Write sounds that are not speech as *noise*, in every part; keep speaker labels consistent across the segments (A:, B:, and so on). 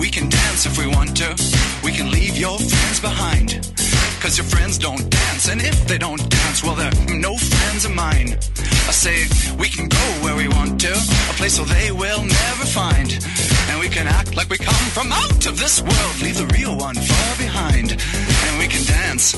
A: We can dance if we want to. We can leave your friends behind. Cause your friends don't dance, and if they don't dance, well, they're no friends of mine. I say, we can go where we want to, a place where they will never find. And we can act like we come from out of this world, leave the real one far behind. And we can dance.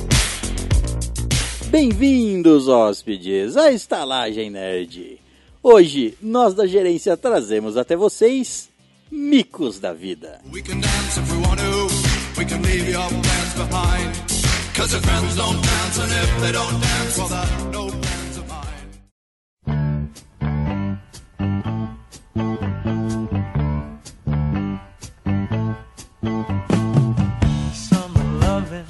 B: Bem-vindos, hóspedes, à Estalagem Nerd. Hoje, nós da gerência trazemos até vocês Micos da Vida.
A: We can dance if we want to. We can leave your plans behind. Cause your friends don't dance, and if they don't dance, well, they're no friends of mine.
C: Summer loving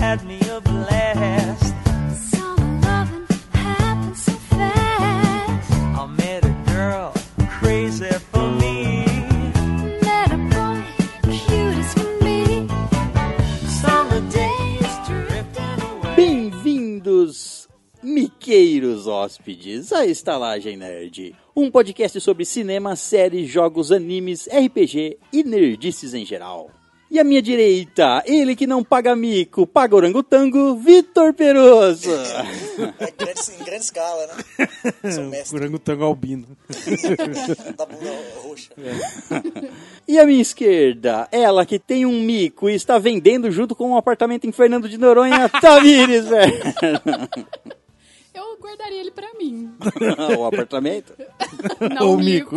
C: had me a blast.
D: Summer loving happens so fast.
C: I met a girl crazy for me.
D: Met a boy, cute as can be.
C: Summer days drifting away.
B: Bem-vindos, miqueiros hóspedes, à Estalagem Nerd. Um podcast sobre cinema, séries, jogos, animes, RPG e nerdices em geral. E à minha direita, ele que não paga mico, paga orangotango, Vitor Peroso.
E: É grande- em grande escala, né?
F: *laughs*
E: Sou mestre *laughs*
F: Orangotango albino.
E: da bunda roxa.
B: e à minha esquerda, ela que tem um mico e está vendendo junto com um apartamento em Fernando de *laughs* Noronha, Tamires, velho.
G: Eu guardaria ele pra
F: *laughs*
G: mim.
B: *laughs* o apartamento.
G: Não
F: Ou
G: o mico.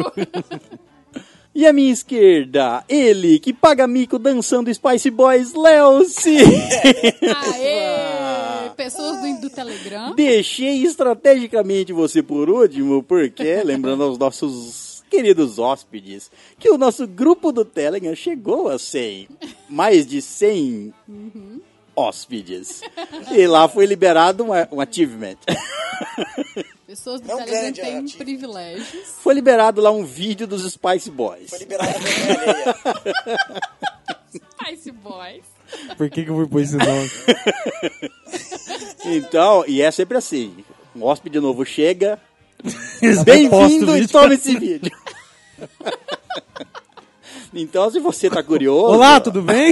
B: E à minha esquerda, ele que paga mico dançando Spice Boys, Léo C. *laughs*
G: Aê!
F: Ah.
G: Pessoas do, do Telegram.
B: Deixei estrategicamente você por último, porque, lembrando aos nossos queridos hóspedes, que o nosso grupo do Telegram chegou a 100. Mais de 100 Uhum. hóspedes. E lá foi liberado uma- um achievement.
G: Pessoas do
F: É um
E: Não
G: Telegram
E: grande,
G: têm
E: Arati.
G: privilégios.
B: Foi liberado lá um vídeo dos Spice Boys.
E: Foi liberada a vergonha alheia.
G: Spice
F: *laughs*
G: Boys.
F: Por que, que eu fui pôr esse nome?
B: Então, e é sempre assim. Um hóspede novo chega,
F: Eles postam o
B: Bem-vindo e
F: vídeo.
B: toma esse vídeo. *laughs* então, se você tá curioso.
F: Olá, tudo bem?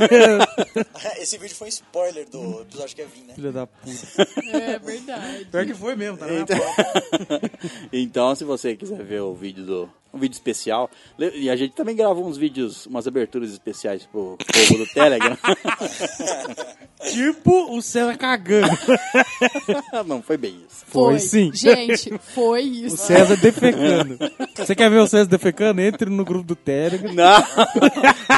E: Esse vídeo foi um spoiler do episódio que ia vir, né?
F: Filha da puta.
G: É verdade.
F: Pior que foi mesmo, tá na
B: Então, então, se você quiser ver o vídeo do. Um vídeo especial. Le- E a gente também grava uns vídeos, umas aberturas especiais pro povo do Telegram. *laughs*
F: Tipo o Senna cagando.
B: Não foi bem isso.
F: Foi sim.
G: Gente,
F: *laughs*
G: foi
F: O
G: isso.
F: César defecando. Você quer ver o César defecando? Entre no grupo do Telegram.
B: Não,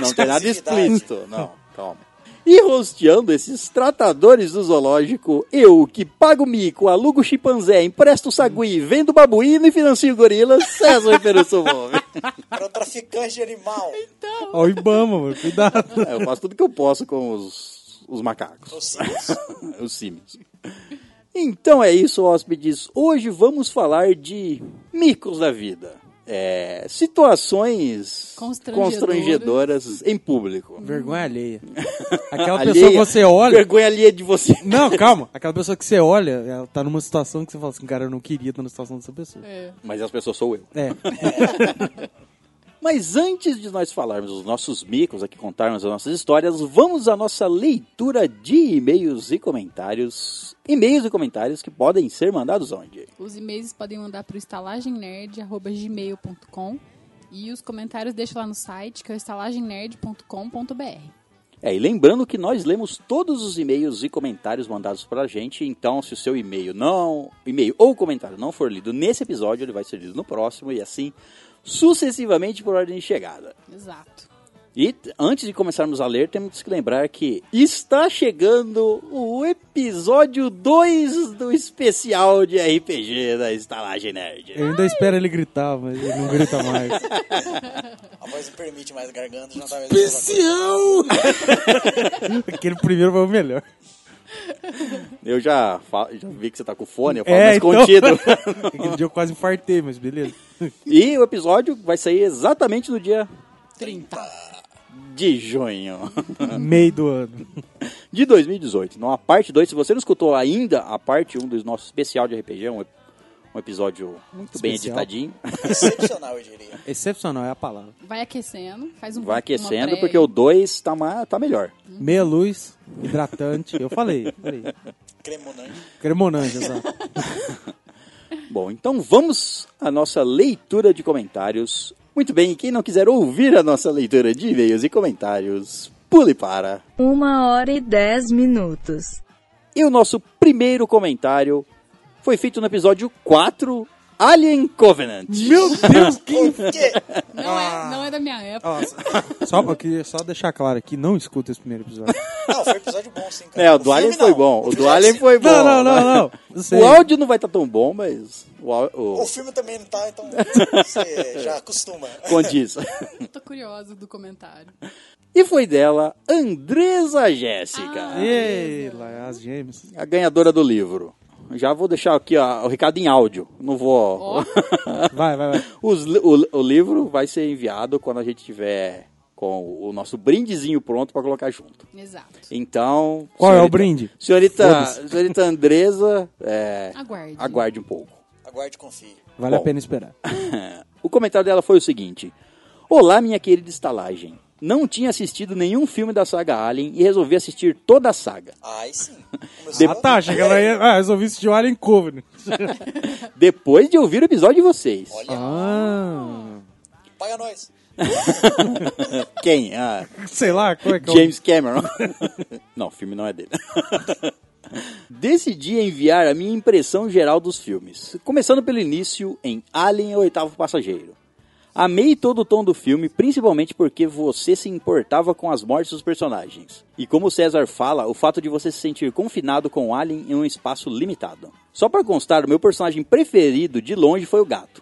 B: não tem nada explícito. Não, calma. E rosteando esses tratadores do zoológico, eu que pago mico, alugo chimpanzé, empresto sagui, vendo babuíno e financio gorila, César Perussumov.
E: Era um traficante de animal.
F: Ó, o Ibama, mano. Cuidado.
B: É, eu faço tudo que eu posso com os, os macacos,
E: Ou seja,
B: os símios. Então é isso, hóspedes. Hoje vamos falar de micos da vida. É, situações
G: Constrangedoras.
B: constrangedoras em público.
F: Vergonha alheia. Aquela
B: Alheia.
F: É pessoa que você olha.
B: Vergonha alheia de você.
F: Não, calma. Aquela pessoa que você olha, ela tá numa situação que você fala assim, cara, eu não queria estar na situação dessa pessoa.
G: É.
B: *laughs* Mas as pessoas sou eu.
F: É.
B: Mas antes de nós falarmos os nossos micos aqui, contarmos as nossas histórias, vamos à nossa leitura de e-mails e comentários. E-mails e comentários que podem ser mandados onde?
G: Os e-mails podem mandar pro estalagemnerd.gmail.com e os comentários deixa lá no site, que é o estalagemnerd.com.br.
B: É, e lembrando que nós lemos todos os e-mails e comentários mandados pra gente, então se o seu e-mail não, e-mail ou comentário não for lido nesse episódio, ele vai ser lido no próximo e assim sucessivamente por ordem de chegada.
G: Exato.
B: E t- antes de começarmos a ler, temos que lembrar que está chegando o episódio 2 do especial de RPG da Estalagem Nerd.
F: Eu ainda espero ele gritar, mas ele não grita mais.
E: a voz não permite mais garganta, já tá mais
F: *laughs* Aquele primeiro foi o melhor.
B: Eu já, fa- já vi que você tá com fone, eu falo
F: É,
B: mais
F: então.
B: contido.
F: *laughs* Aquele dia eu quase infartei, mas beleza.
B: E o episódio vai sair exatamente no dia
G: 30.
B: de junho
F: Meio do ano.
B: de 2018. Então, a parte 2, se você não escutou ainda a parte 1 do nosso especial de RPG, um, um episódio muito bem
F: Especial.
B: editadinho.
F: *laughs*
E: Excepcional, eu diria.
F: Excepcional é a palavra.
G: Vai aquecendo, faz um
B: Vai
G: uma
B: aquecendo,
G: pré-
B: porque o 2 tá, ma- tá melhor.
F: Meia luz, hidratante. Eu falei. falei.
E: Cremonante.
F: Cremonange, exato.
B: Bom, então vamos à nossa leitura de comentários. Muito bem, e quem não quiser ouvir a nossa leitura de e-mails e comentários, pule para.
H: Uma hora e dez minutos.
B: E o nosso primeiro comentário foi feito no episódio 4, Alien Covenant.
F: Meu Deus, que.
E: Porque
G: Não é,
B: Ah.
G: não é da minha época.
F: Só, eu queria só deixar claro aqui, não escuta esse primeiro episódio.
E: Não, foi um episódio bom, sim. Cara.
B: *laughs* É, o do Alien
E: filme,
B: foi
E: não.
B: bom. O do
E: filme,
B: Alien
E: sim.
B: foi bom. né?
F: Não, não, não, não. Eu sei.
B: O áudio não vai estar tão bom, mas o, au- o-
E: O filme também não tá, então você já acostuma.
B: condiz. *laughs*
G: Eu tô curiosa do comentário.
B: E foi dela, Andresa Jéssica.
F: Ah. Ei, lá, as gêmeas.
B: É a ganhadora do livro. Já vou deixar aqui ó, o recado em áudio. Não vou.
F: Vai, vai, vai.
B: *laughs* Os li- o, o livro vai ser enviado quando a gente tiver com o nosso brindezinho pronto pra colocar junto.
G: Exato.
B: Então.
F: Qual é o brinde?
B: Senhorita,
F: Foda-se.
B: senhorita Andresa, é,
G: Aguarde.
B: aguarde um pouco.
E: Aguarde e confie.
F: Vale
B: Bom.
F: a pena esperar.
B: O comentário dela foi o seguinte: Olá, minha querida estalagem. Não tinha assistido nenhum filme da saga Alien e resolvi assistir toda a saga.
E: Aí sim. Começou
F: Ah, tá, chega lá e... Ah, resolvi assistir o Alien Covenant.
B: Depois de ouvir o episódio de vocês.
E: Olha,
F: Ah,
E: paga nós.
B: Quem? Ah,
F: sei lá, como é que é o-
B: James Cameron. *laughs* não, o filme não é dele. *laughs* Decidi enviar a minha impressão geral dos filmes, começando pelo início em Alien, é o oitavo passageiro. Amei todo o tom do filme, principalmente porque você se importava com as mortes dos personagens. E como o César fala, o fato de você se sentir confinado com o Alien em um espaço limitado. Só pra constar, o meu personagem preferido de longe foi o gato.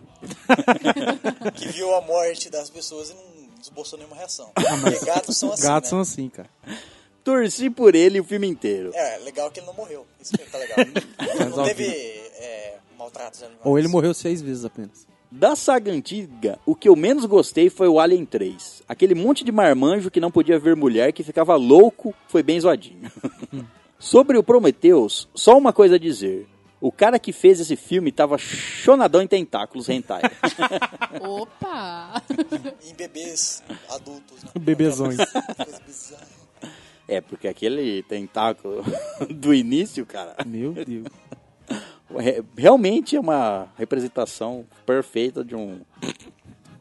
E: Que viu a morte das pessoas e não esboçou nenhuma reação. Porque gatos são assim,
F: Ah, Gatos
E: né?
F: são assim, cara.
B: Torci por ele o filme inteiro.
E: É, legal que ele não morreu. Isso que tá
F: *laughs*
E: legal. não
F: Resolve.
E: teve é, maltratos de animais.
F: Ou ele morreu seis vezes apenas.
B: Da saga antiga, o que eu menos gostei foi o Alien 3. Aquele monte de marmanjo que não podia ver mulher, que ficava louco, foi bem zoadinho. *laughs* Sobre o Prometheus, só uma coisa a dizer. O cara que fez esse filme tava chonadão em tentáculos hentai.
G: Opa!
B: *laughs*
E: Em bebês adultos, né?
F: *laughs* *laughs* Bebezões.
E: Coisa bizarra.
B: é, porque aquele tentáculo *laughs* do início, cara,
F: Meu Deus.
B: re- realmente é uma representação perfeita de um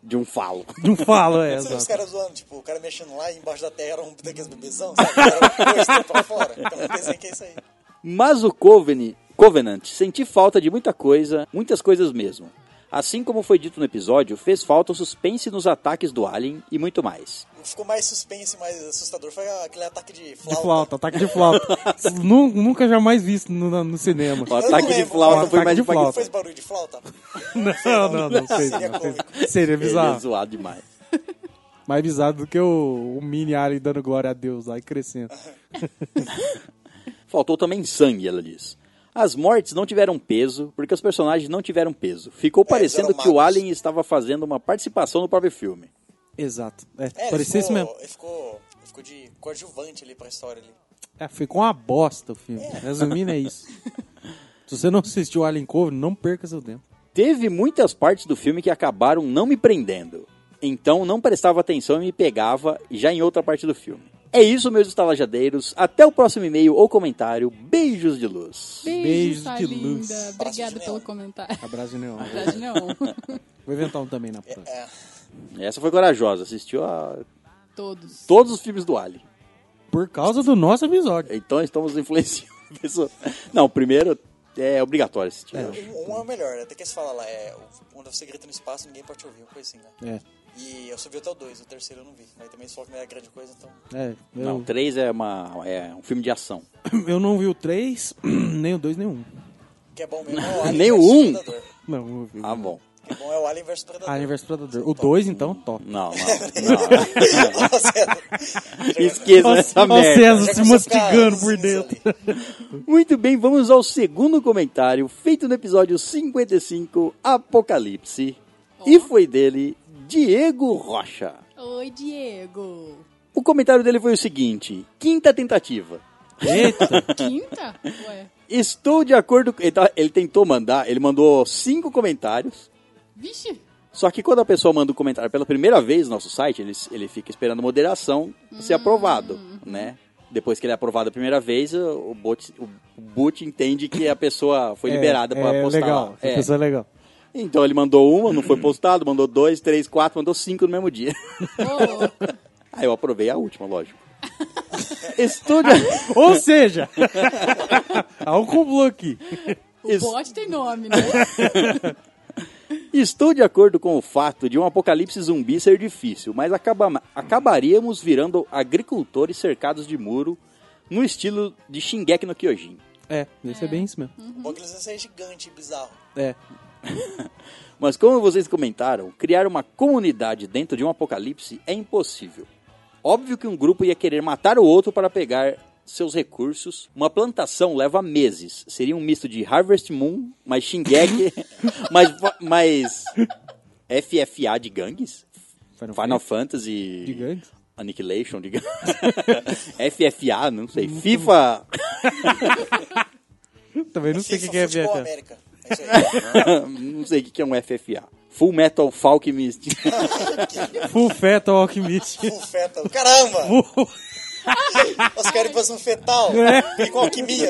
B: de um falo.
F: Não falo, é,
E: Você viu os
F: exato.
E: caras zoando, tipo, o cara mexendo lá e embaixo da terra era um daqueles bebezão, sabe? *laughs* Era um coisa pra fora. Então eu pensei que é isso aí.
B: Mas o Covenant, Covenant senti falta de muita coisa, muitas coisas mesmo. Assim como foi dito no episódio, fez falta o suspense nos ataques do Alien e muito mais.
E: O que ficou mais suspense, mais assustador foi aquele ataque de é flauta.
F: De flauta, ataque de flauta. *laughs* Nu- Nunca jamais visto no, na- no cinema.
B: O
E: não
B: ataque de
E: lembro.
B: flauta
E: O
B: foi
F: ataque
B: mais
F: de
B: impactante.
F: flauta.
E: Fez barulho de flauta?
F: *laughs* Não, não, não. Fez,
E: Seria
F: não fez.
E: cômico.
F: Seria
B: Ele é
F: bizarro.
B: zoado demais.
F: Mais bizarro do que o, o mini Alien dando glória a Deus lá e crescendo.
B: Faltou também sangue, ela diz. As mortes não tiveram peso, porque os personagens não tiveram peso. Ficou parecendo
E: É, eram
B: que o
E: magos.
B: Alien estava fazendo uma participação no próprio filme.
F: Exato. É,
E: É, ele
F: parecia isso
E: ficou-
F: mesmo.
E: Ele ficou, ele ficou de coadjuvante ali pra história ali.
F: É, ficou uma bosta o filme. Resumindo, é
E: *laughs*
F: isso. Se você não assistiu Alien Covenant, não perca seu tempo.
B: Teve muitas partes do filme que acabaram não me prendendo. Então não prestava atenção e me pegava já em outra parte do filme. É isso, meus estalajadeiros. Até o próximo e-mail ou comentário. Beijos de luz.
F: Beijos
G: Beijo, tá
F: de
G: linda.
F: luz.
G: Obrigada
E: Abraço de
G: pelo
E: neon.
G: comentário.
F: Abraço de neon.
G: Verdade, não. *laughs*
F: Vou inventar um também na próxima.
E: É,
B: Essa foi corajosa. Assistiu a
G: Todos.
B: todos os filmes do Ali.
F: Por causa do nosso episódio.
B: Então estamos influenciando a pessoa. Não, o primeiro é obrigatório assistir. eu acho.
E: um, um é o melhor, né? até que se fala lá, é, o- quando você grita no espaço, ninguém pode te ouvir, uma coisa assim, né?
F: É.
E: E eu subi até o 2, o terceiro eu não vi, mas também só que não é grande coisa, então...
F: É, eu,
B: Não, o três é, uma, é um filme de ação.
F: *coughs* eu não vi o 3, *coughs* nem o 2, nem o 1.
E: O que é bom mesmo é
B: *laughs*
E: o Alien
B: Nem o
E: versus
B: um.
E: Predador.
F: Não, eu vi.
B: Ah, bom.
E: O que é bom é o Alien versus Predador. *laughs*
F: Alien vs Predador. O 2, então, top. *laughs*
B: Não, não. não.
E: Tá
B: *laughs*
E: Nossa,
B: Esqueça
F: *laughs* Nossa,
B: essa
F: o
B: merda.
F: César se
E: já começou a ficar
F: mastigando por
E: cinza
F: dentro.
B: *laughs*
E: ali.
B: Muito bem, vamos ao segundo comentário, feito no episódio 55, Apocalipse. E foi dele, Diego Rocha.
G: Oi, Diego.
B: O comentário dele foi o seguinte: quinta tentativa.
F: Eita!
G: Quinta? Ué.
B: Estou de acordo. Ele, tá- ele tentou mandar, ele mandou cinco comentários.
G: Vixe.
B: Só que quando a pessoa manda um comentário pela primeira vez no nosso site, ele, ele fica esperando moderação ser aprovado, né? Depois que ele é aprovado a primeira vez, o bot, o bot entende que a pessoa foi liberada para
F: é,
B: postar.
F: Legal,
B: lá.
F: é.
B: É.
F: pessoa legal.
B: Então ele mandou uma, não foi postado, mandou dois, três, quatro, mandou cinco no mesmo dia. *laughs*
G: Ô, louco.
B: Aí eu aprovei a última, lógico. Estou de,
F: Ou
B: *laughs*
F: seja, há um complô aqui.
G: o
B: Isso.
G: bot tem nome, né?
B: estou de acordo com o fato de um apocalipse zumbi ser difícil, mas acaba- acabaríamos virando agricultores cercados de muro no estilo de Shingeki no Kyojin.
F: É, isso é. bem isso mesmo.
E: Bom que eles vão ser gigante e bizarro.
F: É.
B: Mas como vocês comentaram, criar uma comunidade dentro de um apocalipse é impossível. Óbvio que um grupo ia querer matar o outro para pegar seus recursos. Uma plantação leva meses. Seria um misto de Harvest Moon, mais
F: *laughs*
B: Shingeki, mais, mais FFA de gangues?
F: Final
B: Final Fantasy...
F: De gangues?
B: Annihilation, de gangues.
F: *laughs*
B: FFA, não sei. FIFA... *laughs*
F: Também não sei o que,
E: FIFA
F: que é
E: Futebol
F: Vietnã.
E: América. É isso aí.
B: não sei o que que é um FFA. Full Metal Falchemist.
F: *laughs* Full
B: *laughs*
F: Fetal Alchemist.
E: Full é um fetal. Caramba! Os caras que fossem um fetal.
F: é?
E: E com alquimia.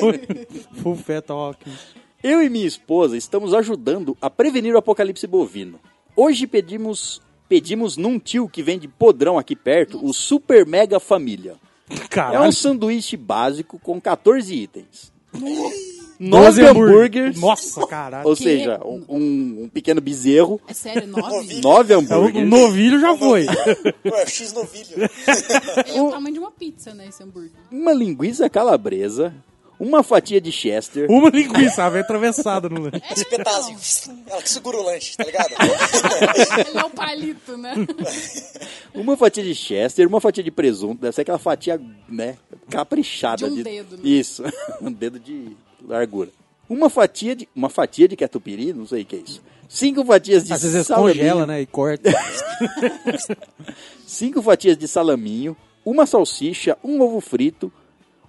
F: Full *laughs* Fetal Alchemist.
B: Eu e minha esposa estamos ajudando a prevenir o apocalipse bovino. Hoje pedimos pedimos num tio que vende podrão aqui perto o Super Mega Família. É
F: Caralho.
B: um sanduíche básico com 14 itens.
F: Doze
B: 9 hambúrgueres,
F: Nossa, caralho.
B: ou
G: Que-
B: seja, um, um- um pequeno bezerro,
G: É sério, nome?
E: Novilho.
B: 9
F: É, O
B: hambúrgueres,
F: novilho já foi.
B: *laughs*
E: Pô, é o X
F: *laughs*
E: novilho.
G: É o tamanho de uma pizza, né, esse hambúrguer.
B: uma linguiça calabresa, uma fatia de Chester,
F: Uma linguiça, ela vem atravessada no lanche.
E: Esse petazinho. Ela que segura o lanche, tá ligado?
G: Ele é o palito, né?
B: uma fatia de Chester, uma fatia de presunto, deve ser aquela fatia, né, caprichada.
G: De um dedo, né?
B: Isso, *laughs* um dedo de largura. Uma fatia de, uma fatia de catupiry, não sei o que é isso. Cinco fatias de
F: Ah, Às vezes
B: salaminho,
F: congela, né? E corta.
B: cinco fatias de salaminho, uma salsicha, um ovo frito,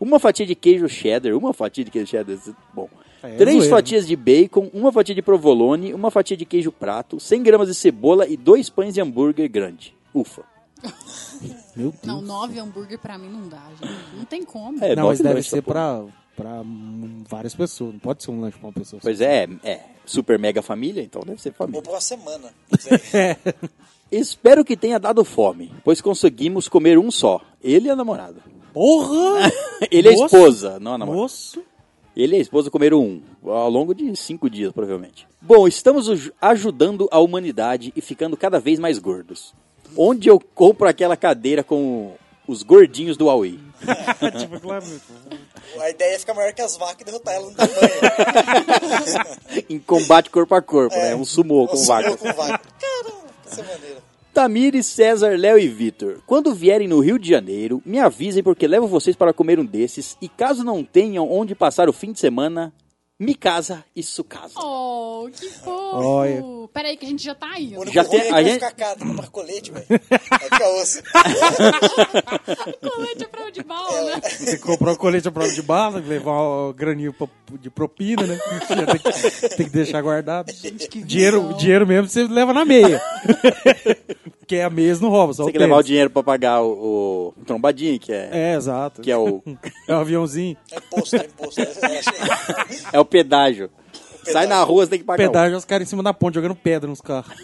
B: uma fatia de queijo cheddar, uma fatia de queijo cheddar, isso- bom.
F: É, é
B: Três
F: zoeira,
B: fatias de bacon, uma fatia de provolone, uma fatia de queijo prato, 100 gramas de cebola e dois pães de hambúrguer grande. Ufa.
F: Meu Deus.
G: *laughs* Não, nove hambúrguer pra mim não dá, gente. Não tem como.
B: É,
F: não, mas
B: nove
F: deve
B: lanches,
F: ser
B: pô.
F: pra, pra hum, várias pessoas. Não pode ser um lanche pra uma pessoa. só. *laughs*
B: Pois é, é. Super mega família, então deve ser
E: Ou
B: família.
E: por uma semana. Não sei.
F: É.
B: Espero que tenha dado fome, pois conseguimos comer um só. Ele e a namorada. *laughs*
F: Porra!
B: Ele é a
F: Moço,
B: esposa, não a namorada.
F: Moço.
B: Ele e a esposa comeram um, ao longo de cinco dias, provavelmente. Bom, estamos aj- ajudando a humanidade e ficando cada vez mais gordos. Onde eu compro aquela cadeira com os gordinhos do Huawei? *laughs*
F: tipo, claro.
E: A ideia é ficar maior que as vacas e derrotar ela no tamanho.
B: em combate corpo a corpo, né? Um sumô com
E: Nossa,
B: vaca.
E: eu com vaca. Caramba, essa maneira.
B: Tamires, César, Léo e Vitor, quando vierem no Rio de Janeiro, me avisem porque levo vocês para comer um desses e caso não tenham onde passar o fim de semana, me casa e su casa.
G: Oh, que fofo.
F: Olha.
G: Peraí que a gente já tá
E: O
G: indo.
E: único
B: Já
E: ruim
B: tem-
E: é que
B: a
E: vai
B: gente-
E: ficar caro, tem que comprar colete, velho. Vai ficar osso.
G: *laughs* Colete é pra de bala, né?
F: Você comprou o um colete à prova de bala, levar o graninho pra- de propina, né? Já Tem que, tem que deixar guardado. Dinheiro,
G: visão.
F: dinheiro mesmo você leva na meia. *laughs* Porque a meia eles não rouba, só
B: Tem
F: é o
B: que levar o
F: tênis.
B: dinheiro para pagar o, o trombadinho, que é,
F: É, exato.
B: que é o
F: *laughs* É um aviãozinho.
E: É imposto, é imposto. É, é,
B: é o pedágio. Sai
E: pedágio.
B: na rua, você tem que pagar. um. o-
F: Pedágio, os caras em cima da ponte jogando pedra nos carros.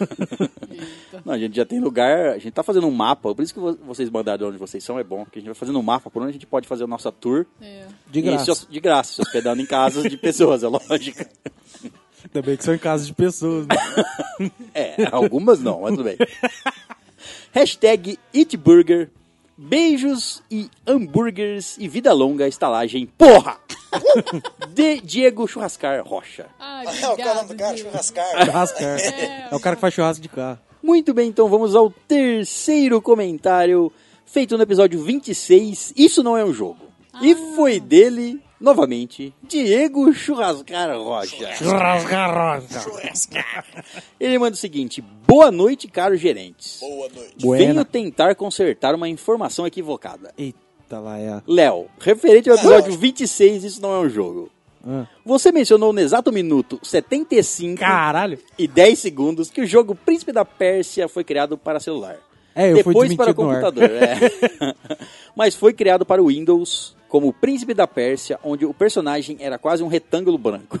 B: Não, a gente já tem lugar, a gente tá fazendo um mapa, por isso que vo- vocês mandaram de onde vocês são, é bom, que a gente vai fazendo um mapa por onde a gente pode fazer a nossa tour.
G: É.
F: De graça.
B: E se, hos- de graça, se hospedando em casas de pessoas, é lógico.
F: Ainda bem que são em casa de pessoas. Né?
B: É, algumas não, mas tudo bem. Hashtag EatBurger, beijos e hambúrgueres e vida longa, estalagem, porra! De Diego Churrascar Rocha.
G: Ai,
E: é o cara do cara,
G: obrigado, Diego.
E: churrascar.
F: Churrasco, é. É o cara que faz churrasco de carro.
B: Muito bem, então vamos ao terceiro comentário, feito no episódio 26, Isso Não É Um Jogo. E foi dele, novamente, Diego Churrascar Rocha. Ele manda o seguinte, boa noite, caros gerentes.
E: Boa noite.
F: Buena.
B: Venho tentar consertar uma informação equivocada.
F: Eita. tá lá, é. a-
B: Léo, referente ao episódio 26, isso não é um jogo.
F: Ah.
B: Você mencionou no exato minuto 75
F: Caralho!
B: e 10 segundos que o jogo Príncipe da Pérsia foi criado para celular.
F: É, eu fui
B: Depois para
F: desmentido no ar.
B: computador, é. *laughs* Mas foi criado para o Windows como o Príncipe da Pérsia, onde o personagem era quase um retângulo branco.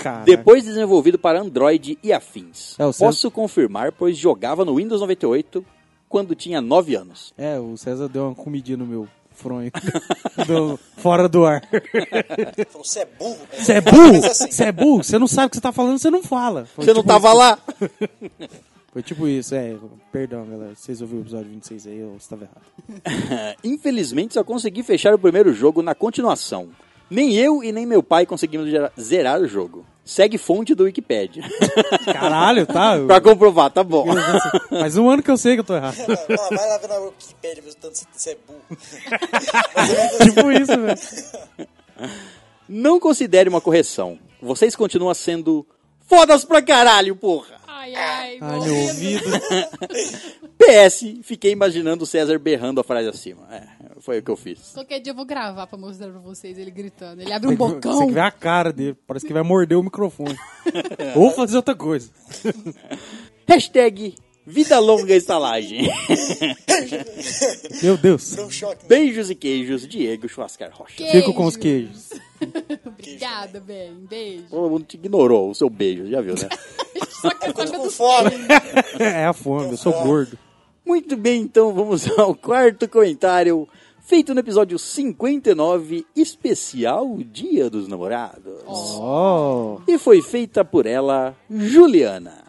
F: Caralho.
B: Depois desenvolvido para Android e afins.
F: É, o seu-
B: Posso confirmar, pois jogava no Windows 98 quando tinha 9 anos.
F: É, o César deu uma comidinha no meu fronho. Do- fora do ar.
E: Falou, você é burro.
F: Você é
E: Mas
F: burro!
E: assim,
F: Você é burro! Você não sabe o que você tá falando, você não fala. Foi
B: Você não
F: tipo
B: tava
F: isso.
B: lá?
F: Foi tipo isso, é. Perdão, galera. Vocês ouviram o episódio 26 aí, eu estava errado.
B: Infelizmente, só consegui fechar o primeiro jogo na continuação. Nem eu e nem meu pai conseguimos gera- zerar o jogo. Segue fonte do Wikipedia. *laughs*
F: Caralho, tá?
B: pra comprovar, tá bom.
F: Mas um ano que eu sei que eu tô errado. *laughs*
E: não, vai lá ver na Wikipedia, ver o tanto que você é burro.
F: tipo isso, velho.
B: Não considere uma correção. Vocês continuam sendo fodas pra caralho, porra.
G: Ai, ai,
F: Ai,
G: meu
F: meu
G: Deus.
F: ouvido.
B: PS, fiquei imaginando o César berrando a frase acima. É, foi o que eu fiz.
G: Qualquer dia eu vou gravar pra mostrar pra vocês ele gritando. Ele abre um bocão.
F: Você vê a cara dele, parece que vai morder o microfone. *laughs* Ou fazer outra coisa.
B: Hashtag Vida Longa Estalagem. *laughs*
F: Meu Deus.
E: Foi um choque.
B: Beijos e queijos, Diego Churrascar Rocha.
F: Fico com os queijos. *laughs*
G: Obrigada, bem. Beijo.
B: Todo mundo te ignorou o seu beijo, já viu, né?
G: Só que eu
E: Eu tô
G: tô
E: com fome.
F: É a fome, eu sou gordo.
B: Muito bem, então vamos *laughs* ao quarto comentário, feito no episódio 59, especial Dia dos Namorados.
F: Oh.
B: E foi feita por ela, Juliana.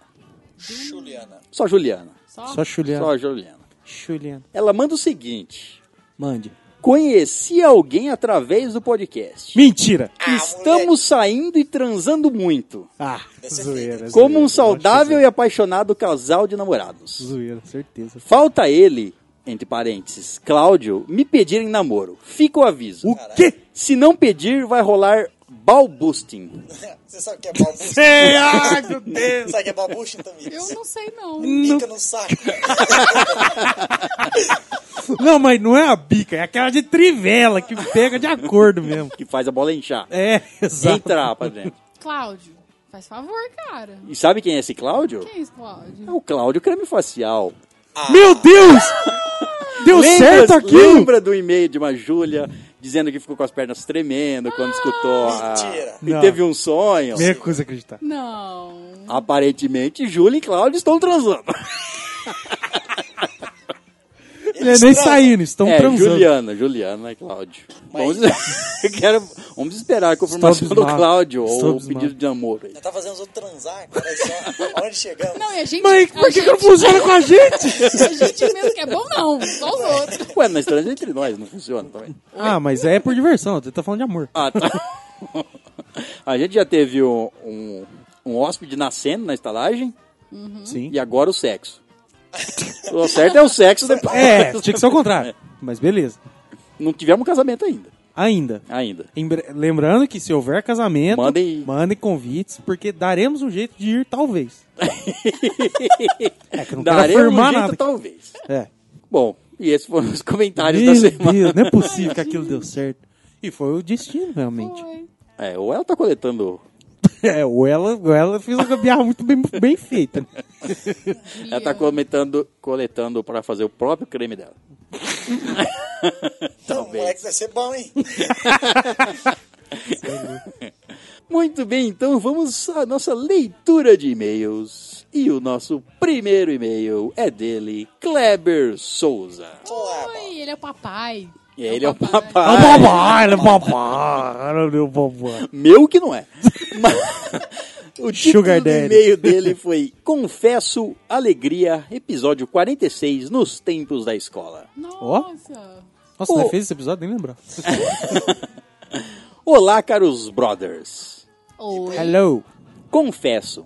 E: Juliana.
B: Só Juliana.
G: Só
F: Só Juliana.
B: Só Juliana.
F: Juliana.
B: Ela manda o seguinte:
F: Mande.
B: Conheci alguém através do podcast. Ah,
F: Mentira!
B: Estamos saindo e transando muito,
F: Ah, zoeira.
B: como um
F: saudável
B: saudável e apaixonado casal de namorados.
F: Zoeira, certeza.
B: Falta ele, entre parênteses, Cláudio, me pedirem namoro. Fica o aviso.
F: O quê?
B: Se não pedir, vai rolar balbusting.
E: Você sabe o que é babucha?
F: Ei, ai, meu Deus!
E: Sabe o que é babucha, então, Miras?
G: eu não sei, não.
F: Hum.
E: Pica no saco.
F: Não, mas não é a bica, é aquela de trivela que pega de acordo mesmo.
B: Que faz a bola inchar.
F: É, exato.
B: Entrar pra dentro.
G: Cláudio, faz favor, cara.
B: E sabe quem é esse Cláudio?
G: Quem é isso,
B: É
G: Cláudio?
B: o Cláudio Creme Facial.
F: Meu Deus! Deu
B: Ah. Lembra-
F: certo aquilo!
B: Lembra do e-mail de uma Júlia dizendo que ficou com as pernas tremendo quando escutou a...
E: mentira.
B: E
F: Não.
B: teve um sonho?
F: Me recuso a acreditar.
G: Não.
B: Aparentemente, Júlia e Cláudio estão transando.
F: É, nem saindo, estão
B: é,
F: transando.
B: Juliana, Juliana e Cláudio. Vamos, *laughs* eu quero- vamos esperar a confirmação do
F: abismado.
B: Cláudio
F: Estou
B: ou o
F: abismado.
B: pedido de namoro. aí.
E: Já tá fazendo os outros transar, cara. Só onde chegamos.
G: Não, e a gente.
F: Mas por
G: a
F: que,
G: gente,
F: que não funciona com a gente?
G: A gente mesmo que é bom, não. Só os outros.
B: Ué, nós trans entre nós, não funciona também.
F: Ah, mas é por diversão, você tá falando de amor.
B: Ah, tá. *laughs* A gente já teve um, um, um hóspede nascendo na estalagem
F: Sim.
B: e agora o sexo. O certo é o sexo depois.
F: É, tinha que ser o contrário. Mas beleza.
B: Não tivemos casamento ainda.
F: Ainda.
B: Ainda.
F: Em bre- Lembrando que se houver casamento,
B: Mandem-
F: mandem convites, porque daremos um jeito de ir,
B: *laughs*
F: talvez. é que eu não quero
B: Daremos um
F: afirmar
B: jeito,
F: nada.
B: talvez. Tá,
F: É.
B: Bom, e esses foram os comentários
F: Meu
B: da semana.
F: Deus, não é possível que aquilo deu certo. E foi o destino, realmente.
G: Foi.
B: É, ou ela tá coletando.
F: É, ou ela, ou ela fez uma gambiarra muito bem, bem feita. né?
B: Ela tá coletando, coletando pra fazer o próprio creme dela.
E: Então, o moleque vai ser bom, hein?
B: Muito bem, então vamos à nossa leitura de e-mails. E o nosso primeiro e-mail é dele, Kleber Souza.
E: Olá,
G: Oi, ele é o papai.
B: E ele é o
F: É
B: papai.
F: um babá, ele é um babá, ela é um babá.
B: Meu que
F: *laughs*
B: não é. Mas o título
F: Sugar
B: do
F: Daddy.
B: e-mail dele foi Confesso Alegria, episódio 46, nos tempos da escola.
G: Nossa.
F: Nossa,
B: Ô.
F: nós fez esse episódio, nem lembrar.
B: Olá, caros brothers.
G: Oi.
F: Hello.
B: Confesso,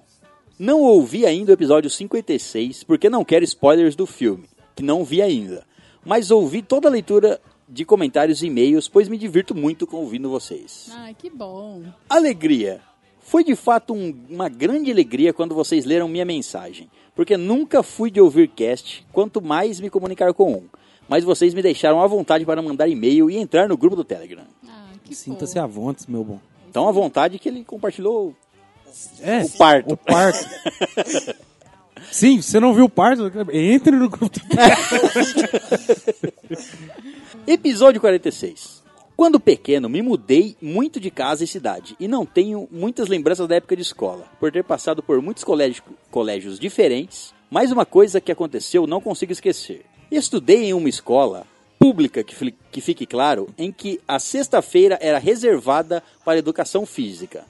B: não ouvi ainda o episódio 56 porque não quero spoilers do filme, que não vi ainda. Mas ouvi toda a leitura de comentários e e-mails, pois me divirto muito com ouvindo vocês.
G: Ai, que bom.
B: Alegria. Foi de fato um- uma grande alegria quando vocês leram minha mensagem, porque nunca fui de ouvir cast, quanto mais me comunicar com um. mas vocês me deixaram à vontade para mandar e-mail e entrar no grupo do Telegram.
G: Ah, que
F: Sinta-se à vontade, meu bom.
B: Então, à vontade que ele compartilhou
F: É,
B: o parto. *laughs*
F: o parto. Sim, você não viu o parto? Entre no grupo.
B: *laughs* Episódio 46. Quando pequeno, me mudei muito de casa e cidade e não tenho muitas lembranças da época de escola, por ter passado por muitos colégio- colégios diferentes. Mas uma coisa que aconteceu não consigo esquecer. Estudei em uma escola pública, que, fli- que fique claro, em que a sexta-feira era reservada para educação física.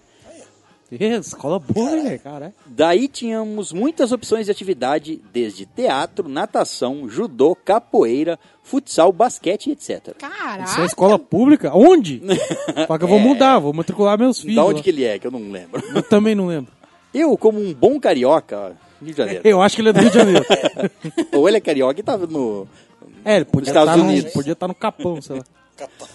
F: Ê, Escola boa, né, cara?
B: Daí tínhamos muitas opções de atividade, desde teatro, natação, judô, capoeira, futsal, basquete, etc.
F: Isso é
G: Caraca!
F: escola pública?
B: *laughs*
F: Onde? Fala que eu vou mudar, vou matricular meus filhos.
B: É. Da onde
F: lá.
B: que ele é, que eu não lembro.
F: Eu também não lembro.
B: Eu, como um bom carioca, Rio de Janeiro,
F: Eu acho que ele é do Rio de Janeiro.
B: *laughs* ou ele é carioca e tava no.
F: É, ele podia
B: Estados
F: estar no,
B: Unidos.
F: podia estar no Capão, sei lá.
E: Capaz.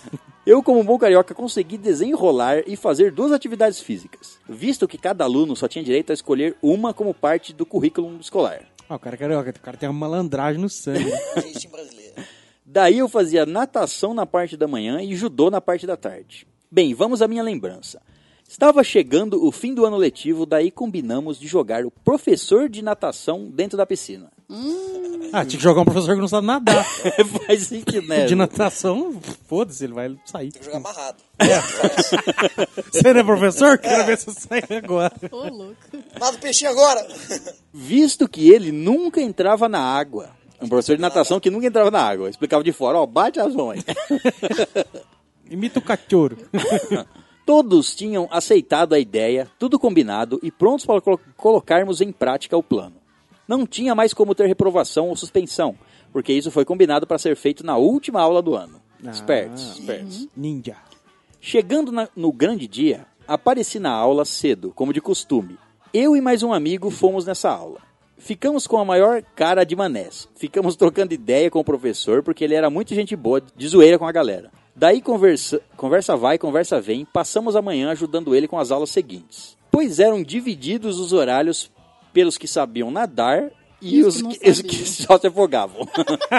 B: Eu, como um bom carioca, consegui desenrolar e fazer duas atividades físicas, visto que cada aluno só tinha direito a escolher uma como parte do currículo escolar.
F: Ah, o cara é carioca, o cara tem uma malandragem no sangue.
E: Jeitinho brasileiro.
B: Daí eu fazia natação na parte da manhã e judô na parte da tarde. Bem, vamos à minha lembrança. Estava chegando o fim do ano letivo, daí combinamos de jogar o professor de natação dentro da piscina. *laughs*
F: Ah, tinha que jogar um professor que não sabe nadar.
B: Faz sentido, né?
F: De natação, foda-se, ele vai sair.
E: Tem que jogar amarrado.
F: Você não é professor? Quero ver você sair agora.
G: Ô, louco.
E: Mata o peixinho agora! *laughs*
B: visto que ele nunca entrava na água. Um professor de natação que nunca entrava na água. Explicava de fora, ó, bate as mãos. *laughs*
F: Imita o cachorro.
B: Todos tinham aceitado a ideia, tudo combinado e prontos para colo- colocarmos em prática o plano. Não tinha mais como ter reprovação ou suspensão, porque isso foi combinado para ser feito na última aula do ano.
F: Ah.
B: Espertos, espertos.
F: Ninja.
B: Chegando na- no grande dia, apareci na aula cedo, como de costume. Eu e mais um amigo fomos nessa aula. Ficamos com a maior cara de manés. Ficamos trocando ideia com o professor, porque ele era muito gente boa, de zoeira com a galera. Daí conversa, conversa vai, conversa vem, passamos a manhã ajudando ele com as aulas seguintes. Pois eram divididos os horários pelos que sabiam nadar e,
G: E os
B: os,
G: que não
B: que, os que só se afogavam.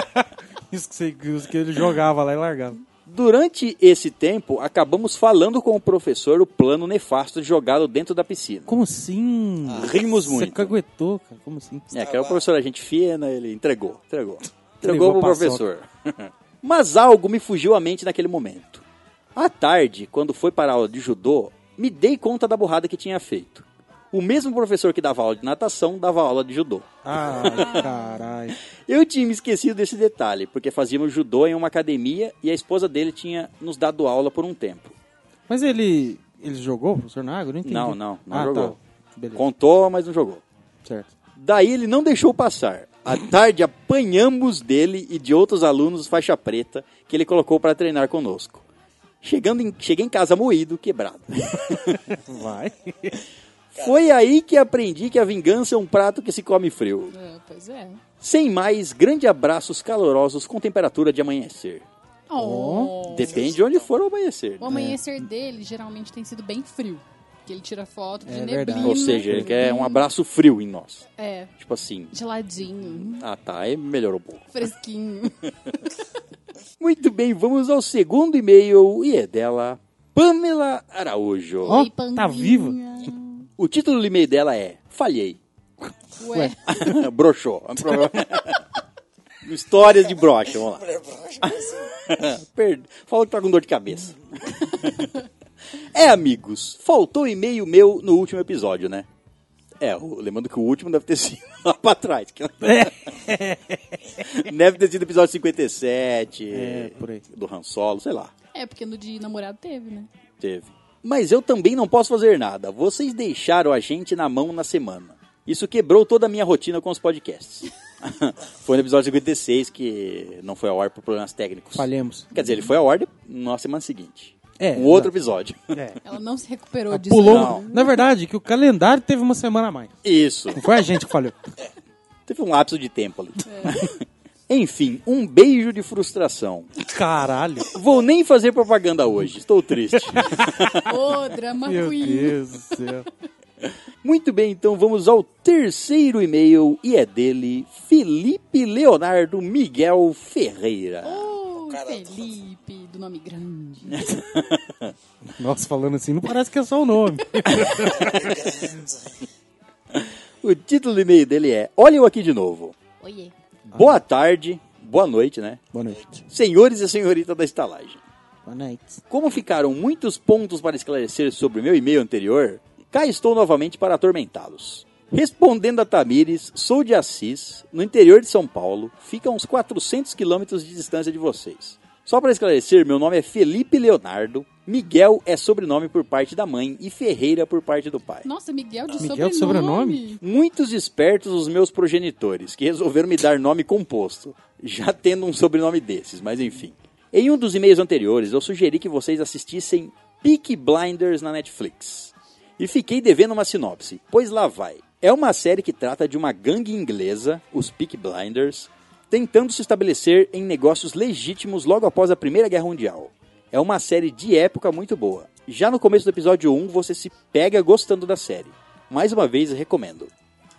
B: *laughs*
F: Isso que, você- isso que ele jogava lá e largava.
B: Durante esse tempo, acabamos falando com o professor o plano nefasto de jogá-lo dentro da piscina.
F: Como assim?
B: Ah, Rimos
F: Você
B: muito.
F: caguetou, cara. Como assim?
B: É, que era o professor, a gente fina, ele entregou, entregou. Entregou
F: Entregou
B: pro
F: a
B: professor. *laughs* Mas algo me fugiu à mente naquele momento. À tarde, quando foi para a aula de judô, me dei conta da burrada que tinha feito. O mesmo professor que dava aula de natação dava aula de judô.
F: Ah, caralho.
B: Eu tinha me esquecido desse detalhe, porque fazíamos judô em uma academia e a esposa dele tinha nos dado aula por um tempo.
F: Mas ele. Ele jogou, professor, na água? Eu Não entendi.
B: Não, não, não
F: ah,
B: jogou.
F: Tá. Beleza.
B: Contou, mas não jogou.
F: Certo.
B: Daí ele não deixou passar. À tarde apanhamos dele e de outros alunos faixa preta que ele colocou para treinar conosco. Chegando em, cheguei em casa moído, quebrado.
F: Vai.
B: Foi aí que aprendi que a vingança é um prato que se come frio.
G: É, pois é.
B: Sem mais, grande abraços calorosos com temperatura de amanhecer.
G: Oh.
B: Depende de onde for o amanhecer.
G: O
F: É.
G: amanhecer dele geralmente tem sido bem frio. Que ele tira foto de
F: É
G: neblina.
F: verdade.
B: Ou seja, ele quer um abraço frio em nós.
G: É,
B: Tipo assim,
G: geladinho,
B: ah tá, aí melhorou um pouco.
G: fresquinho.
B: Muito bem, vamos ao segundo e-mail e é dela, Pamela Araújo.
F: *laughs* Ó,
G: Oi, Pandinha.
F: tá viva.
B: O título do e-mail dela é Falhei. *laughs*
G: Ué,
B: Broxou. *laughs* Histórias de broxa, vamos lá.
E: Mulher broxa, mas
B: *laughs* Perde- Falou que tá com dor de cabeça. é, amigos, faltou um e-mail meu no último episódio, né? É, o- lembrando que o último deve ter sido *laughs* lá pra trás. que- deve ter sido episódio 57.
F: É, por aí.
B: Do Han Solo, sei lá.
G: é porque no de namorado teve, né?
B: Teve. Mas eu também não posso fazer nada. Vocês deixaram a gente na mão na semana. Isso quebrou toda a minha rotina com os podcasts. *laughs* foi no episódio 56 que não foi ao ar por problemas técnicos.
F: Falhemos.
B: Quer dizer, ele foi ao ar de- na semana seguinte.
F: É,
B: Um outro episódio.
F: É.
G: Ela não se recuperou disso.
F: Pulou.
B: Não.
F: Na verdade, que o calendário teve uma semana a mais.
B: *laughs* Isso.
F: Não foi a gente que falhou.
B: Teve um lapso de tempo ali. *laughs*
F: É.
B: Enfim, um beijo de frustração.
F: Caralho.
B: Vou nem
F: *laughs*
B: fazer propaganda hoje. Estou triste.
G: Ô, drama
F: Meu
G: ruim.
F: Deus do céu.
B: Muito bem, então vamos ao terceiro e-mail e é dele Felipe Leonardo Miguel Ferreira.
G: Oh,
E: cara-
G: Felipe, do nome grande.
F: Nossa, falando assim, não parece que é só
E: *laughs*
F: o nome.
B: O título do e-mail dele é Olha eu aqui de novo.
G: Oiê.
B: Boa tarde, boa noite, né?
F: Boa noite.
B: Senhores e senhorita da estalagem.
F: Boa noite.
B: Como ficaram muitos pontos para esclarecer sobre o meu e-mail anterior, cá estou novamente para atormentá-los. Respondendo a Tamires, sou de Assis, no interior de São Paulo, fica a uns 400 quilômetros de distância de vocês. Só para esclarecer, meu nome é Felipe Leonardo, Miguel é sobrenome por parte da mãe e Ferreira por parte do pai.
G: Nossa, Miguel de
F: Miguel de
G: sobrenome.
B: Muitos espertos os meus progenitores, que resolveram me dar nome composto, já tendo um sobrenome desses, mas enfim. Em um dos e-mails anteriores, eu sugeri que vocês assistissem Peak Blinders na Netflix. E fiquei devendo uma sinopse, pois lá vai. É uma série que trata de uma gangue inglesa, os Peak Blinders, tentando se estabelecer em negócios legítimos logo após a Primeira Guerra Mundial. É uma série de época muito boa. Já no começo do episódio 1, você se pega gostando da série. Mais uma vez, recomendo.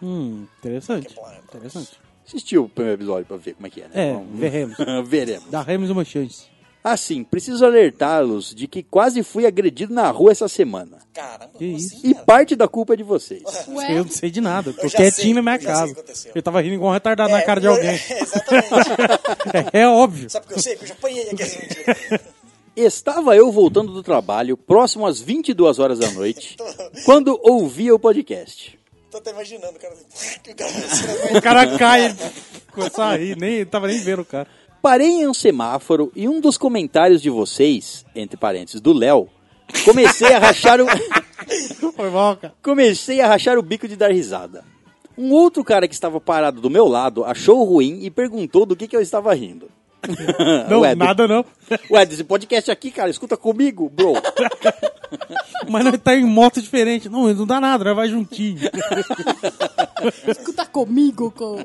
F: Hum, interessante.
E: Que bom, né?
F: Interessante.
B: Assistiu o primeiro episódio pra ver como é que é, né?
F: É,
B: Vamos-
F: veremos.
B: *laughs* Veremos.
F: Daremos uma chance.
B: Assim, preciso alertá-los de que quase fui agredido na rua essa semana.
E: Caramba,
F: Que
E: como
F: isso?
E: assim,
B: E
E: cara?
B: parte da culpa é de vocês.
G: Ué,
F: Eu não sei de nada. Tô
E: já sei,
F: quietinho na é minha
E: eu já sei
F: casa.
E: o que aconteceu.
F: Eu tava rindo igual um retardado
E: *laughs*
F: na
E: É,
F: cara de
E: eu-
F: alguém.
E: Exatamente.
F: É, é óbvio.
E: Sabe o que eu sei? Porque eu já apanhei aqui.
B: Estava eu voltando do trabalho, próximo às 22 horas da noite, quando ouvia o podcast.
E: Tô até imaginando, cara. Que o cara assim."
F: O cara cai. ele Começou a rir. Nem, tava nem vendo o cara.
B: Parei em um semáforo e um dos comentários de vocês, entre parênteses, do Léo, comecei a rachar o...
F: Foi mal, cara.
B: Comecei a rachar o bico de dar risada. Um outro cara que estava parado do meu lado achou ruim e perguntou do que, que eu estava rindo. *laughs*
F: Não,
B: Ué, do-
F: nada não.
B: Ué, desse podcast aqui, cara, escuta comigo, bro.
F: Mas nós tá em moto diferente. Não, não dá nada, nós vai juntinho.
G: escuta comigo, co.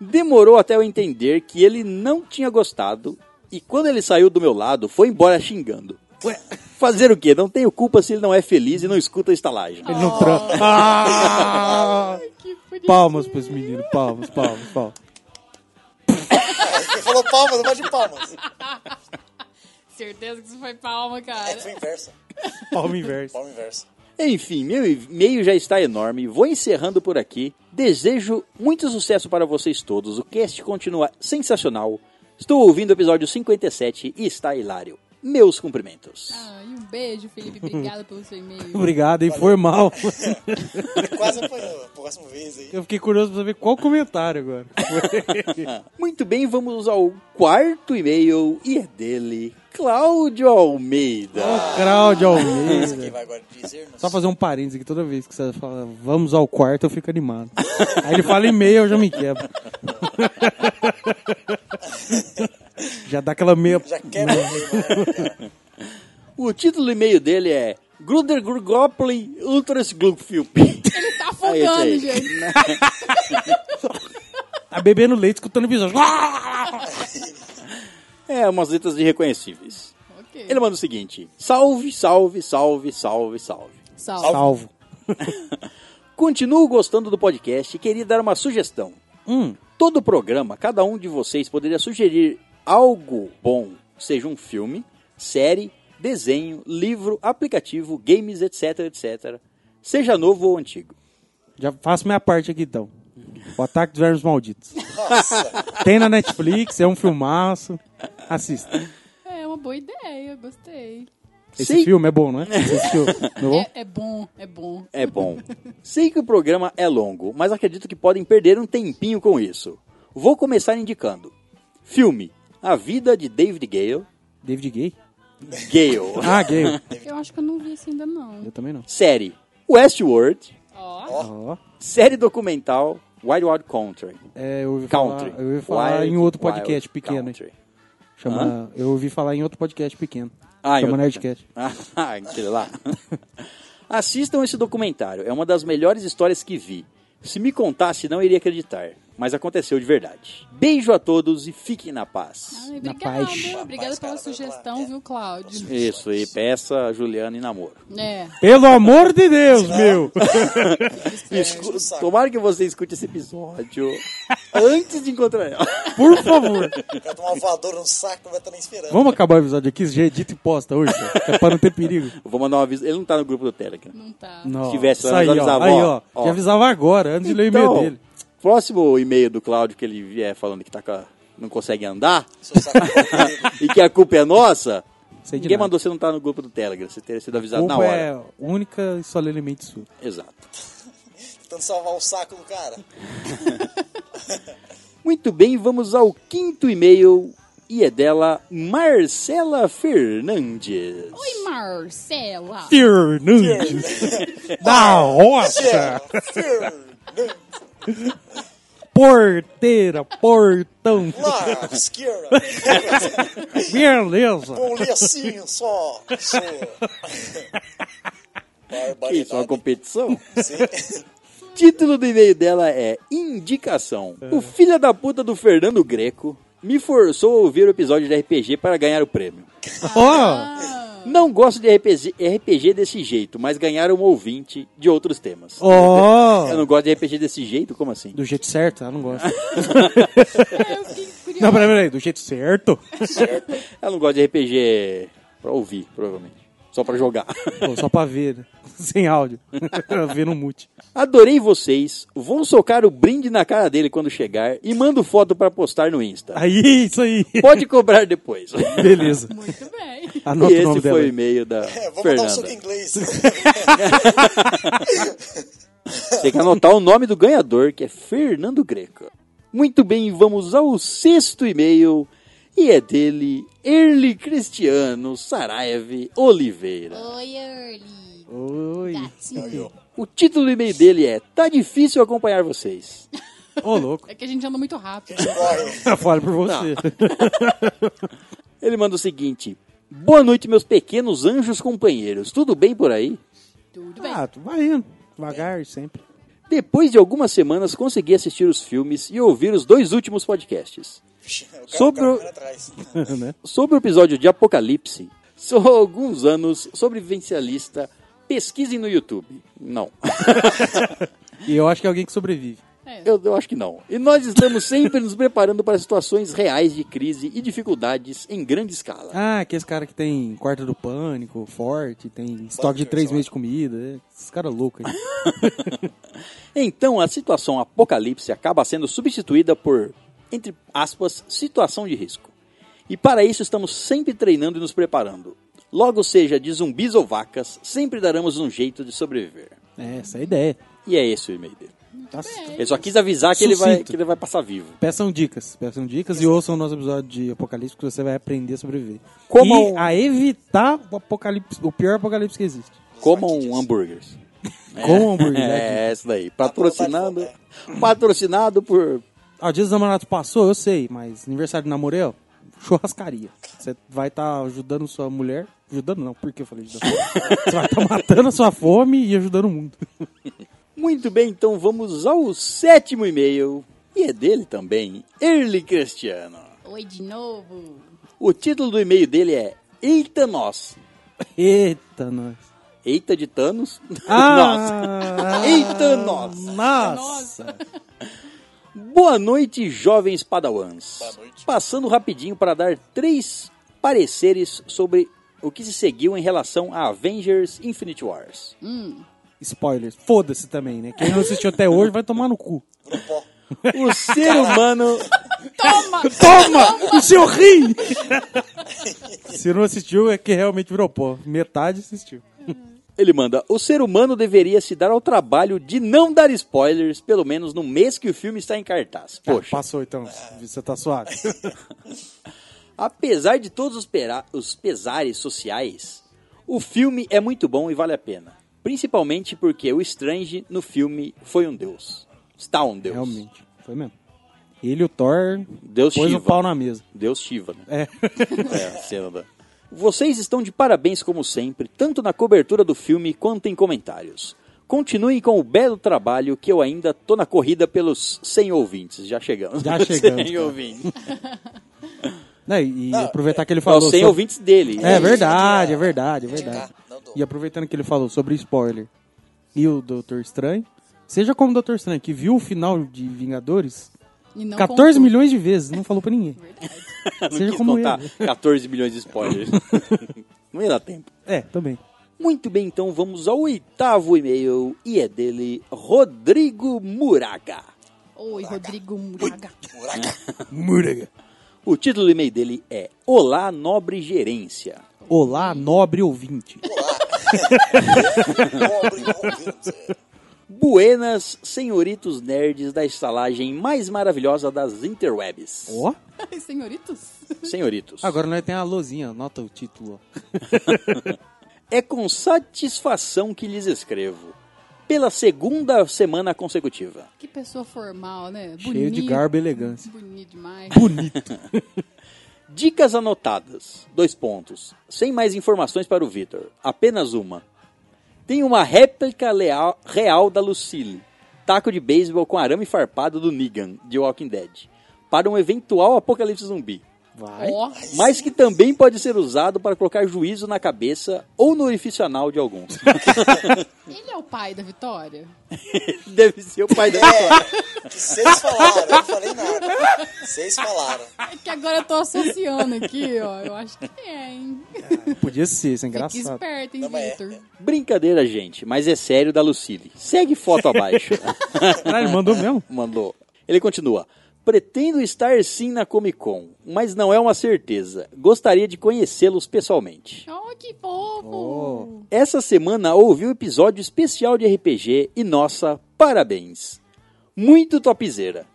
B: Demorou até eu entender que ele não tinha gostado e quando ele saiu do meu lado, foi embora xingando. Ué, fazer o quê? Não tenho culpa se ele não é feliz e não escuta a estalagem.
F: Ele não trampa. Ah!
G: Que bonitinho.
F: Palmas pros meninos, palmas, palmas, palmas.
E: Ele falou palmas, não bate palmas.
G: Certeza que isso foi palma,
E: É,
G: cara.
E: foi inverso.
F: Palma inversa.
E: Palma inversa.
B: Enfim, meu e-mail já está enorme. Vou encerrando por aqui. Desejo muito sucesso para vocês todos. O cast continua sensacional. Estou ouvindo o episódio 57 e está hilário. Meus cumprimentos.
G: Ah, e um beijo,
F: *laughs*
G: Felipe. Obrigada pelo seu e-mail.
F: Obrigado, hein? Foi mal.
E: Quase apanhou. Próxima vez aí.
F: Eu fiquei curioso pra saber qual comentário agora.
B: Muito bem, vamos ao quarto e-mail e é dele, Cláudio Almeida.
F: Cláudio
E: Isso
F: Almeida.
E: aqui vai agora dizer-nos.
F: Só fazer um parênteses aqui, toda vez que você fala vamos ao quarto, eu fico animado. Aí ele fala e-mail, eu já me quebro. Já dá aquela meia.
E: Já quebra o clima, né, cara?
B: O título do e-mail dele é Gruder Grugopoli Ultras Glugfilp.
G: Ele tá
B: Ah,
G: afogando,
B: esse aí.
G: gente.
F: Tá bebendo leite, escutando episódio.
B: *laughs* É, umas letras irreconhecíveis.
G: Ok.
B: Ele manda o seguinte: salve, salve, salve, salve, salve.
G: Salve.
F: Salvo.
B: Continuo gostando do podcast e queria dar uma sugestão.
F: Hum.
B: Todo programa, cada um de vocês poderia sugerir algo bom, seja um filme, série, desenho, livro, aplicativo, games, etc, etc. Seja novo ou antigo.
F: Já faço minha parte aqui então. O Ataque dos Vermes Malditos. Tem na Netflix, é um filmaço. Assista.
G: É uma boa ideia, eu gostei.
F: Esse
B: Sei-
F: filme é bom, não é? Você assistiu, não é bom?
G: É, é bom, é bom.
B: É bom. Sei que o programa é longo, mas acredito que podem perder um tempinho com isso. Vou começar indicando. Filme A Vida de David Gale.
F: David Gay?
B: Gale.
F: Ah, Gay.
G: Eu acho que eu não vi isso ainda, não.
F: Eu também não.
B: Série Westworld.
G: Ó,
F: Ó.
B: Série documental Wild Wild Country.
F: É, eu ouvi
B: Country.
F: falar, eu ouvi falar
B: Wild
F: em outro
B: Wild
F: podcast pequeno. hein?
B: Country.
F: Chama, eu ouvi falar em outro podcast pequeno.
B: Ah, em
F: Chama
B: outro-
F: Nerdcast.
B: *laughs* Ah, aquele lá. *laughs* Assistam esse documentário. É uma das melhores histórias que vi. Se me contasse, não iria acreditar. mas aconteceu de verdade. Beijo a todos e fiquem na paz.
G: Ai,
F: Na
G: obrigada.
F: paz.
G: Obrigada
E: Rapaz,
G: pela
E: cara,
G: sugestão,
E: vai lá,
G: viu, Cláudio?
B: Isso, e peça a Juliana em namoro.
G: É.
F: Pelo amor
B: *laughs*
F: de Deus, meu!
E: Escu...
B: Escu- Tomara que você escute esse episódio antes de encontrar ela. *laughs*
F: Por favor!
E: Vai tomar uma voadora no saco, vai estar nem esperando.
F: Vamos acabar o episódio aqui, já edita e posta hoje, cara. é pra não ter perigo.
B: Eu Vou mandar um aviso. Ele não tá no grupo do Telegram.
G: Não tá.
F: Não,
B: tivesse
F: isso
B: lá,
F: aí,
B: nós
F: ó,
B: avisava,
F: aí,
B: ó,
F: ó,
B: ó.
F: já avisava agora, antes de ler o e-mail dele.
B: Então, Próximo e-mail do Cláudio que ele vier falando que tá com a- não consegue andar *laughs*
E: Seu saco comigo.
B: e que a culpa é nossa.
F: Sei de
B: Ninguém
F: nada.
B: mandou você não estar no grupo do Telegram. Você teria sido avisado na
F: Culpa
B: hora.
F: é única e solenemente sua.
B: Exato.
E: Tentando salvar o saco do cara.
B: Muito bem, vamos ao quinto e-mail e é dela Marcela Fernandes.
G: Oi, Marcela.
B: *laughs*
F: Fernandes! da roça! Porteira, portão,
E: Lars, Kira,
F: beleza!
E: com assim só. Sou.
B: Que isso, é uma
E: Barbaridade.
B: competição?
E: Sim.
B: *laughs* Título do e-mail dela é Indicação. O filho da puta do Fernando Greco me forçou a ouvir o episódio de RPG para ganhar o prêmio.
F: Ó,
B: Não gosto de RPG, RPG desse jeito, mas ganhar um ouvinte de outros temas.
F: ó,
B: Eu não gosto de RPG desse jeito? Como assim?
F: do jeito certo, ah,
B: *laughs*
F: não gosto.
G: É, eu fiquei curiosa.
F: Não, peraí, peraí, do jeito certo?
B: Ela não gosta de RPG pra ouvir, provavelmente. Só pra
F: *laughs*
B: jogar.
F: Pô, só pra ver, né? *laughs* Sem áudio. pra ver no mute.
B: Adorei vocês. Vou socar o brinde na cara dele quando chegar e mando foto pra postar no Insta.
F: Aí, isso aí.
B: Pode cobrar
F: *laughs*
B: depois.
F: Beleza.
G: Muito bem.
F: Anota
B: e
F: o nome
B: esse
F: dela.
B: foi o e-mail da
E: É, vamos dar um soco em
B: Fernanda.
E: inglês.
B: Tem que anotar o nome do ganhador, que é Fernando Greco. Muito bem, vamos ao sexto e-mail. E é dele, Erli Cristiano Saraive Oliveira.
G: Oi, Early.
F: Oi.
G: Gatinho.
B: O título do e-mail dele é Tá difícil acompanhar vocês.
F: Ô, louco.
G: É que a gente anda muito rápido.
F: *laughs*
G: né?
E: Corre.
F: Fala por você.
B: Tá. Ele manda o seguinte: Boa noite, meus pequenos anjos companheiros. Tudo bem por aí?
G: Tudo
F: *laughs*
G: bem.
F: Ah, tu vai indo. Devagar, sempre.
B: Depois de algumas semanas, consegui assistir os filmes e ouvir os dois últimos podcasts.
E: O cara- o
B: Sobre
E: cara
B: o-
E: correndo atrás.
F: né?
B: Sobre o episódio de Apocalipse, sou há alguns anos sobrevivencialista. Pesquisem no YouTube. Não, *laughs*
F: E eu acho que é alguém que sobrevive.
B: eu, eu acho que não. E nós estamos sempre nos preparando para situações reais de crise e dificuldades em grande escala.
F: Ah, aqueles cara que tem quarto do pânico, forte, tem estoque de
E: Bunker,
F: três
E: sei lá.
F: meses de comida. é. Esses caras loucos aí.
B: Então, a situação Apocalipse acaba sendo substituída por, entre aspas, situação de risco. E para isso estamos sempre treinando e nos preparando. Logo seja de zumbis ou vacas, sempre daremos um jeito de sobreviver.
F: É, essa é a ideia. Tá
B: E é esse o e-mail dele.
F: Nossa,
B: Ele só quis avisar que ele, vai,
F: Sucinto.
B: que ele vai passar vivo.
F: Peçam dicas, peçam dicas e ouçam o nosso episódio de Apocalipse que você vai aprender a sobreviver.
B: Como
F: e
B: um-
F: a evitar o apocalipse, o pior apocalipse que existe.
B: Comam hambúrgueres.
F: Com hambúrguer. né?
B: *laughs* É, essa daí. Patrocinado,
E: vontade
B: patrocinado por...
F: Ah, o dia dos namorados passou, eu sei, mas aniversário de namoro é ó, churrascaria. Você vai estar ajudando sua mulher. Ajudando não, porque eu
B: *laughs*
F: falei ajudando. você vai estar matando a sua fome e ajudando o mundo.
B: Muito bem, então vamos ao sétimo e-mail. E é dele também, Erly Cristiano.
F: Ah.
G: Oi de novo.
B: O título do e-mail dele é Eita Nós.
F: Eita, nós.
B: Eita de Thanos. *laughs*
F: Ah,
B: Nossa. Eita nós.
F: Nossa!
B: Boa noite, jovens padawans.
E: Boa noite.
B: Passando rapidinho para dar três pareceres sobre o que se seguiu em relação a Avengers Infinity Wars.
F: Spoilers. Foda-se também, né? Quem não assistiu até hoje vai tomar no cu.
E: Grupo.
B: O ser humano
G: Toma!
F: Toma! O seu rim! Se não assistiu, é que realmente virou pó. Metade assistiu.
B: Ele manda: o ser humano deveria se dar ao trabalho de não dar spoilers, pelo menos no mês que o filme está em cartaz.
F: Ah,
B: Poxa,
F: passou então. Você tá suave.
B: apesar de todos os, pera- os pesares sociais, o filme é muito bom e vale a pena. Principalmente porque o Strange no filme foi um deus. Está um deus.
F: Realmente. Foi mesmo. Ele e o Thor
B: Deus
F: pôs o
B: Shiva.
F: pau na mesa.
B: Deus Shiva, né?
F: É.
B: *laughs* É, a cena da- Vocês estão de parabéns como sempre, tanto na cobertura do filme quanto em comentários. Continuem com o belo trabalho que eu ainda tô na corrida pelos 100 ouvintes. Já chegamos. *laughs*
F: Já
B: nos
F: chegamos,
B: 100
F: cara.
B: ouvintes.
F: Né, E
E: Não,
F: aproveitar que ele
B: Não,
F: falou.
B: 100
F: sobre-
B: ouvintes dele.
F: É verdade, é verdade, é verdade.
E: Indicar, não dou.
F: E aproveitando que ele falou sobre spoiler e o Doutor Estranho, seja como o Doutor Estranho, que viu o final de Vingadores
G: E não
F: 14
G: contou.
F: milhões de vezes, não falou pra ninguém.
B: Não
F: Seja
B: quis
F: como
B: contar
F: ele.
B: 14 milhões de
F: *laughs*
B: spoilers. Não ia dar tempo.
F: É, também.
B: Muito bem, então vamos ao oitavo e-mail e é dele Rodrigo Muraga.
G: Oi, Rodrigo Muraga.
E: Buraca.
B: O título do e-mail dele é Olá, nobre gerência.
F: Olá, nobre ouvinte.
E: Pobre ouvinte.
B: Buenas, senhoritos nerds da estalagem mais maravilhosa das interwebs.
F: Ó,
G: Ai, senhoritos.
B: Senhoritos.
F: agora nós temos a lozinha, nota o título. ó.
B: É com satisfação que lhes escrevo. Pela segunda semana consecutiva.
G: Que pessoa formal, né?
F: Cheio de garbo e elegância.
G: Bonito demais.
F: Bonito.
B: Dicas anotadas. Dois pontos. Sem mais informações para o Vitor. Apenas uma. Tem uma réplica leal- real da Lucille. Taco de beisebol com arame farpado do Negan, de Walking Dead. Para um eventual apocalipse zumbi.
F: Vai.
G: Ó,
B: Mas que também pode ser usado para colocar juízo na cabeça ou no orifício anal de alguns.
G: ele é o pai da Vitória?
B: *laughs* Deve ser o pai dela.
E: É, que vocês falaram, eu não falei nada. Vocês falaram.
G: É que agora eu tô associando aqui, ó. Eu acho que é, hein?
F: Podia ser, isso é
G: Fique
F: engraçado.
G: esperto, hein,
E: Não, mas é.
G: Vitor?
B: Brincadeira, gente, mas é sério da Lucille. Segue foto *laughs* abaixo.
F: Caralho, Ah, mandou mesmo?
B: Mandou. Ele continua. Pretendo estar sim na Comic Con, mas não é uma certeza. Gostaria de conhecê-los pessoalmente.
G: Ó, Oh, que
F: Oh.
G: fofo!
B: Essa semana ouvi um episódio especial de RPG e nossa, parabéns. Muito topzera.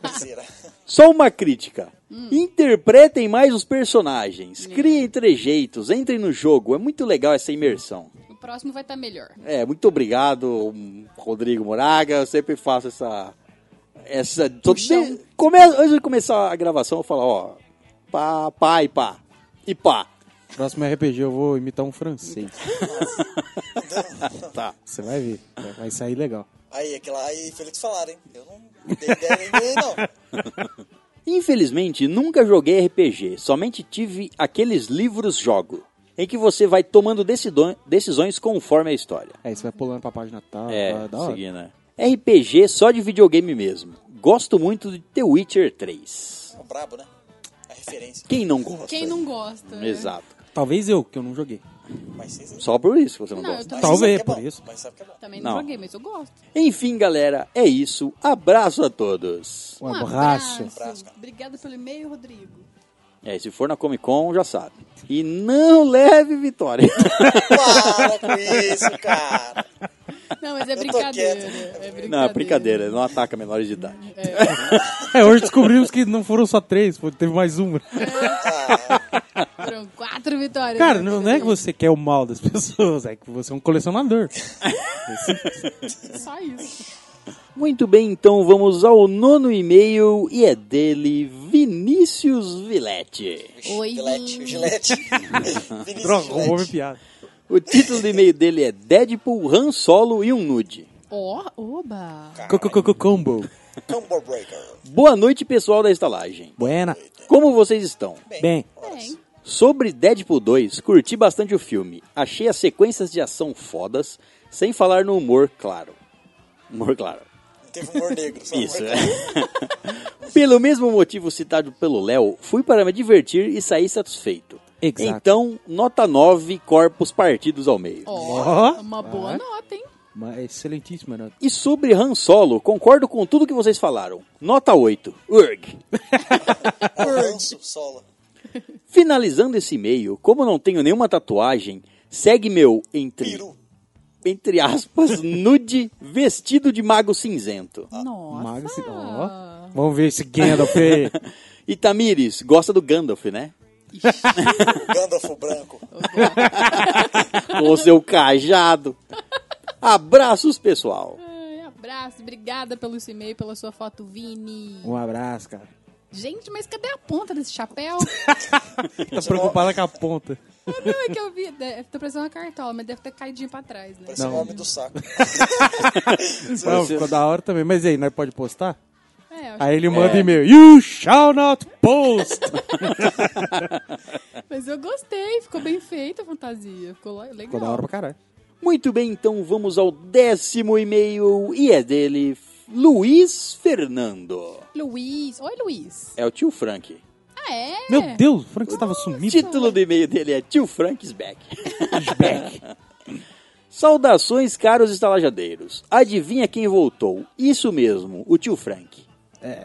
E: Piseira.
B: Só uma crítica. Interpretem mais os personagens, criem trejeitos, entrem no jogo. É muito legal essa imersão.
G: O próximo vai estar melhor.
B: É, muito obrigado, Rodrigo Moraga. Eu sempre faço essa. essa tô-
G: Puxão.
B: de- come- antes de começar a gravação, eu falo, ó. Pá, pá e pá. E pá.
F: Próximo RPG eu vou imitar um francês.
B: Tá.
F: Você vai ver. Vai- Vai sair legal.
E: Aí, aquela aí, Felix falaram, hein? Eu não dei ideia nem não. Tá
B: Infelizmente, nunca joguei RPG, somente tive aqueles livros-jogo, em que você vai tomando decido- decisões conforme a história.
F: É, você vai pulando pra página tal.
B: É,
F: tá, da hora.
B: seguindo, né? RPG só de videogame mesmo. Gosto muito de The Witcher 3.
E: É um brabo, né? A referência.
B: Quem não gosta?
G: Quem não gosta? né?
B: Exato.
F: Talvez eu, que eu não joguei.
E: Mas vocês mas
B: Só por isso que você não,
G: Não,
B: gosta.
G: eu também,
E: sabe
F: Talvez,
E: que é
F: por
E: bom,
F: isso.
E: Mas sabe que é bom.
G: também não
B: Não.
G: joguei, mas eu gosto.
B: Enfim, galera, é isso. Abraço a todos.
F: Um abraço.
E: Abraço, cara.
G: Obrigada pelo e-mail,
E: *laughs*
G: Rodrigo.
B: É, se for na Comic Con, já sabe. E não leve vitória. *laughs*
E: Para com isso, cara.
G: Não, mas é
E: tô
G: brincadeira.
E: quieto.
G: É brincadeira.
B: não, é brincadeira, não ataca menores de idade.
F: É, hoje descobrimos que não foram só três, pô, teve mais uma.
G: Foram quatro vitórias. né?
F: Cara, não, não é que você quer o mal das *laughs* pessoas, é que você é um colecionador. Esse-
G: Só isso.
B: Muito bem, então vamos ao nono e-mail e é dele Vinícius Vilete.
G: Oi,
E: Gilete.
G: Vini.
E: Gilete. Vinícius
F: Droga,
E: Gilete.
F: roubou minha piada.
B: O título do e-mail dele é Deadpool, Han Solo e um nude.
G: Ó, oba.
F: Combo.
E: Combo Breaker.
B: Boa noite, pessoal da estalagem.
F: Buena.
B: Como vocês estão?
F: Bem,
G: Bem,
B: Sobre Deadpool 2, curti bastante o filme. Achei as sequências de ação fodas, sem falar no humor, claro. Humor, claro.
E: Teve um humor negro. só *laughs*
B: Isso,
E: humor
B: é. Pelo mesmo motivo citado pelo Léo, fui para me divertir e saí satisfeito.
F: Exato.
B: Então, nota 9, corpos partidos ao meio.
G: ó,
F: Ó.
G: uma boa
F: Ah.
G: nota, hein?
F: uma excelentíssima né? nota.
B: E sobre Han Solo, concordo com tudo que vocês falaram. Nota 8, urg.
E: Avanço, solo.
B: Finalizando esse e-mail, como não tenho nenhuma tatuagem, segue meu entre
E: Peru.
B: entre aspas, nude vestido de mago cinzento.
G: Nossa.
F: Mago, se- ó. Vamos ver esse Gandalf aí.
B: E Tamires, gosta do Gandalf, né?
E: Gandalf o branco.
B: Com o seu cajado. Abraços, pessoal.
G: Ai, abraço, obrigada pelo esse e-mail, pela sua foto, Vini.
F: Um abraço, cara.
G: Gente, mas cadê a ponta desse chapéu? *laughs*
F: Tá preocupado com a ponta.
G: Não, é que eu vi. de- Tô precisando uma cartola, mas deve ter caidinho pra trás, né?
E: Parece um
F: Não.
E: homem do saco.
F: Não, ficou da hora também. Mas e aí, nós pode postar?
G: É, eu acho
F: Aí ele manda e-mail. You shall not post!
G: que- Mas eu gostei, ficou bem feita a fantasia. Ficou lo- legal.
F: *laughs* Ficou da hora pra caralho.
B: Muito bem, então vamos ao décimo e-mail e é dele, Luiz Fernando.
G: Luiz. Oi, Luiz.
B: É o tio Frank.
G: Ah, é?
F: Meu Deus, o Frank estava sumido.
B: Título do e-mail dele é Tio Frank's Back. *laughs* Saudações, caros estalajadeiros. Adivinha quem voltou? Isso mesmo, o tio Frank.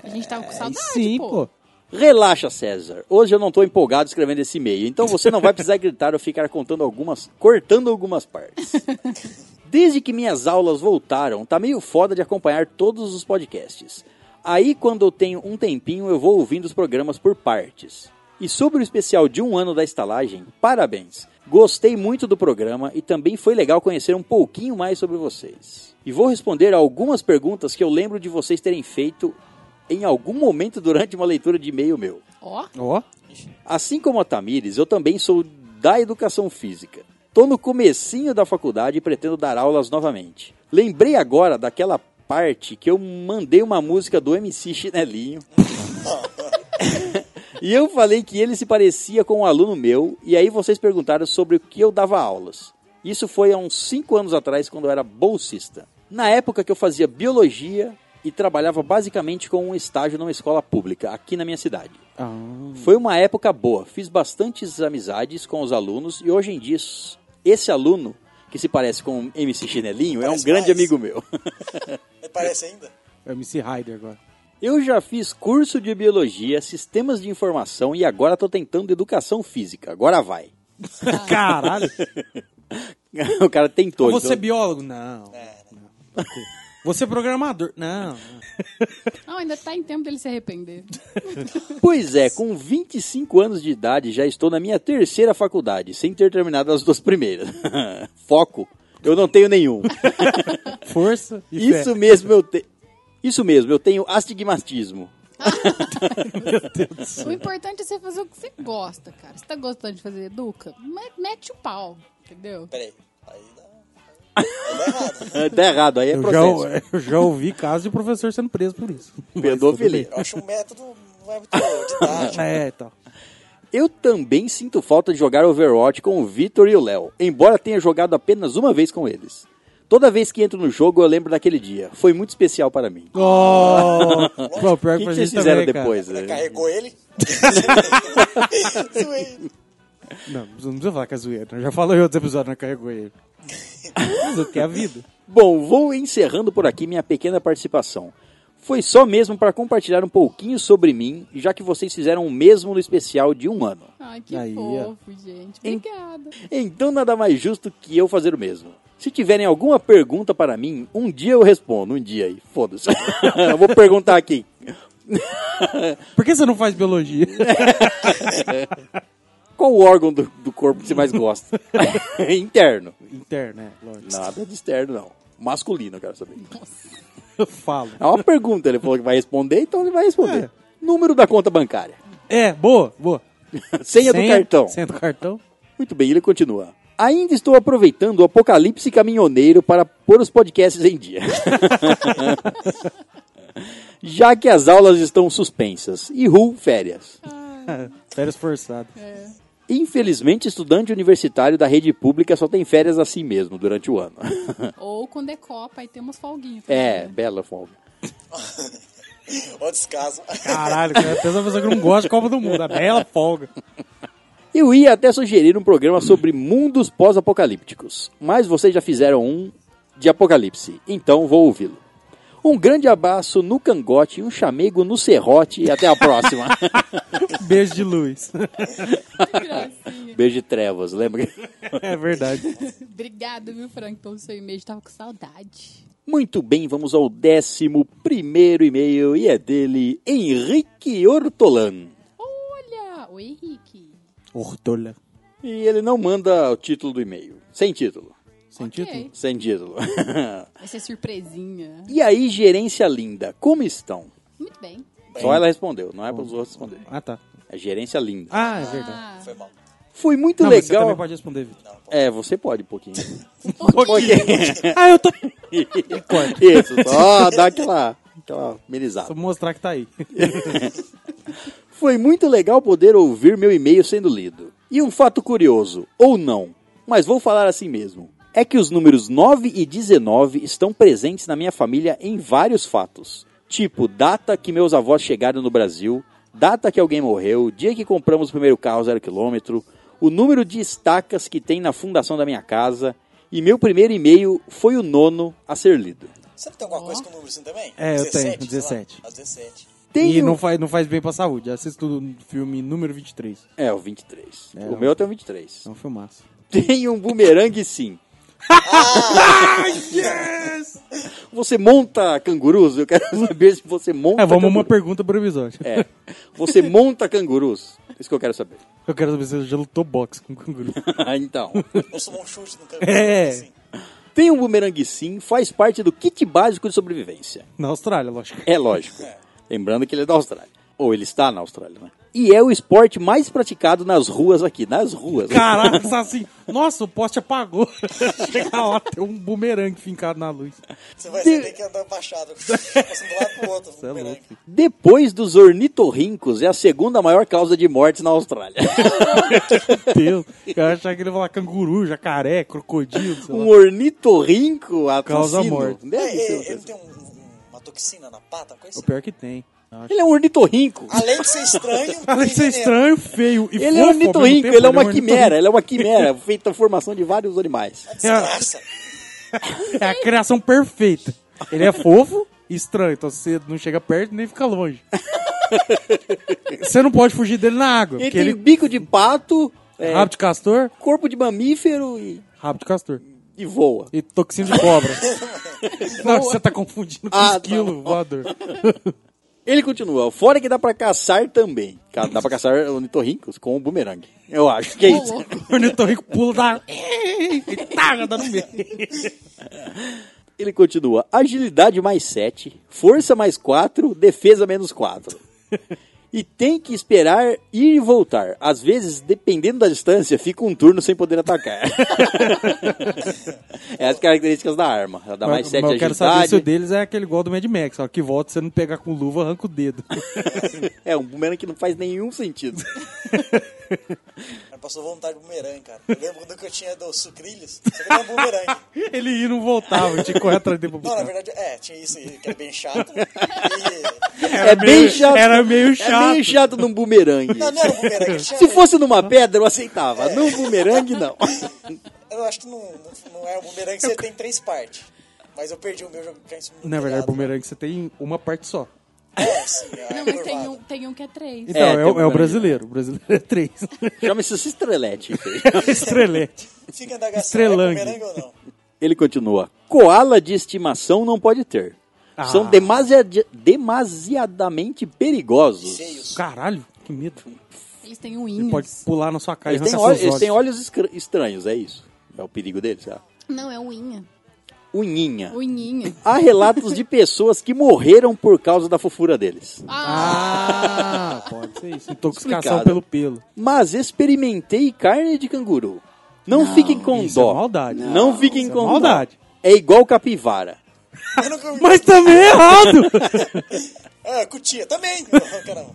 G: A gente tava com
F: Aí
G: saudade,
F: É, sim,
G: pô.
F: pô.
B: Relaxa, César. Hoje eu não tô empolgado escrevendo esse e-mail, então você não vai precisar gritar ou ficar contando algumas, cortando algumas partes. Desde que minhas aulas voltaram, tá meio foda de acompanhar todos os podcasts. Aí, quando eu tenho um tempinho, eu vou ouvindo os programas por partes. E sobre o especial de um ano da estalagem, parabéns! Gostei muito do programa e também foi legal conhecer um pouquinho mais sobre vocês. E vou responder a algumas perguntas que eu lembro de vocês terem feito em algum momento durante uma leitura de e-mail meu.
G: Ó,
F: Ó,
B: Assim como a Tamires, eu também sou da educação física. Tô no comecinho da faculdade e pretendo dar aulas novamente. Lembrei agora daquela parte que eu mandei uma música do MC Chinelinho. *laughs* e eu falei que ele se parecia com um aluno meu, e aí vocês perguntaram sobre o que eu dava aulas. Isso foi há uns 5 anos atrás, quando eu era bolsista. Na época que eu fazia biologia e trabalhava basicamente com um estágio numa escola pública, aqui na minha cidade.
F: Ah,
B: Foi uma época boa, fiz bastantes amizades com os alunos e hoje em dia s- esse aluno que se parece com o MC Chinelinho é um
E: Parece
B: grande
E: mais.
B: amigo meu. *laughs*
E: Me parece ainda?
F: é o MC Ryder agora.
B: Eu já fiz curso de biologia, sistemas de informação e agora tô tentando educação física. Agora vai.
F: *laughs*
B: *laughs*
F: Caralho.
B: o cara tentou.
F: Você é
B: então-
F: biólogo? Não.
B: É, né?
F: Não. Você é programador? Não.
G: não, ainda tá em tempo dele se
F: *laughs*
G: arrepender.
B: Pois é, com 25 anos de idade já estou na minha terceira faculdade, sem ter terminado as duas primeiras. *laughs* Foco, eu não tenho
E: *laughs*
B: nenhum.
F: Força e fé.
B: Isso mesmo eu tenho. Isso mesmo, eu tenho astigmatismo.
G: o importante é você fazer o que você gosta, cara. Você tá gostando de fazer educa? Me- Mete o pau, entendeu?
E: Peraí. Aí dá. Aí dá errado.
B: Tá errado, aí é
F: Eu
B: processo.
F: já, eu já ouvi casos de professor sendo preso por isso.
B: Pedofilia.
E: Eu acho um método não é muito
F: *laughs*
B: Ah.
E: didático.
F: É, então.
B: Eu também sinto falta de jogar Overwatch com o Vitor e o Léo, embora tenha jogado apenas uma vez com eles. Toda vez que entro no jogo, eu lembro daquele dia. Foi muito especial para mim. *laughs*
F: Oh, pô,
B: O
F: pior
B: que, que
F: pra gente
B: vocês fizeram
F: também, cara.
B: depois?
E: Né?
B: né?
E: Carregou
F: *laughs*
E: ele? Zoei.
F: Não, não precisa falar que é zoeira. né? Já falou em outros episódios, não carregou ele. Mas o que é a vida?
B: Bom, vou encerrando por aqui minha pequena participação. Foi só mesmo para compartilhar um pouquinho sobre mim, já que vocês fizeram o mesmo no especial de um ano.
G: Ai, que
F: Aí, ó.
G: fofo, gente. Obrigada.
B: Então nada mais justo que eu fazer o mesmo. Se tiverem alguma pergunta para mim, um dia eu respondo, um dia aí, foda-se. *laughs* Eu Vou perguntar aqui.
F: Por que você não
B: *laughs*
F: faz biologia?
B: Qual o órgão do, do corpo que você mais gosta? *laughs* Interno.
F: Interna, é, lógico.
B: Nada de externo, não. Masculino, eu quero saber.
F: Eu falo.
B: É uma pergunta, ele falou que vai responder, então ele vai responder.
F: É.
B: Número da conta bancária. *laughs*
F: É, boa, boa.
B: Senha, do cartão.
F: Senha do cartão.
B: Muito bem, ele continua. Ainda estou aproveitando o apocalipse caminhoneiro para pôr os podcasts em dia. *laughs* Já que as aulas estão suspensas. E Ru, férias.
F: Férias forçadas.
B: Infelizmente, estudante universitário da rede pública só tem férias assim mesmo durante o ano. *laughs*
G: Ou quando é Copa, aí temos folguinho.
B: é, bela folga.
E: Ó, descaso.
F: Caralho, cara, pensa uma pessoa que não gosta de Copa do Mundo. A bela folga.
B: Eu ia até sugerir um programa sobre mundos pós-apocalípticos, mas vocês já fizeram um de apocalipse, então vou ouvi-lo. Um grande abraço no cangote, um chamego no serrote e até a próxima.
F: Beijo de luz. *laughs*
G: Que gracinha.
B: Beijo de trevas, lembra?
F: É verdade.
G: assim. Obrigada, viu, Frank, pelo seu e-mail. Tava com saudade.
B: Muito bem, vamos ao décimo primeiro e-mail e é dele Henrique Hortolan.
G: Olha! Oi, Henrique.
F: Hortolha.
B: E ele não manda o título do e-mail, sem título,
F: Sem
G: Ok.
F: um título?
B: sem título. *laughs*
G: Vai ser surpresinha.
B: e aí, gerência linda, como estão?
G: Muito bem.
B: Só ela respondeu, não é para os outros responder.
F: Ah, tá.
B: É gerência linda.
F: Ah, é verdade.
G: Ah,
E: Foi mal.
B: Foi muito
F: não, mas você
B: legal.
F: também pode Um responder, Vitor.
B: É, você pode um
F: *laughs*
B: pouquinho. É.
F: Ah, eu tô...
B: *laughs* Isso, só dá aquela, aquela amenizada.
F: Só mostrar que tá aí.
B: Foi muito legal poder ouvir meu e-mail sendo lido. E um fato curioso, ou não, mas vou falar assim mesmo. É que os números 9 e 19 estão presentes na minha família em vários fatos. Tipo, data que meus avós chegaram no Brasil, data que alguém morreu, dia que compramos o primeiro carro zero quilômetro, o número de estacas que tem na fundação da minha casa, e meu primeiro e-mail foi o nono a ser lido.
E: Você não tem alguma coisa com o número assim também?
F: É, eu tenho,
E: sei lá, Ah,
F: 17.
E: às 17.
F: E
B: Tenho-
F: não faz, não faz bem pra saúde. Assisto o filme número 23.
B: É, o 23.
F: É,
B: o
F: não.
B: meu até o 23.
F: É um filmaço.
B: Tem um bumerangue sim. Você monta cangurus? Eu quero *laughs* saber se você monta.
F: É, vamos uma
B: cangurus.
F: pergunta pro episódio.
B: É. Você monta cangurus? É Isso que eu quero saber. *laughs*
F: Eu quero saber se eu já lutou boxe com canguru.
B: Ah, então.
E: Eu sou um chute no canto.
F: É.
E: assim.
B: Tem um bumerangue sim, faz parte do kit básico de sobrevivência.
F: Na Austrália, lógico.
B: É lógico. Lembrando que ele é da Austrália. Ou ele está na Austrália, né? E é o esporte mais praticado nas ruas aqui. Nas ruas.
F: *laughs* Caraca, assim, nossa, o poste apagou. *laughs* Chega lá, tem um bumerangue fincado na luz.
E: Você vai você tem que andar
F: *laughs*
E: baixado. Tá Passando do lado pro outro. um
F: Você é
E: bumerangue.
F: louco. filho.
B: Depois dos ornitorrincos, é a segunda maior causa de mortes na Austrália. *laughs*
F: Deus, eu achava que ele ia falar canguru, jacaré, crocodilo, sei
B: um
F: lá.
B: ornitorrinco assassino.
F: Causa morte.
B: Deve
E: É,
B: ser um
E: é, ele
B: desses.
E: tem um- um- uma toxina na pata, uma coisa
F: O
E: assim.
F: pior que tem. Acho. é
B: Ele é um ornitorrinco.
E: Além de ser estranho,
F: *laughs*
E: é
F: Além de ser
E: tem veneno.
F: estranho, feio e
B: Ele é um
F: fofo ao mesmo
B: ornitorrinco, ele
F: tempo,
B: é
F: um
B: uma
F: ornitorrinco.
B: quimera, ele é uma quimera, feita da formação de vários animais.
E: Desgraça.
F: É a criação perfeita. Ele é fofo e estranho, então você não chega perto nem fica *laughs* longe. Você não pode fugir dele na água,
B: Ele
F: porque
B: tem
F: ele...
B: bico de pato, é,
F: Rabo de castor,
B: corpo de mamífero e,
F: rabo de castor.
B: e voa.
F: E toxina de
B: *laughs*
F: cobra. não, você tá confundindo com
B: Ah, tá bom.
F: esquilo voador.
B: Ele continua, fora que dá pra caçar também. Ca- Dá pra caçar ornitorrincos com o bumerangue. Eu acho que é isso.
F: O ornitorrinco pula da... E tá, já dá no meio.
B: Ele continua, agilidade mais 7, força mais 4, defesa menos 4. E tem que esperar ir e voltar. Às vezes, dependendo da distância, fica um turno sem poder atacar. *laughs* é as características da arma. Ela dá mais
F: Mas-
B: 7
F: mas eu quero saber se o
B: é agilidade.
F: deles é aquele igual do Mad Max. A hora que volta, você não pegar com luva, arranca o dedo. *laughs*
B: *laughs* É um bumerangue que não faz nenhum sentido.
E: Cara, Passou vontade de bumerangue, cara. Eu lembro quando eu tinha dos sucrilhos, só que era um bumerangue.
F: ele ia e não voltava, tinha que correr atrás dele pra
E: Não, na
F: buscar.
E: verdade, é, tinha isso aí, que era bem chato. E...
B: É, bem
F: meio-
B: chato.
F: era meio chato.
B: É meio chato num bumerangue.
E: Não, não era um bumerangue, ele tinha...
B: Se fosse numa pedra, eu aceitava. Num bumerangue,
E: *laughs*
B: não.
E: Eu acho que não, não, não é um bumerangue, você tem três partes. Mas eu perdi o meu jogo. cai em cima do
F: Na verdade, é
E: telhado.
F: bumerangue você tem uma parte só.
E: É, assim, é
G: Não, mas tem
E: curvado.
G: um, tem um que é três.
F: Então,
B: É,
F: é,
B: tem um
F: o- é o
B: bumerangue.
F: brasileiro. O brasileiro
B: *laughs*
F: é três. É um
B: Chama isso estrelete. filho.
F: Estrelete.
E: Fica indagação,
F: Estrelangue.
E: é bumerangue ou não?
B: Ele continua: Koala de estimação não pode ter.
F: Ah.
B: São demasiadi- demasiadamente perigosos.
F: *laughs*
E: Feios.
F: Caralho, que medo.
G: Eles têm um
F: Ele
G: índice.
F: pode pular na sua cara e
B: Eles têm,
F: arrancar
B: ol-
F: seus
B: eles
F: olhos.
B: têm olhos escra- estranhos, é isso. É o perigo deles. É.
G: Não, é unhinha.
B: Unhinha.
G: Unhinha.
B: Há relatos de pessoas que morreram por causa da fofura deles. *laughs*
G: Ah,
F: Ah, pode ser isso. Intoxicação
B: Explicado.
F: pelo pelo.
B: Mas experimentei carne de canguru. Não, fiquem com
F: isso
B: dó.
F: é maldade.
B: Não, fiquem
F: isso é
B: com
F: maldade.
B: dó. É igual capivara.
E: Eu nunca vi.
F: Mas também
B: *laughs*
F: é errado!
E: Ah, cutia,
F: *laughs*
E: também. Não, caramba.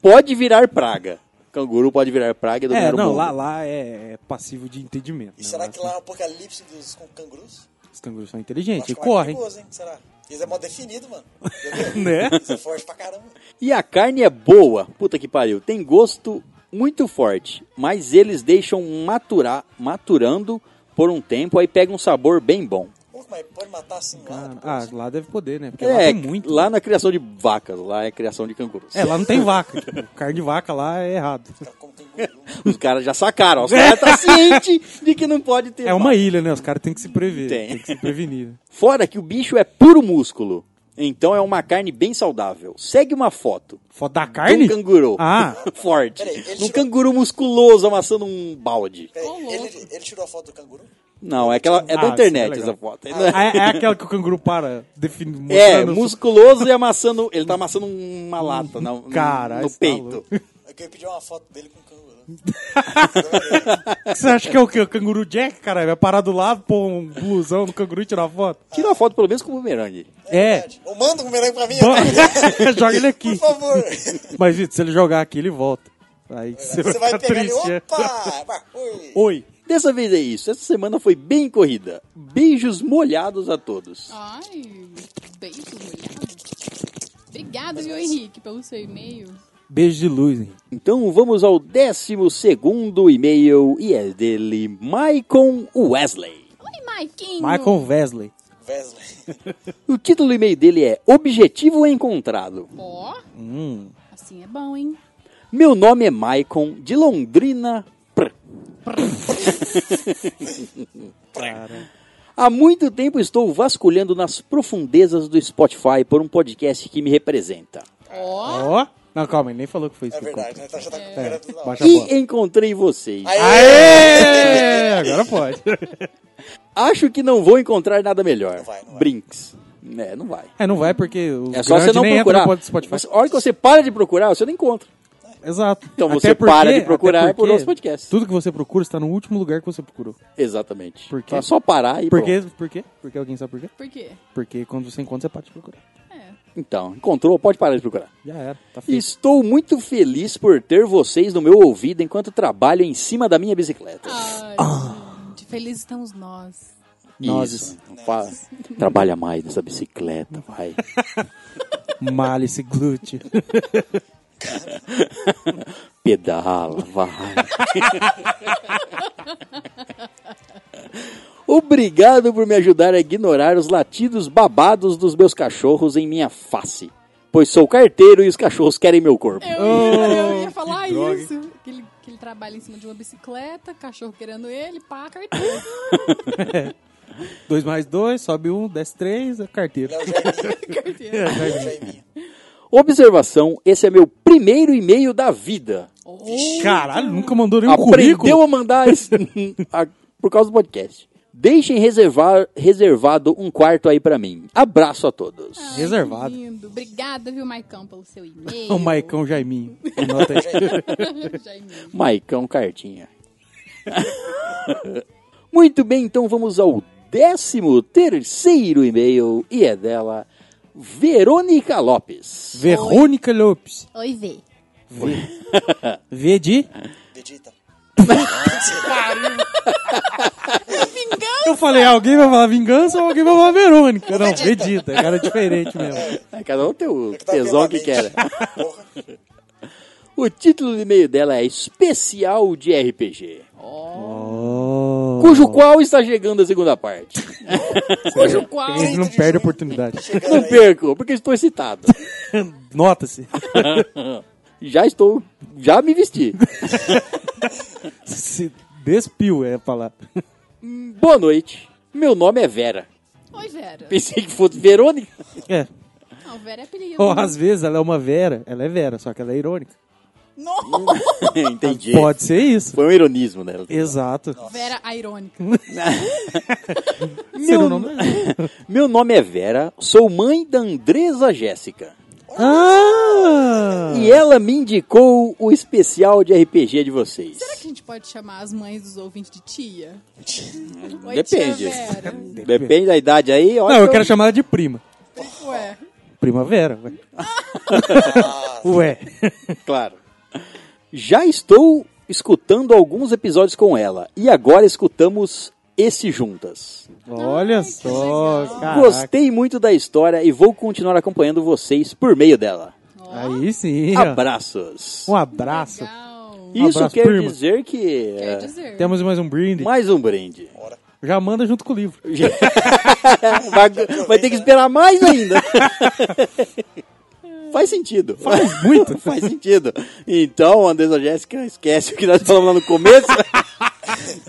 B: Pode virar praga. Canguru pode virar praga e dominar
F: é,
B: o
F: não,
B: mundo.
F: lá, lá é é passivo de entendimento.
E: E
F: né?
E: será
F: Lá
E: que lá é um apocalipse dos com cangurus?
F: Os cangurus são
E: Eu
F: inteligentes,
E: acho
F: eles
E: que lá é
F: correm.
E: perigoso, hein? Será? Eles é mó definido,
F: *laughs*
E: mano. Entendeu?
F: Né?
E: Isso é forte pra caramba.
B: E a carne é boa, puta que pariu. Tem gosto muito forte, mas eles deixam maturar, maturando por um tempo, aí pega um sabor bem bom.
E: Pô, mas pode matar assim lá.
F: Ah,
E: depois?
F: ah, lá deve poder, né? Porque lá
B: é,
F: tem muito.
B: lá na criação de vacas, lá é criação de cangurus.
F: É, lá não tem vaca. Tipo, carne de vaca lá é errado.
E: Cara, Como canguru.
B: *laughs* Os caras já sacaram, os caras
F: *laughs*
B: tá ciente de que não pode ter.
F: É
B: vaca.
F: uma ilha, né? Os caras têm que se prever.
B: Tem.
F: Tem. que se prevenir. né?
B: Fora que o bicho é puro músculo. Então é uma carne bem saudável. Segue uma foto.
F: Foda da carne?
B: Um canguru.
F: Ah.
B: *laughs* Forte.
E: Peraí, ele
B: um
E: tirou-
B: canguru musculoso amassando um balde.
E: Peraí,
G: Ô, louco.
E: ele, ele tirou a foto do canguru?
B: Não, é aquela. É
F: Ah,
B: da
F: isso é
B: internet
F: legal.
B: essa foto. Ele não é-
F: Ah, é, é aquela que o canguru para definindo.
B: *laughs* É, musculoso
F: *laughs*
B: e amassando. Ele tá amassando uma lata na- no,
F: Cara,
B: no
F: isso tá
B: peito.
F: louco.
E: É Eu queria pedir uma foto dele com o canguru. né? Então, é,
F: O que você acha que é o quê? O canguru Jack, caralho? Vai parar do lado, pôr um blusão no canguru e tirar foto?
B: Tira uma foto pelo menos com o bumerangue.
F: É.
E: verdade. Ou manda um bumerangue pra mim,
F: Bom,
E: eu pego,
F: *laughs* Joga ele aqui.
E: por favor.
F: Mas, Vitor, se ele jogar aqui, ele volta. Aí você,
E: Você vai
F: ficar
E: pegar ele,
F: triste. é.
E: opa! mas, ui.
F: Oi.
B: Dessa vez é isso. Essa semana foi bem corrida. Beijos molhados a todos.
G: Ah. Ai, beijo, molhado. Obrigada, viu, Henrique, pelo seu e-mail.
F: Beijo de luz, hein?
B: Então vamos ao 12 e-mail e é dele Maicon Wesley.
G: Oi, Maiquinho.
F: Michael Wesley.
E: Wesley.
B: O título do e-mail dele é Objetivo Encontrado.
G: Ó,
F: Hum.
G: assim é bom, hein?
B: Meu nome é Maicon, de Londrina. Pr. Há muito tempo estou vasculhando nas profundezas do Spotify por um podcast que me representa.
G: Ó,
F: Ó. Não, calma, ele nem falou que foi isso.
E: É
F: que eu
E: verdade,
F: contei.
E: né? Então já tá com o
F: É,
E: bumerangue toda hora.
F: baixa a bola.
B: E encontrei vocês.
F: Aê! Agora pode.
B: Acho que não vou encontrar nada melhor.
E: vai, não vai.
B: Brinks. É, não vai.
F: É, não vai porque o
B: É só
F: grande
B: você não
F: nem entra
B: procurar.
F: no pod- Spotify.
B: Mas a hora que você para de procurar, você não encontra.
F: Exato.
B: Então você para de procurar
F: até
B: por outros podcasts.
F: Tudo que você procura está no último lugar que você procurou.
B: Exatamente.
F: Por quê?
B: Então é só parar e
F: Por
B: pronto.
F: quê? Por quê? Porque alguém sabe por quê?
G: por quê?
F: Porque quando você encontra, você para de procurar.
G: É.
B: Então, encontrou, pode parar de procurar.
F: Já era. Tá feito.
B: Estou muito feliz por ter vocês no meu ouvido enquanto trabalho em cima da minha bicicleta.
G: Ai, gente, felizes estamos nós.
B: Isso. Fa- Trabalha mais nessa bicicleta, vai.
F: Malha esse glúteo.
B: Pedala, vai. *laughs* Obrigado por me ajudar a ignorar os latidos babados dos meus cachorros em minha face. Pois sou carteiro e os cachorros querem meu corpo.
G: Eu, eu ia falar isso. Que ele, que ele trabalha em cima de uma bicicleta, cachorro querendo ele, pá, carteira. *laughs*
F: 2 É. mais 2, sobe 1, um, desce 3, é carteiro.
E: Léo Jaiminho,
G: carteira.
E: Léo é Jaiminho.
B: Observação: esse é meu primeiro e-mail da vida.
F: Caralho, nunca mandou nenhum
B: Aprendeu
F: currículo.
B: a mandar esse- *laughs* a- por causa do podcast. Deixem reservar, reservado um quarto aí pra mim. Abraço a todos.
G: Ai,
F: Reservado.
G: que Lindo. Obrigada, viu, Maicão, pelo seu
F: *laughs*
G: e-mail.
F: O
G: *laughs*
F: Maicão Jaiminho. Anota aí.
G: Jaiminho.
B: Maicão Cartinha. *laughs* Muito bem, então vamos ao décimo terceiro e-mail e é dela Verônica Lopes.
F: Verônica Lopes.
G: Oi, Vê.
F: V de...
E: Vegeta.
F: Eu falei, alguém vai falar vingança ou alguém vai falar Verônica. Não, Vegeta. Cara é diferente mesmo.
B: É, Cada um tem o
E: tá
B: tesão que quer. né?
E: permanente. Porra.
B: O título do e-mail dela é Especial de RPG,
F: Oh.
B: cujo qual está chegando a segunda *laughs* parte.
G: Cujo qual...
F: Ele não perde a oportunidade. *laughs*
E: Chegando
B: Não
E: aí.
B: perco, porque estou excitado.
F: Nota-se.
B: Já estou, já me vesti.
F: Se despiu é a palavra.
B: Boa noite. Meu nome é Vera.
G: Oi, Vera.
B: Pensei que fosse Verônica.
F: É.
G: Não, Vera é apelido.
F: Ou às vezes ela é uma Vera, ela é Vera, só que ela é irônica.
G: Nossa,
B: Entendi.
F: Pode ser isso.
B: Foi um ironismo, né?
F: Exato.
G: Vera a irônica.
F: Ser o nome
B: Meu nome é Vera, sou mãe da Andresa Jéssica.
F: Ah!
B: E ela me indicou o especial de RPG de vocês.
G: Será que a gente pode chamar as mães dos ouvintes de tia? Oi,
B: Depende.
G: tia Vera.
B: Depende da idade aí. olha
F: é? Não, eu
B: que
F: quero chamar ela de prima.
G: Ué,
F: Primavera,
B: *laughs*
F: ué. Ué.
B: Claro. Já estou escutando alguns episódios com ela. E agora escutamos esse juntas.
F: Olha só, cara.
B: Gostei muito da história e vou continuar acompanhando vocês por meio dela.
F: Aí sim. ó.
B: Abraços.
F: Um abraço.
G: legal.
B: Isso
F: abraço,
B: quer
F: prima.
B: dizer que. é,
G: Quer dizer.
F: Temos mais um brinde.
B: Mais um brinde.
F: Já manda junto com o livro.
B: *laughs* Vai, vai ter que esperar mais *laughs* ainda. Faz sentido. Faz muito. *laughs* Faz sentido. Então, Andressa Jéssica, esquece o que nós falamos lá no *laughs* começo.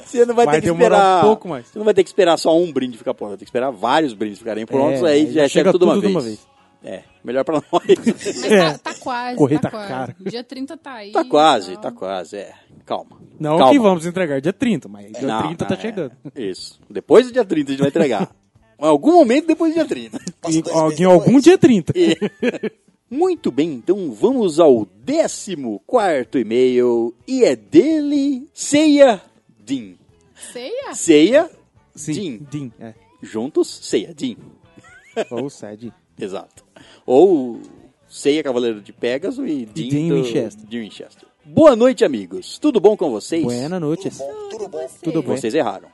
B: Você não vai,
F: Vai
B: ter que
F: demorar
B: esperar.
F: um pouco mais.
B: Você não vai ter que esperar só um brinde ficar pronto. Vai ter que esperar vários brindes ficarem prontos.
F: É,
B: aí
F: aí
B: já
F: já
B: chega
F: chega
B: tudo,
F: tudo
B: uma,
F: de uma
B: vez. É, melhor pra nós. *laughs*
G: Mas tá, tá quase,
F: É. Correr
G: tá,
F: tá
G: quase.
F: caro.
G: Dia 30 tá aí.
B: tá quase,
G: então.
B: tá quase. É, calma.
F: Não
B: calma.
F: que vamos entregar dia 30, mas dia
B: Não,
F: 30
B: não,
F: tá
B: é.
F: chegando.
B: Isso. Depois do dia 30 a gente vai
F: *laughs*
B: entregar. Em algum momento depois do dia 30.
E: Passa
F: Em
E: dois meses
F: alguém, algum
E: depois.
F: dia 30.
B: *laughs* Muito bem, então vamos ao 14 e-mail e é dele Ceia Din.
G: Ceia?
B: Ceia
F: Ah. Sim.
B: Din.
F: Din, é.
B: Juntos, Ceia Din.
F: Ou Sad.
B: Exato. Ou Ceia Cavaleiro de Pégaso e Din,
F: Din
B: do-
F: Winchester.
B: de Winchester. Boa noite, amigos. Tudo bom com vocês?
F: Buena noites.
B: Tá
E: Bom, tudo bom.
F: Tudo bom.
B: Vocês erraram.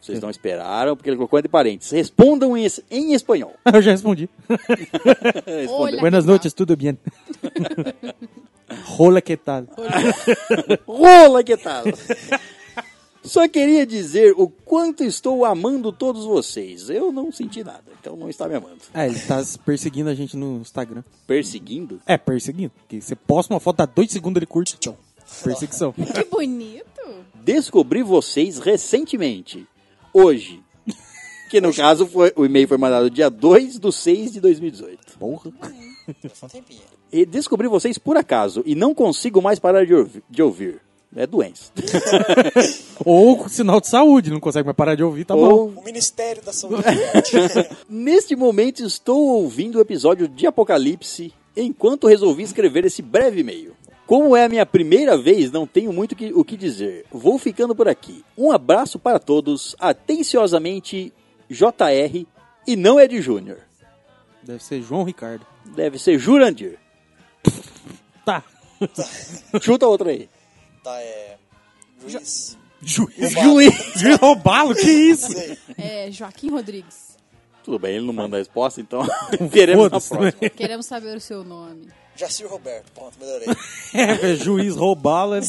B: Vocês não esperaram, porque ele colocou entre parênteses. Respondam em, es- em espanhol.
F: Eu já respondi.
G: Olha que
F: Buenas
G: tal.
F: noites, tudo bem? Rola que tal?
B: Rola que tal? Só queria dizer o quanto estou amando todos vocês. Eu não senti nada, então não está me amando.
F: É, ele tá perseguindo a gente no Instagram.
B: Perseguindo?
F: É, perseguindo. Porque você posta uma foto, dá dois segundos ele curte. Então, *laughs* perseguição.
G: Que bonito.
B: Descobri vocês recentemente. Hoje. Que no caso foi, o e-mail foi mandado dia 2 de 6 de 2018.
F: Porra.
E: Já faz um tempinho.
B: E descobri vocês por acaso e não consigo mais parar de ouvi- de ouvir. É doença.
F: Ou com sinal de saúde, não consegue mais parar de ouvir, tá bom.
B: Ou
E: O Ministério da Saúde.
B: Neste momento estou ouvindo o episódio de Apocalipse enquanto resolvi escrever esse breve e-mail. Como é a minha primeira vez, não tenho muito que- o que dizer. Vou ficando por aqui. Um abraço para todos. Atenciosamente, JR e não é de Júnior.
F: Deve ser João Ricardo.
B: Deve ser Jurandir.
F: Tá.
B: Chuta outro aí.
E: tá, é. Juiz.
F: Juiz. Juiz. *laughs* Juiz roubalo, que isso?
E: Sei.
G: É, Joaquim Rodrigues.
B: Tudo bem, ele não manda a resposta, *laughs* então veremos na
F: Foda-se
B: próxima.
F: também.
G: Queremos saber o seu nome.
E: Jacir Roberto. Pronto, melhorei.
F: É, velho, juiz *laughs* roubalo é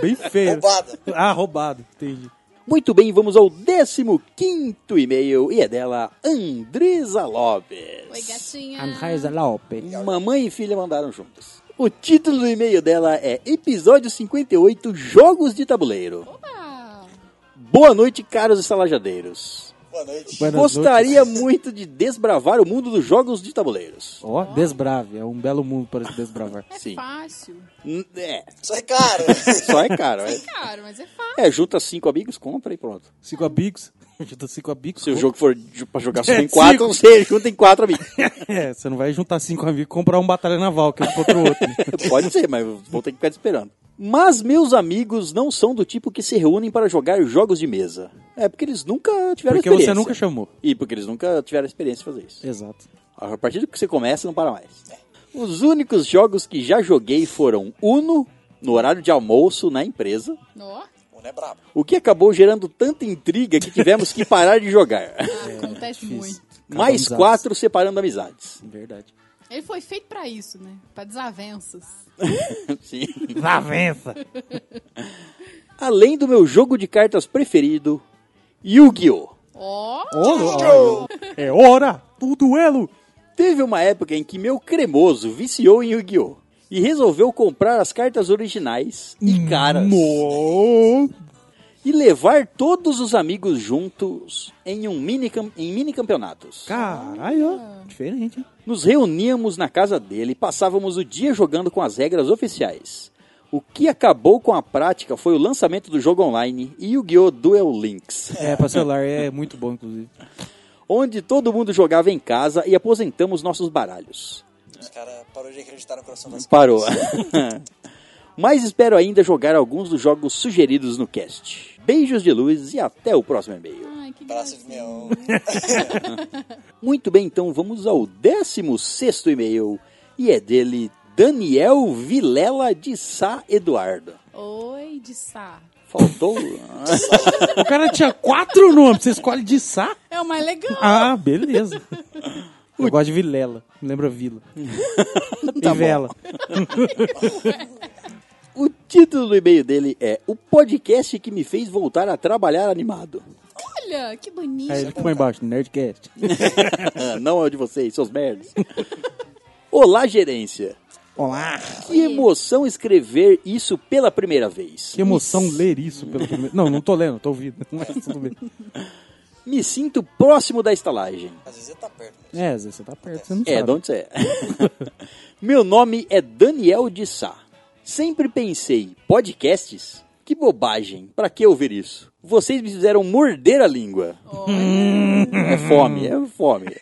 F: bem feio.
E: Roubada.
F: Ah, roubado, entendi.
B: Muito bem, vamos ao 15 quinto e-mail e é dela Andresa Lopes.
G: Oi, gatinha.
F: Anraisa Laope.
B: Mamãe e filha mandaram juntas. O título do e-mail dela é Episódio 58 Jogos de Tabuleiro.
G: Ah,
B: Boa noite, caros estalajadeiros.
E: Boa noite.
F: Buenas
B: Gostaria muito de desbravar o mundo dos jogos de tabuleiros.
F: Ó, desbrave. É um belo mundo para se desbravar.
G: é
B: Sim.
G: fácil.
B: N- É,
E: Isso é caro.
B: só é caro. É,
G: Caro, mas é fácil.
B: é junta cinco amigos, compra e pronto.
F: Cinco *laughs* abigos. Junta cinco abigos.
B: Se o jogo for ju- pra jogar só
F: É,
B: em quatro,
F: cinco.
B: você junta em quatro amigos. *laughs*
F: *laughs* É, você não vai juntar cinco amigos e comprar um batalha naval, que é um contra o
B: *laughs*
F: outro. né?
B: Pode ser, mas vou ter que ficar te esperando. Mas meus amigos não são do tipo que se reúnem para jogar jogos de mesa. É porque eles nunca tiveram
F: Porque
B: experiência.
F: você nunca chamou.
B: E porque eles nunca tiveram experiência de fazer isso.
F: Exato.
B: A partir do que você começa, não para mais. Os únicos jogos que já joguei foram Uno, no horário de almoço na empresa,
G: Ó,
E: *laughs* O não é brabo.
B: o que acabou gerando tanta intriga que tivemos que parar de jogar.
F: É,
G: acontece muito.
B: Mais
F: Acabamos
B: quatro separando amizades. *laughs*
F: Verdade.
G: Ele foi feito pra isso, né? Pra desavenças.
B: Sim.
F: Lavença.
B: Além do meu jogo de cartas preferido, Yu-Gi-Oh!
G: Ó,
F: Oh. Ô, ó, é hora do duelo.
B: Teve uma época em que meu cremoso viciou em Yu-Gi-Oh! E resolveu comprar as cartas originais e caras.
F: No...
B: e levar todos os amigos juntos em um mini cam- em mini campeonatos.
F: Caralho, ó. Diferente, hein?
B: Nos reuníamos na casa dele e passávamos o dia jogando com as regras oficiais. O que acabou com a prática foi o lançamento do jogo online Yu-Gi-Oh! Duel Links,
F: É, pra celular é muito bom, inclusive.
B: onde todo mundo jogava em casa e aposentamos nossos baralhos.
E: Os caras pararam de acreditar no coração das
B: Parou. *laughs*
E: pessoas.
B: Mas espero ainda jogar alguns dos jogos sugeridos no cast. Beijos de luz e até o próximo e-mail.
G: ai, que
E: Abraço,
G: gracinha.
E: Vimeão.
B: Muito bem, então vamos ao 16 e-mail. E é dele Daniel Vilela de Sá Eduardo.
G: Oi, de Sá.
B: Faltou. ah,
F: O cara tinha quatro nomes, você escolhe de Sá?
G: É o mais legal.
F: Ah, beleza. Eu gosto de Vilela, me lembra Vila.
B: Tá
F: e Vela.
B: o título do e-mail dele é O podcast que me fez voltar a trabalhar animado. *laughs*
G: Olha, que bonito.
F: Aí É ele ficou embaixo, Nerdcast.
B: Ah, Não é o de vocês, seus merdas. Olá, gerência.
F: Olá.
B: Que emoção escrever isso pela primeira vez.
F: Que emoção ler isso pelo primeiro... Não, não tô lendo, tô ouvindo. *laughs* Mas tudo bem.
B: Me sinto próximo da estalagem.
E: Às vezes ele tá perto. Né?
F: É, Zé, você tá perto, você não
B: É, de
F: sabe.
B: onde você é? *laughs* Meu nome é Daniel de Sá. Sempre pensei, podcasts? Que bobagem, pra que ouvir isso? Vocês me fizeram morder a língua.
G: Olha,
B: É fome, é fome.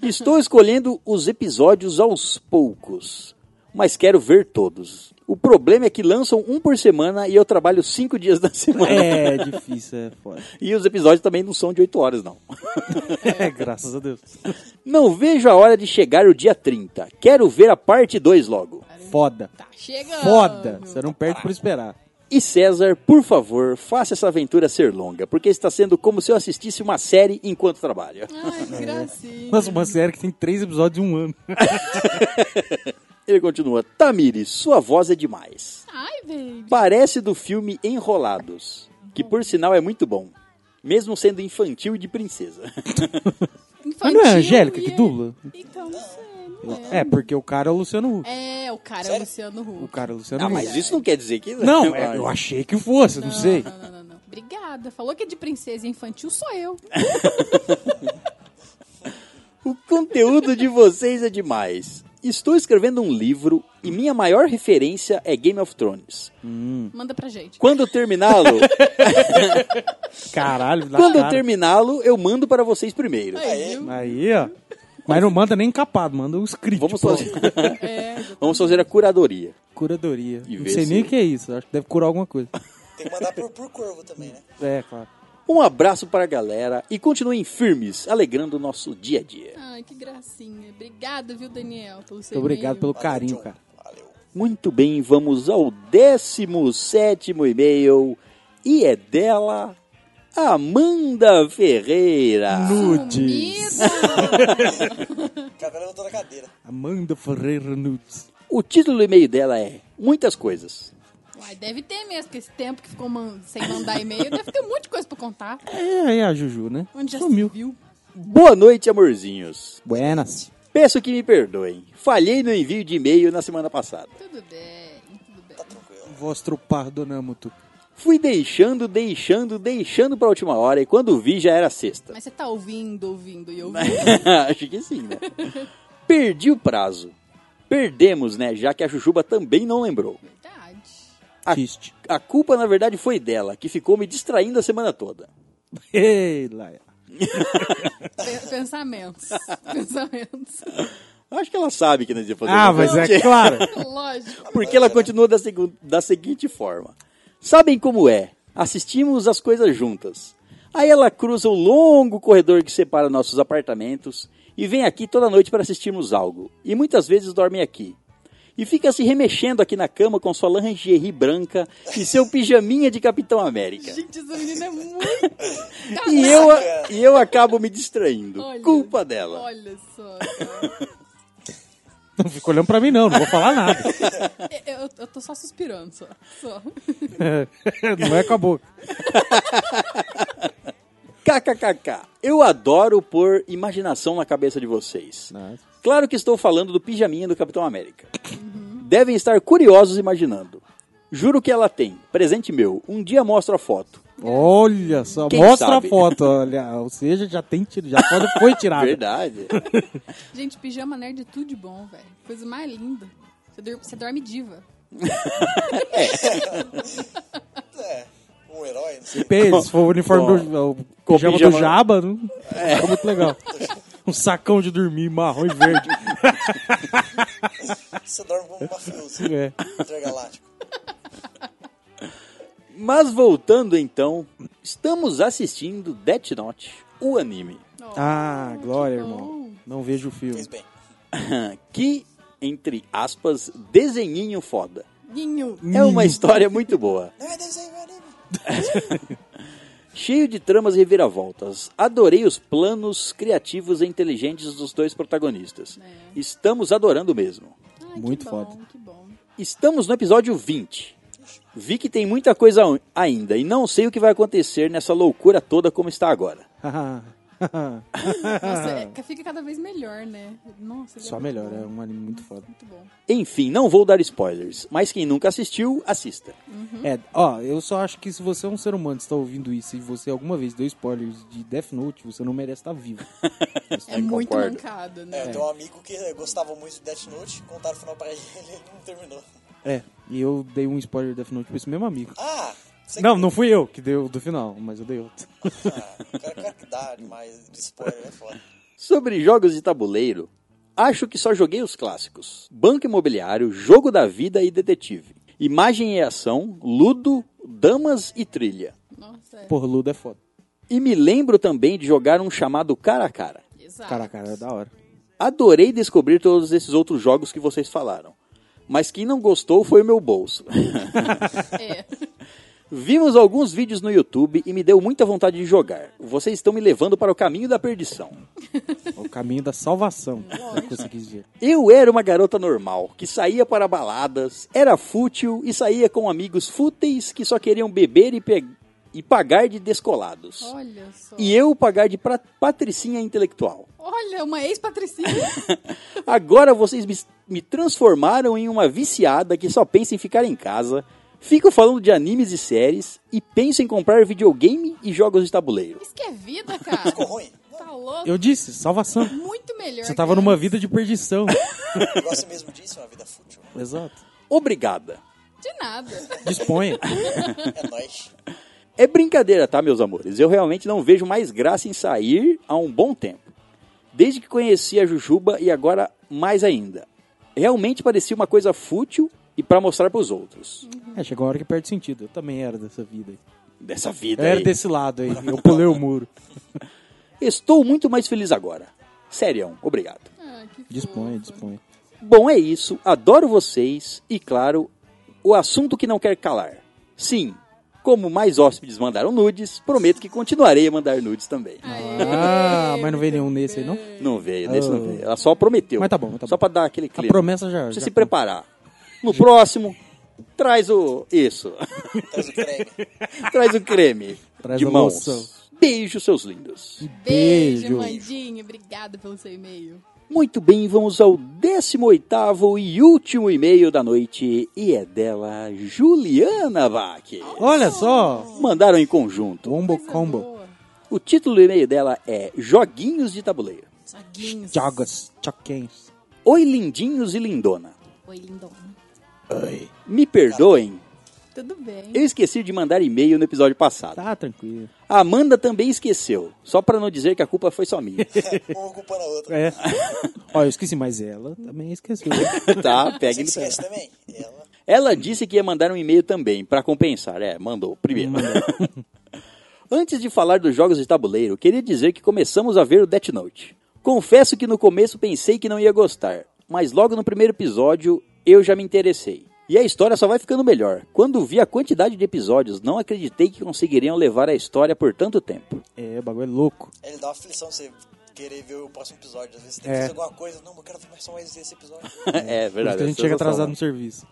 B: Estou escolhendo os episódios aos poucos, mas quero ver todos. O problema é que lançam um por semana e eu trabalho cinco dias da semana.
F: É *laughs* difícil, é foda.
B: E os episódios também não são de oito horas, não.
F: É, graças a Deus.
B: Não vejo a hora de chegar o dia 30. Quero ver a parte 2 logo.
F: *laughs* Foda.
G: Tá chegando.
F: Foda. Você não perde por esperar.
B: E César, por favor, faça essa aventura ser longa, porque está sendo como se eu assistisse uma série enquanto trabalha.
G: Ai,
F: É.
G: que gracinha.
F: Nossa, uma série que tem três episódios em um ano.
B: Ele continua: Tamires, sua voz é demais.
G: Ai, baby.
B: Parece do filme Enrolados, que por sinal é muito bom, mesmo sendo infantil e de princesa.
G: Ah,
F: Mas não é a Angélica que
G: e-
F: dubla?
G: Então, não sei. não é.
F: É, porque o cara é o Luciano Huck.
G: É, o cara é o
E: Sério?
G: Luciano Huck.
F: O cara é
B: *laughs*
F: o Luciano
B: Ah,
F: Huck.
B: mas isso não quer dizer que. *laughs*
F: Não, é, eu achei que fosse, não, sei.
G: Não, não, não, não. Obrigada. Falou que é de princesa infantil, sou eu.
F: É.
B: O conteúdo de vocês é demais. Estou escrevendo um livro e minha maior referência é Game of Thrones.
G: Manda pra gente.
B: Quando
F: *laughs*
B: terminá-lo,
F: Caralho, na
B: quando eu
F: cara.
B: terminá-lo, eu mando para vocês primeiro.
F: Ah, é?
G: Aí, viu?
F: Aí, ó. Mas não manda nem capado, manda um script.
B: Vamos
F: pronto.
B: fazer,
F: *laughs*
G: É,
B: vamos fazer a curadoria.
F: Curadoria.
B: E
F: não
B: vê
F: sei
B: se-
F: nem o que é isso. Acho que deve curar
B: *laughs*
F: alguma coisa.
E: Tem que mandar por, por corvo também, né?
F: É, claro.
B: Um abraço para a galera e continuem firmes, alegrando o nosso dia a dia.
G: Ai, que gracinha. Obrigada, viu, Daniel, pelo seu
F: Muito obrigado pelo
G: e-mail.
F: carinho,
E: John.
F: cara.
E: Valeu.
B: Muito bem, vamos ao 17 e-mail e é dela Amanda Ferreira.
F: Nudes.
G: Sumida.
E: O cara levantou na cadeira.
F: Amanda Ferreira Nudes.
B: O título do e-mail dela é Muitas Coisas.
G: Uai, deve ter mesmo, porque esse tempo que ficou man- sem mandar e-mail, deve ter um monte de coisa pra contar.
F: É, aí a Juju, né?
G: Onde já
F: Sumiu.
G: se viu?
B: Boa noite, amorzinhos.
F: Buenas.
B: Peço que me perdoem. Falhei no envio de e-mail na semana passada.
G: Tudo bem, tudo bem.
F: Vostro pardonamuto.
B: Fui deixando, deixando, deixando pra última hora e quando vi já era sexta.
G: Mas você tá ouvindo, ouvindo e ouvindo.
B: *laughs* Acho que sim, né? Perdi o prazo. Perdemos, né? Já que a Jujuba também não lembrou.
G: Verdade.
B: A,
F: Triste.
B: a culpa, na verdade, foi dela, que ficou me distraindo a semana toda.
F: Ei, Laia.
G: Pe- Pensamentos. *laughs* Pensamentos.
B: Acho que ela sabe que nós ia fazer
F: Ah,
B: uma
F: mas
B: coisa
F: é
B: que-
F: claro.
G: Lógico.
B: Porque ela continua da, segu- da seguinte forma: Sabem como é? Assistimos as coisas juntas. Aí ela cruza o longo corredor que separa nossos apartamentos e vem aqui toda noite para assistirmos algo. E muitas vezes dorme aqui. E fica se remexendo aqui na cama com sua lingerie branca e seu pijaminha de Capitão América.
G: Gente, essa menina é muito.
B: E eu,
G: *laughs*
B: e eu acabo me distraindo.
G: Olha,
B: Culpa dela.
G: Olha só.
F: *laughs* Não fica olhando pra mim, não. Não vou falar *laughs* nada.
G: É, Eu, eu- eu tô só suspirando, só. só.
F: não é com a boca.
B: KKKK. Eu adoro pôr imaginação na cabeça de vocês.
F: Nossa.
B: Claro que estou falando do pijaminha do Capitão América. Devem estar curiosos imaginando. Juro que ela tem. Presente meu. Um dia mostro a foto.
F: Olha só.
B: Quem
F: mostra
B: sabe?
F: a foto. Olha. Ou seja, já tem tiro. Já a foto foi tirada.
B: Verdade.
G: Gente, pijama nerd é tudo de bom, velho. Coisa mais linda. Você dur- você dorme diva.
E: É, um herói, não sei.
F: Peixe, se for o uniforme
B: Ó,
F: do, o
B: com
F: pijama
B: pijama-
F: do Jaba, não... é muito
B: *laughs*
F: legal. Um sacão de dormir marrom e verde.
E: Você dorme como um mafioso.
F: É.
E: Intergaláctico.
B: *laughs* Mas voltando então, estamos assistindo Death Note, o anime, *laughs*
G: Oh,
F: Ah,
G: que
F: Glória,
G: bom.
F: irmão. Não vejo o filme. *laughs*
E: Fez bem.
B: que entre aspas desenhinho foda.
G: Guinho.
B: É uma história muito boa.
E: Não é desenho, é anime.
B: Cheio de tramas e reviravoltas. Adorei os planos criativos e inteligentes dos dois protagonistas. Estamos adorando mesmo.
G: Ai, que
F: Muito
G: bom,
F: foda.
G: Que bom.
B: Estamos no episódio 20. Vi que tem muita coisa on- ainda e não sei o que vai acontecer nessa loucura toda como está agora.
G: Nossa, é- fica cada vez melhor, né? Nossa, ele é
F: Só
G: muito
F: melhor,
G: bom.
F: é um anime muito foda.
G: Muito bom.
B: Enfim, não vou dar spoilers, mas quem nunca assistiu, assista.
F: É, ó, eu só acho que se você é um ser humano que está ouvindo isso e você alguma vez deu spoilers de Death Note, você não merece estar
E: *laughs*
F: vivo.
G: É muito
B: concordo.
G: mancado,
E: É,
G: né?
E: eu tenho um amigo que gostava muito de Death Note, contaram o final pra *laughs* ele e ele não terminou.
F: É, e eu dei um spoiler de Death Note pra esse mesmo amigo.
E: Ah! Você
F: Não, não fui eu que deu do final, mas eu dei outro.
E: Ah,
F: *laughs*
E: o cara, o cara que dá demais de spoiler é foda.
B: Sobre jogos de tabuleiro, acho que só joguei os clássicos: Banco Imobiliário, Jogo da Vida e Detetive. Imagem e Ação, Ludo, Damas e Trilha.
G: Nossa, é.
F: Porra, Ludo é foda.
B: E me lembro também de jogar um chamado Cara a Cara.
G: Exato.
F: Cara, cara, é da hora.
B: Adorei descobrir todos esses outros jogos que vocês falaram. Mas quem não gostou foi o meu bolso. *laughs*
G: É.
B: Vimos alguns vídeos no YouTube e me deu muita vontade de jogar. Vocês estão me levando para o caminho da perdição.
F: O caminho da salvação, é que eu quis dizer.
B: Eu era uma garota normal, que saía para baladas, era fútil e saía com amigos fúteis que só queriam beber e, pe- e pagar de descolados.
G: Olha só.
B: E eu pagar de pra- patricinha intelectual.
G: Olha, uma ex-patricinha.
B: Agora vocês me, me transformaram em uma viciada que só pensa em ficar em casa, fico falando de animes e séries e penso em comprar videogame e jogos de tabuleiro.
G: Isso que é vida, cara.
E: Ficou ruim. Não,
G: Tá louco.
F: Eu disse, salvação.
G: Muito melhor.
F: Você tava
G: que
F: numa
G: antes.
F: vida
E: *laughs*
F: de perdição.
E: eu gosto mesmo disso, é uma vida fútil.
F: Exato.
B: Obrigada.
G: De nada.
F: Disponha.
E: É nóis.
B: É brincadeira, tá, meus amores? Eu realmente não vejo mais graça em sair há um bom tempo. Desde que conheci a Jujuba e agora mais ainda. Realmente parecia uma coisa fútil e pra mostrar pros outros.
F: É, chegou uma hora que perde sentido. Eu também era dessa vida aí.
B: Dessa
F: Eu
B: vida
F: era
B: aí.
F: É, desse lado aí. Eu pulei o muro.
B: Estou muito mais feliz agora. Sério, obrigado.
G: Ah, que fofo.
F: Disponha, disponha.
B: Bom, é isso. Adoro vocês e, claro, o assunto que não quer calar. Sim, como mais hóspedes mandaram nudes, prometo que continuarei a mandar nudes também.
G: Aê.
F: Ah, mas não veio nenhum nesse aí, não?
B: Não veio, nesse não
F: Oh.
B: veio. Ela só prometeu.
F: Mas tá bom, tá
B: Só
F: bom.
B: pra dar aquele
F: A
B: clima.
F: promessa é já... tá
B: Você
F: já
B: se preparar. No próximo, traz o...
F: *laughs*
B: Isso.
E: Traz o creme.
B: traz o creme
F: Traz
B: de
F: a
B: mãos.
F: loção.
B: Beijo, seus lindos.
F: Beijo.
G: Beijo, Mandinho. Obrigada pelo seu e-mail.
B: Muito bem, vamos ao 18º e último e-mail da noite. E é dela, Juliana Vac.
F: Olha só!
B: Mandaram em conjunto.
F: Combo,
G: Coisa
F: combo.
G: boa.
B: O título do e-mail dela é Joguinhos de Tabuleiro.
G: Joguinhos.
F: Jogas, choquens.
B: Oi, lindinhos e lindona.
G: Oi, lindona.
B: Me perdoem,
G: Tudo bem.
B: eu esqueci de mandar e-mail no episódio passado.
F: Tá tranquilo.
B: A Amanda também esqueceu, só pra não dizer que a culpa foi só minha. *laughs*
E: Uma culpando Um a outra.
F: É. Ó, eu esqueci, mas ela também esqueceu.
B: tá, pega
E: Você
B: no pé.
E: esquece também? Ela.
B: Ela disse que ia mandar um e-mail também, pra compensar. É, mandou, primeiro. *laughs* Antes de falar dos jogos de tabuleiro, queria dizer que começamos a ver o Death Note. Confesso que no começo pensei que não ia gostar, mas logo no primeiro episódio eu já me interessei. E a história só vai ficando melhor. Quando vi a quantidade de episódios, não acreditei que conseguiriam levar a história por tanto tempo. *laughs*
F: é, o bagulho é louco.
E: Ele dá uma aflição você querer ver o próximo episódio. Às vezes você tem que
F: É.
E: fazer alguma coisa. Não, mas eu quero ver só mais esse
F: *laughs*
E: episódio.
B: é
F: Por isso
B: verdade.
F: que a
B: é
F: gente
B: sensacional.
F: chega atrasado no serviço.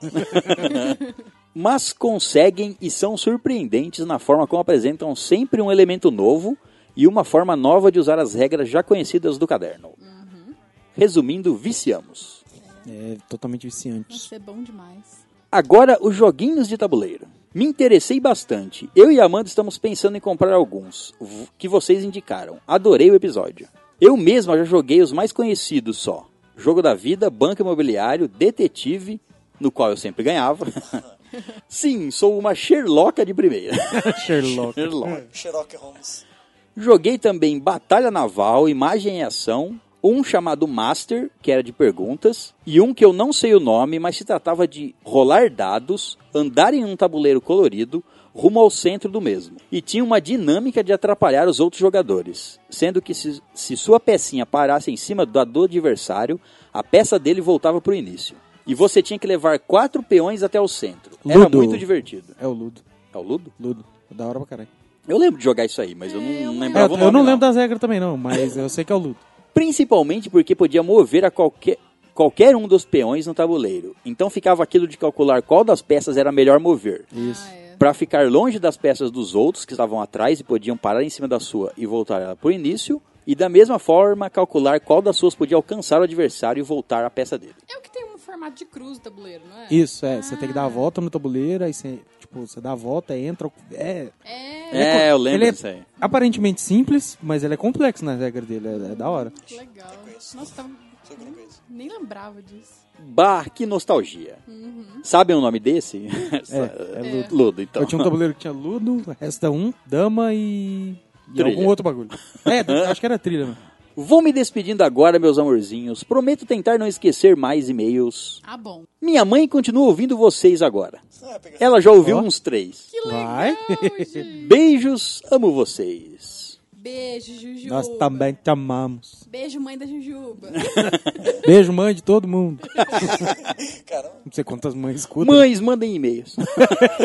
B: mas conseguem e são surpreendentes na forma como apresentam sempre um elemento novo e uma forma nova de usar as regras já conhecidas do caderno. Resumindo, viciamos.
F: É totalmente viciante. *laughs*
G: Isso é bom demais.
B: Agora, os joguinhos de tabuleiro. Me interessei bastante. Eu e a Amanda estamos pensando em comprar alguns v- que vocês indicaram. Adorei o episódio. Eu mesma já joguei os mais conhecidos só: Jogo da Vida, Banco Imobiliário, Detetive, no qual eu sempre ganhava. *laughs* Sim, sou uma Sherlocka de primeira.
F: Sherlock.
B: Sherlock.
E: Sherlock Holmes.
B: É. Joguei também Batalha Naval, Imagem e Ação, um chamado Master, que era de perguntas, e um que eu não sei o nome, mas se tratava de rolar dados, andar em um tabuleiro colorido, rumo ao centro do mesmo. E tinha uma dinâmica de atrapalhar os outros jogadores, sendo que se, se sua pecinha parasse em cima da do adversário, a peça dele voltava para o início. E você tinha que levar quatro peões até o centro. Era
F: Ludo.
B: muito divertido.
F: É o Ludo.
B: É o Ludo?
F: Ludo. Da hora pra caralho.
B: Eu lembro de jogar isso aí, mas eu não
F: É,
B: lembrava o
F: eu,
B: nome.
F: não lembro das regras também, não, mas eu sei que é o Ludo.
B: principalmente porque podia mover a qualquer, qualquer um dos peões no tabuleiro. Então ficava aquilo de calcular qual das peças era melhor mover.
F: Isso.
G: Ah, é.
B: Para ficar longe das peças dos outros que estavam atrás e podiam parar em cima da sua e voltar ela para o início, e da mesma forma calcular qual das suas podia alcançar o adversário e voltar a peça dele.
G: É o que tem um formato de cruz do tabuleiro, não é?
F: Isso, é. Você tem que dar a volta no tabuleiro, aí você, tipo, você dá a volta, entra. É.
G: É,
B: É, eu lembro
F: Ele é
B: disso aí.
F: aparentemente simples, mas ele é complexo nas regras dele. É, é da hora.
G: que legal.
E: conheço.
G: Nossa, tava...
E: Sou que não conheço.
G: nem lembrava disso.
B: Bah, que nostalgia. Sabem o nome desse?
F: Uhum.
B: *laughs*
F: É, é Ludo.
B: Ludo, então.
F: Eu tinha um tabuleiro que tinha Ludo, resta um, dama e. e
B: Trilha.
F: algum outro bagulho. É, acho que era trilha, né?
B: Vou me despedindo agora, meus amorzinhos. Prometo tentar não esquecer mais e-mails.
G: Ah, bom.
B: Minha mãe continua ouvindo vocês agora.
E: Ah,
F: É.
E: pega-
B: Ela já ouviu
F: Ó.
B: uns três.
G: Que legal,
F: Vai. *laughs*
G: gente.
B: Beijos, amo vocês.
G: Beijo, Jujuba.
F: Nós também te amamos.
G: Beijo, mãe da
F: *laughs*
G: Jujuba.
F: Beijo, mãe de todo mundo.
E: Caramba.
F: Não sei quantas mães escutam.
B: Mães, mandem e-mails.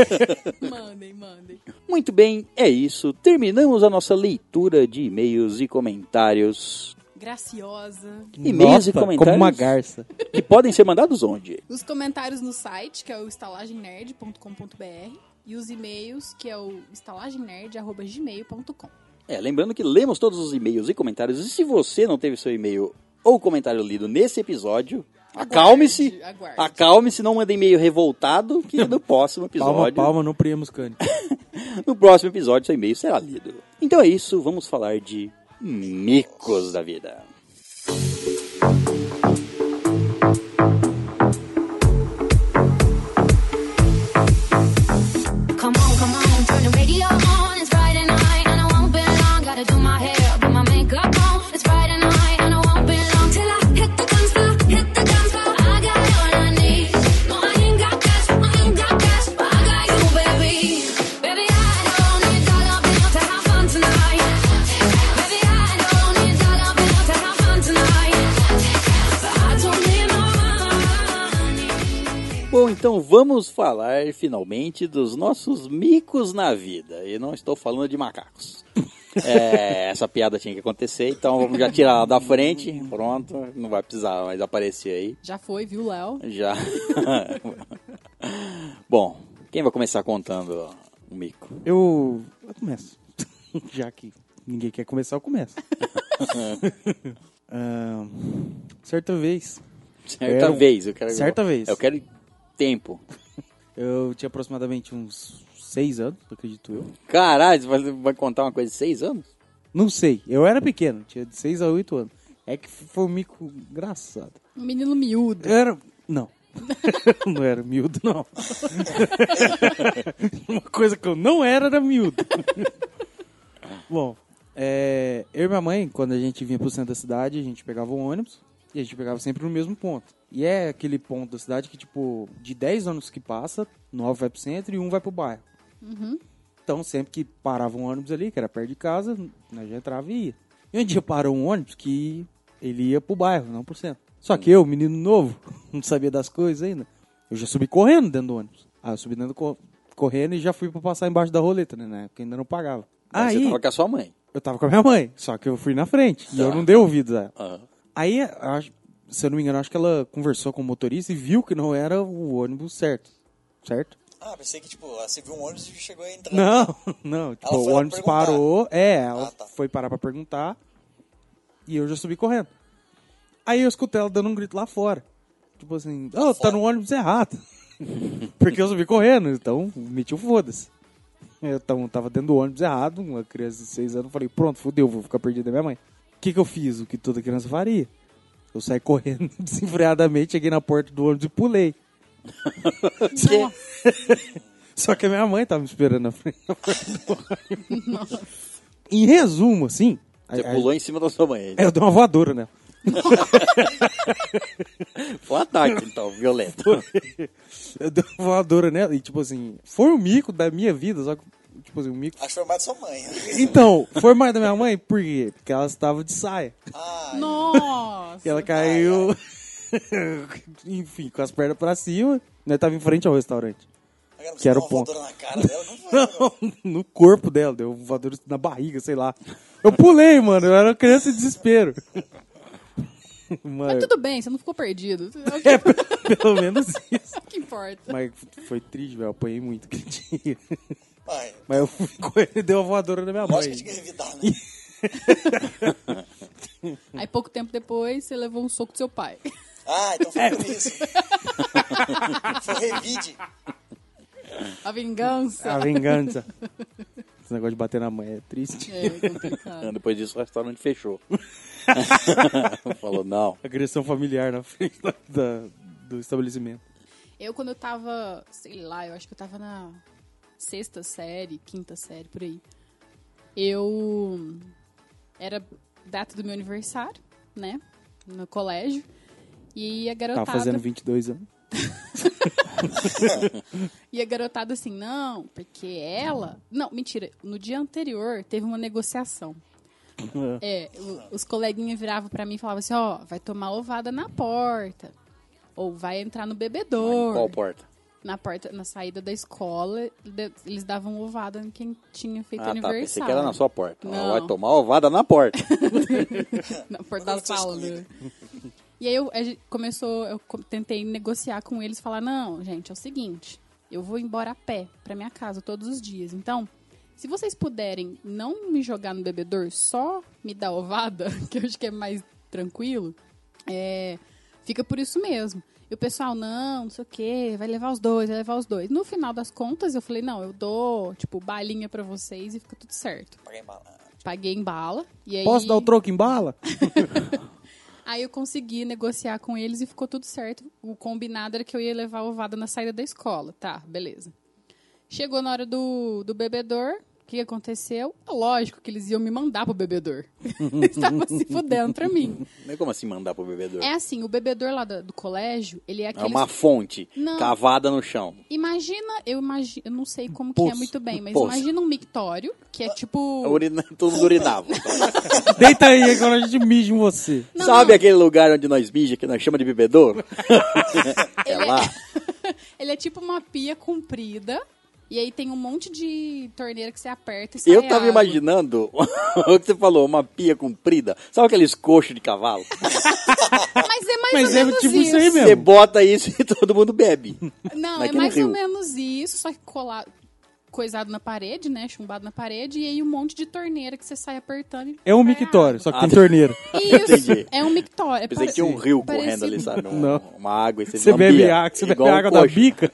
B: *laughs*
G: mandem, mandem.
B: Muito bem, é isso. Terminamos a nossa leitura de e-mails e comentários.
G: Graciosa.
B: E-mails e
F: Nossa,
B: comentários.
F: Como uma garça.
B: Que podem ser mandados onde?
G: Os comentários no site, que é o estalagemnerd.com.br. E os e-mails, que é o estalagemnerd.gmail.com.
B: É, lembrando que lemos todos os e-mails e comentários. E se você não teve seu e-mail ou comentário lido nesse episódio, acalme-se.
G: aguarde.
B: Acalme-se, não mande e-mail revoltado, que
F: *laughs*
B: no próximo
F: Palma,
B: episódio.
F: palma, não priemos cane.
B: No próximo episódio, seu e-mail será lido. Então é isso, vamos falar de micos da vida.
D: Come on, come on, turn the radio on. It's Friday night and I won't be long. Gotta do my hair, put my makeup on. It's Friday night and I won't be long till I hit the dance floor, hit the dance floor. I got what I need. No, I ain't got cash, I ain't got cash, but I got you, baby. Baby, I don't need dollar bill to have fun tonight. Baby, I don't need dollar bill to have fun tonight. But I don't need no money.
B: Bom, então vamos falar finalmente dos nossos micos na vida. E não estou falando de
F: *laughs*
B: macacos. É, essa piada tinha que acontecer, então vamos já tirar ela da frente. Pronto, não vai precisar mais aparecer aí.
G: Já foi, viu, Léo?
B: Já. *laughs* Bom, quem vai começar contando o mico?
F: Eu, eu começo. *laughs* Já que ninguém quer começar, eu começo. Ah, certa vez,
B: Certa
F: Quero-
B: vez, eu quero.
F: certa vez.
B: Eu quero tempo.
F: eu tinha aproximadamente uns seis anos, acredito eu.
B: Caralho, você vai- vai contar uma coisa de seis anos?
F: Não sei, eu era pequeno, tinha de seis a oito anos. É que foi um mico engraçado.
G: Um menino miúdo.
F: Eu era. Não. *laughs* não era miúdo, não. *laughs* Uma coisa que eu não era era miúdo. Bom, é, eu e minha mãe, quando a gente vinha pro centro da cidade, a gente pegava o ônibus e a gente pegava sempre no mesmo ponto. E é aquele ponto da cidade que, tipo, de 10 ônibus que passa, 9 vai pro centro e um vai pro bairro. Então, sempre que parava um ônibus ali, que era perto de casa, nós já entrava e ia. E um dia parou um ônibus que ele ia pro bairro, não pro centro. Só que eu, menino novo, *laughs* não sabia das coisas ainda, eu já subi correndo dentro do ônibus. Ah, eu subi dentro do co- correndo e já fui pra passar embaixo da roleta, né? Na época ainda não pagava.
B: Aí você tava com a sua mãe.
F: Eu tava com a minha mãe, só que eu fui na frente. E
E: Tá.
F: eu não dei ouvidos a ela.
B: Aham.
F: Aí, eu acho- se eu não me engano, acho que ela conversou com o motorista e viu que não era o ônibus certo. Certo?
E: Ah, pensei que, tipo, ela- você viu um ônibus e chegou a entrar.
F: Não, *laughs* não. Tipo,
E: Ela foi
F: o
E: lá
F: ônibus
E: perguntar.
F: parou. É, ela
E: Ah, tá.
F: foi parar pra perguntar. E eu já subi correndo. Aí eu escutei ela dando um grito lá fora. Tipo assim, oh, tá
E: fora."
F: no ônibus errado. *laughs* Porque eu subi correndo, então meti o foda-se. Eu É, tão- tava dentro do ônibus errado, uma criança de 6 anos, falei, pronto, fudeu, vou ficar perdido da minha mãe. O que, que eu fiz? O que toda criança faria? Eu saí correndo *laughs* desenfreadamente, cheguei na porta do ônibus
B: *laughs*
F: e pulei. *laughs* Só que a minha mãe tava me esperando na frente. na porta do ônibus. em resumo, assim. a-
B: Você
F: a-
B: pulou em cima da sua mãe.
F: Eu dei uma voadora, né?
B: Foi um ataque, então, violento. *laughs*
F: Eu dei uma voadora nela e, tipo assim, foi o mico da minha vida, só que, tipo assim, o mico.
E: Acho que foi mais de sua
F: *laughs*
E: mãe. né?
F: Então, foi mais da minha mãe? Por quê? Porque ela estava de saia.
E: Ah,
F: E *laughs*
G: Nossa.
F: ela caiu, *laughs* enfim, com as pernas pra cima. Nós tava em frente ao restaurante.
E: agora você
F: Quero
E: deu uma
F: ponto.
E: voadora na cara dela, não foi, não.
F: no corpo dela, deu um voador na barriga, sei lá. Eu pulei, mano, eu era uma criança em desespero. *laughs* Mano,
G: Mas tudo bem, você não ficou perdido. É o que, É
F: é, pe- pelo menos isso.
G: que importa.
F: Mas foi triste, velho, eu apanhei muito aquele dia.
E: Mãe,
F: Mas eu fui correndo e dei uma voadora na minha mãe.
E: lógico que tinha que revidar, né?
G: Aí pouco tempo depois, você levou um soco do seu pai. *laughs*
E: Ah, então
F: É.
E: foi por
F: *laughs*
E: isso. foi revide.
G: A vingança.
F: A vingança. Esse negócio de bater na mãe é triste.
G: É complicado.
B: Depois disso, o restaurante fechou. Falou, não.
F: Agressão familiar na frente da- da- do estabelecimento.
G: Eu, quando eu tava, sei lá, eu acho que eu tava na sexta série, quinta série, por aí. Eu era data do meu aniversário, né? No colégio. E a garotada.
F: Tava fazendo 22 anos.
G: E a garotada assim, não, porque ela. Não, mentira. No dia anterior teve
F: *laughs*
G: uma negociação. É, o- os coleguinhas viravam pra mim e falavam assim: ó, vai tomar ovada na porta. Ou vai entrar no bebedouro.
B: Qual porta?
G: Na porta, na saída da escola, de- eles davam ovada em quem tinha feito
B: Ah, tá.
G: é aniversário.
B: Pensei que era na sua porta. Ela
G: Não.
B: vai tomar ovada na porta. *laughs*
G: Na porta da
E: Não tinha
G: sala.
E: escolhido.
G: né? E aí eu, a gente começou, eu co- tentei negociar com eles, falar, não, gente, é o seguinte, eu vou embora a pé pra minha casa todos os dias. Então, se vocês puderem não me jogar no bebedor, só me dar ovada, *laughs* que eu acho que é mais tranquilo, é, fica por isso mesmo. E o pessoal, não, não sei o quê, vai levar os dois, vai levar os dois. No final das contas, eu falei, não, eu dou, tipo, balinha pra vocês e fica tudo certo.
E: Paguei malandro.
G: Paguei em bala. E aí...
F: Posso dar o troco em bala?
G: Aí eu consegui negociar com eles e ficou tudo certo. O combinado era que eu ia levar a ovada na saída da escola. Tá, beleza. Chegou na hora do, do bebedor, o que aconteceu? Lógico que eles iam me mandar pro bebedor. *laughs* eles estavam se fudendo pra mim.
B: Não é como assim mandar pro bebedor.
G: É assim, o bebedor lá da- do, colégio, ele é
B: É
G: aquele...
B: uma fonte
G: Não.
B: cavada no chão.
G: Imagina, eu imagino, eu não sei como que é
F: Poço.
G: muito bem, mas
B: Poço.
G: imagina um mictório, que é
B: A
G: tipo...
B: urina- Todo mundo urinava.
F: Deita aí, agora a gente mija em você.
G: *laughs* Não,
B: Sabe
G: não.
B: aquele lugar onde nós mija, que nós chama de
G: *laughs*
B: bebedouro? *laughs* é
G: Ele é-
B: lá.
G: Ele é tipo uma pia comprida, e aí tem um monte de torneira que você aperta e sai
B: Eu tava
G: água.
B: imaginando *laughs* o que você falou, uma pia comprida. Sabe aqueles coxos de cavalo?
G: Mas é mais
F: Mas
G: ou
F: é
G: menos
F: tipo
G: isso.
F: isso aí mesmo.
B: Você bota isso e *laughs* todo mundo bebe.
G: Não, é
B: Naquele
G: mais
B: rio.
G: ou menos isso, só que colado, coisado na parede, né? Chumbado na parede, e aí um monte de torneira que você sai apertando. e
F: É um
G: sai
F: mictório, só que
B: Ah,
F: tem
B: tá.
F: torneira.
G: água. Isso,
B: Entendi.
G: é um mictório. É
B: Pensei que
G: pare-
B: tinha um rio correndo
G: parecido.
B: ali, sabe? Um-
F: Não.
B: Uma água e você,
F: Você
B: vê uma
F: bebe
B: pia,
F: água, você bebe
B: igual um
F: água da
B: coxo.
F: bica?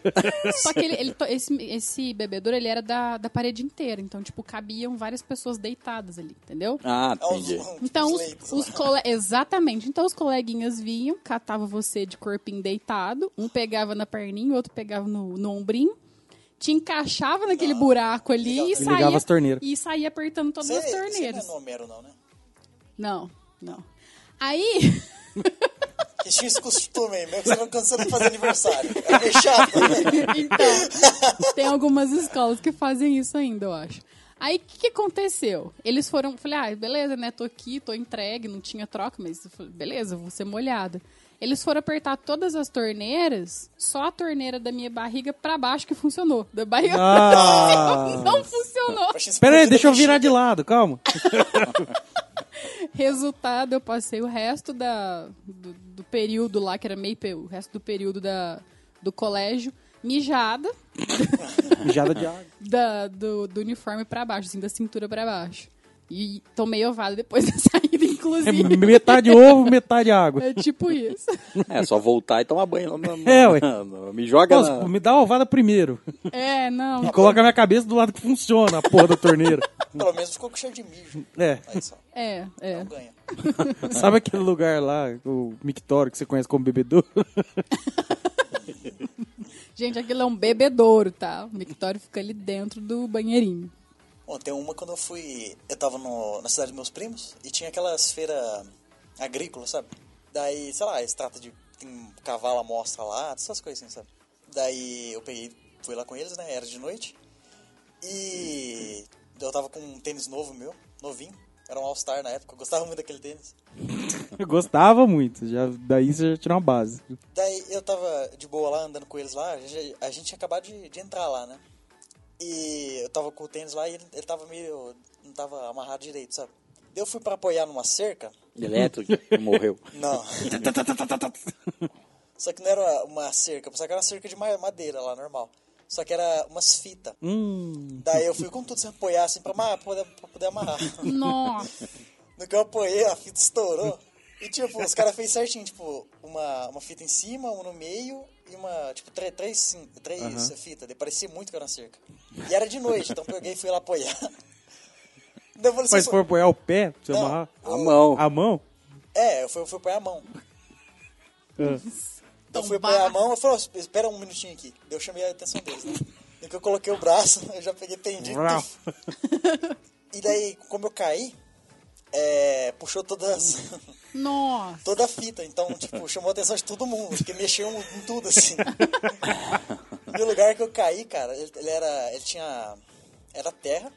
G: Só que ele, ele to- esse, esse bebedouro, ele era da, da parede inteira. Então, tipo, cabiam várias pessoas deitadas ali, entendeu?
B: Ah,
E: É uns,
B: entendi.
E: uns
G: Então, os,
E: leitos
G: os
E: lá.
G: cole... Exatamente. Então, os coleguinhas vinham, catavam você de corpinho deitado. Um pegava na perninha, o outro pegava no, no ombrinho. Te encaixava naquele buraco ali e
F: E
G: saía,
F: ligava as torneiras.
G: e saía apertando todas
E: Você-
G: as
E: você
G: torneiras.
E: não é Homero, não, né?
G: Não, não. Aí,
E: Que tinha esse costume aí, mesmo que você não cansando de fazer aniversário. É meio chato,
F: *laughs*
E: né?
G: *laughs* então, tem algumas escolas que fazem isso ainda, eu acho. Aí, o que, que aconteceu? Eles foram, falei, ah, beleza, né, tô aqui, tô entregue, não tinha troca, mas eu falei, beleza, eu vou ser molhada. Eles foram apertar todas as torneiras, só a torneira da minha barriga pra baixo que funcionou. Da barriga
F: Ah.
G: não funcionou.
E: Pra gente
F: Pera aí,
E: explodir
F: deixa eu
E: da
F: virar de
E: bexiga.
F: lado, calma.
G: Resultado, eu passei o resto da, do, do período lá, que era meio, pe- o resto do período da, do colégio, mijada
F: Mijada de água.
G: da, do, do uniforme pra baixo, assim, da cintura pra baixo. E tomei ovada depois *laughs* da saída,
F: É
G: inclusive.
F: metade ovo, metade água.
G: É tipo isso.
B: É, só voltar e tomar banho. lá no- no-
F: É, ué.
B: no- Me joga
F: Nossa,
B: na...
F: me dá a ovada primeiro.
G: É, não.
F: E coloca a minha cabeça do lado que funciona, a porra da torneira.
E: Pelo menos ficou com cheiro de mijo.
F: É.
E: Aí só,
G: É, é.
E: não ganha.
F: Sabe aquele lugar lá, o mictório que você conhece como bebedouro? *laughs*
G: Gente, aquilo é um bebedouro, tá? O mictório fica ali dentro do banheirinho.
E: Bom, tem uma quando eu fui. Eu tava no- na cidade dos meus primos e tinha aquelas feiras agrícolas, sabe? Daí, sei lá, eles tratam de. Tem um cavalo à mostra lá, essas coisas assim, sabe? Daí eu peguei, fui lá com eles, né? Era de noite. E eu tava com um tênis novo meu, novinho. Era um All-Star na época, eu gostava muito daquele tênis.
F: Eu gostava muito, já, daí você já tirou uma base.
E: Daí eu tava de boa lá, andando com eles lá, a gente, a gente tinha acabado de, de entrar lá, né? E eu tava com o tênis lá e ele, ele tava meio. não tava amarrado direito, sabe? Daí Eu fui pra apoiar numa cerca,
F: é
B: Elétrico,
F: *laughs*
B: morreu.
E: não. Só que não era uma cerca, só que era uma cerca de ma- madeira lá, normal. Só que era umas fitas.
F: Hum,
E: Daí eu fui com tudo sem apoiar, assim, pra, ma- pra poder, pra poder amarrar.
G: Nossa.
E: No que eu apoiei, a fita estourou. E, tipo, os caras fez certinho, tipo, uma, uma fita em cima, uma no meio e uma, tipo, três, três, cin- três fitas. Daí Parecia muito que era uma cerca. E era de noite, então eu peguei e fui lá apoiar. *laughs* Daí eu falei, assim,
F: mas se
E: "Vocês-
F: for apoiar o pé, pra você
E: Não,
F: amarrar
B: A mão.
F: a mão,
E: É, eu fui, eu fui apoiar a mão.
B: Ah.
F: *laughs*
E: Então eu fui apoiar a mão, eu falei, "Ó, espera um minutinho aqui. Daí Eu chamei a atenção deles, né? E que *laughs* eu coloquei o braço, eu já peguei, tendi.
F: Vrau.
E: E daí, como eu caí, é, puxou todas,
G: Nossa.
E: toda a fita. Então, tipo, chamou a atenção de todo mundo, porque mexeu em tudo, assim. No lugar que eu caí, cara, ele, ele era. Ele tinha. Era terra.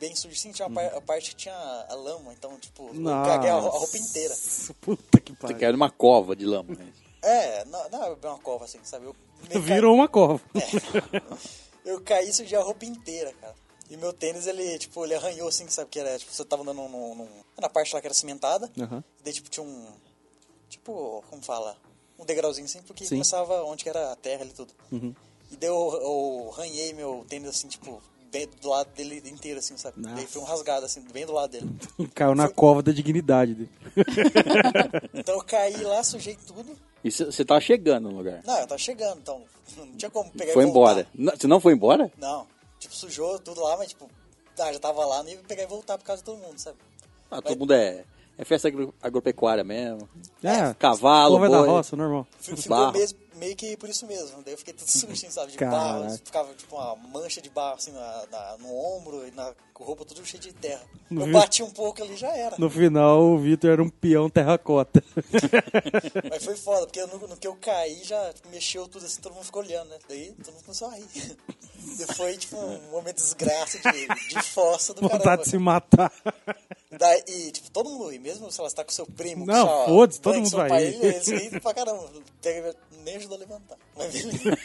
E: Bem sujo assim, tinha uma par- a parte que tinha a lama, então, tipo, eu caguei a, ro- a roupa inteira.
F: Puta que
B: Você
F: pariu.
B: caiu numa cova de lama. né?
E: É, não, não abriu uma cova assim, sabe? Eu meio que
F: Virou uma cova.
E: Eu caí e sujei a roupa inteira, cara. E meu tênis, ele, tipo, ele arranhou assim, sabe? Que era, tipo, você tava andando num, num- na parte lá que era cimentada.
F: Aham.
E: E daí, tipo, tinha um. Tipo, como fala? Um degrauzinho assim, porque
F: Sim. Uhum.
E: começava onde que era a terra ali e tudo. E daí eu, eu ranhei meu tênis assim, tipo, bem do lado dele inteiro, assim, sabe?
F: Nossa.
E: Daí foi um rasgado, assim, bem do lado dele.
F: *laughs* Caiu na cova da dignidade dele.
E: então eu caí lá, sujei tudo.
B: E c- você tava chegando no lugar.
E: Não, eu tava chegando, então *laughs* não tinha como pegar e
B: Foi
E: voltar.
B: embora. Não, Você não foi embora?
E: Não, tipo, sujou tudo lá, mas tipo, ah, já tava lá, nem ia pegar e voltar por causa de todo mundo, sabe?
B: Ah, todo mundo é. É festa agro- agropecuária mesmo.
F: É,
B: Cavalo,
F: cova da
B: boi.
F: roça, normal.
E: Fico- Ficou
B: Barro.
E: mesmo, meio que por isso mesmo, daí eu fiquei tudo sujo, assim, sabe, de
F: Caraca.
E: barro, ficava tipo uma mancha de barro assim na, na- no ombro e na roupa tudo cheia de terra.
F: Não
E: eu
F: viu?
E: bati um pouco ali já era,
F: No final, o Vitor era um
B: *laughs*
F: peão terracota.
E: mas foi foda, porque no, no que eu caí já tipo, mexeu tudo assim, todo mundo ficou olhando, né? Daí todo mundo começou a rir. *laughs* E foi tipo um momento de desgraça, de, de força do
F: Vontade
E: caramba.
F: de se matar.
E: Daí, e, tipo, todo mundo ri, mesmo se ela está tá com seu primo.
F: Não,
E: que só
F: foda-se, todo
E: banha
F: mundo
E: seu
F: vai
E: pai,
F: rir.
E: Ele, eles riem pra caramba. Até- Nem ajudou a levantar. Mas beleza.
F: *laughs*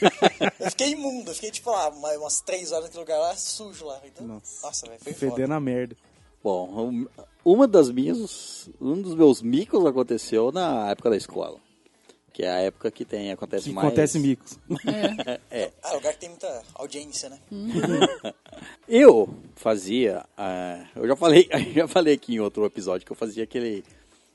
E: eu fiquei imundo, eu fiquei, tipo, lá, uma- umas três horas naquele lugar lá, sujo lá. Então,
F: Nossa.
E: nossa, velho, foi
F: Fedendo
E: foda.
F: a merda.
B: Bom, um- uma das minhas, um dos meus micos aconteceu na época da escola, que é a época que tem acontece
F: Que
B: mais.
F: acontece micos.
E: Ah, lugar que tem muita audiência, né?
B: Eu fazia, ah, eu já falei, *laughs* eu já falei aqui em outro episódio que eu fazia aquele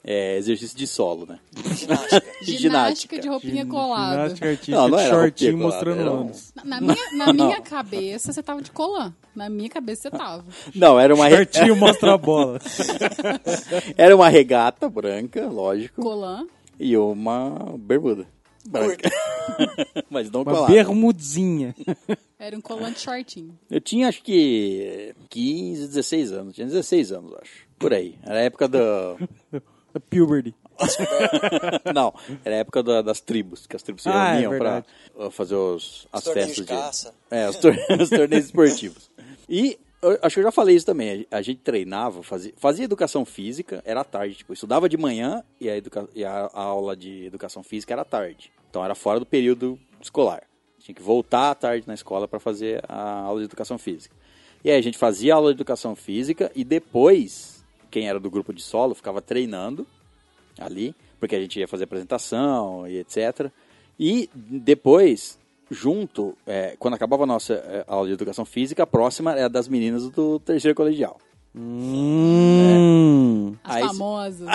B: eh, exercício *laughs* de solo, né?
E: Ginástica.
G: Ginástica, de roupinha
F: Gin-
G: colada.
F: Ginástica artística,
B: Não, não era
F: shortinho
B: roupinha colada,
F: mostrando
B: era um-
F: ânus.
G: Na, na minha, na minha cabeça, você tava de colã. Na minha cabeça, você tava.
B: Não, era uma re-
F: Shortinho mostra a bola.
B: *laughs* era uma regata branca, lógico,
G: Colã.
B: e uma bermuda branca, *laughs* mas não
F: Uma
B: colada.
F: bermudinha.
G: Era um colã de shortinho.
B: Eu tinha acho que 15, 16 anos, tinha 16 anos, eu acho, por aí. Era a época do
F: A Puberty.
B: Não, era a época da- das tribos, que as tribos se
F: Ah, é
B: reuniam pra
F: verdade.
B: uh, fazer os, as
E: torneios
B: festas
E: de caça.
B: É, os, tor- *laughs* os torneios esportivos. E eu acho que eu já falei isso também. A gente treinava, fazia, fazia educação física, era à tarde. Tipo, estudava de manhã e a, educa- e a- a aula de educação física era à tarde. Então era fora do período escolar. Tinha que voltar à tarde na escola para fazer a aula de educação física. E aí a gente fazia aula de educação física e depois, quem era do grupo de solo ficava treinando ali, porque a gente ia fazer apresentação e etc. E depois, junto, é, quando acabava a nossa é, aula de educação física, a próxima era das meninas do terceiro colegial. *laughs*
F: Hum.
G: As
B: Aí se-
G: famosas.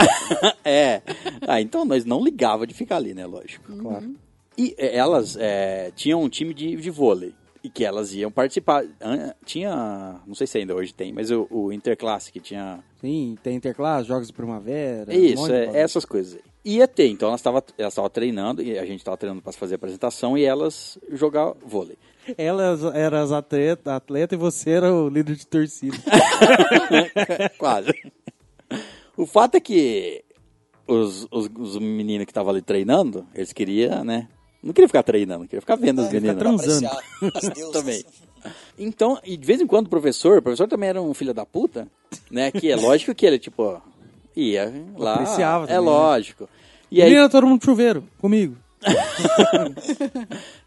B: é. Ah, então nós não ligava de ficar ali, né? Lógico.
F: Claro.
B: E é, elas é, tinham um time de, de vôlei e que elas iam participar. An- Tinha, não sei se ainda hoje tem, mas o, o Interclasse que tinha
F: Sim, tem interclasse, jogos de primavera. um
B: Isso,
F: monte de
B: é,
F: bagulho.
B: essas coisas aí. Ia ter, então elas estavam elas tava treinando, e a gente estava treinando para fazer a apresentação e elas jogar
F: *laughs*
B: vôlei.
F: Elas eram as atleta, atleta e você era o líder de torcida.
B: Quase. O fato é que os, os, os meninos que estavam ali treinando, eles queriam, né? Não queria ficar treinando, queria ficar vendo as meninas.
F: transa- É, Transando.
E: Apreciar as
F: *laughs*
E: deusas.
B: Também. Então, e de vez em quando o professor, o professor também era um filho da puta, né? Que é lógico que ele, tipo, ó,
F: *laughs*
B: ia lá.
F: Apreciava
B: é
F: também, né?
B: lógico. E
F: E
B: aí,
F: Menina, todo mundo chuveiro, comigo.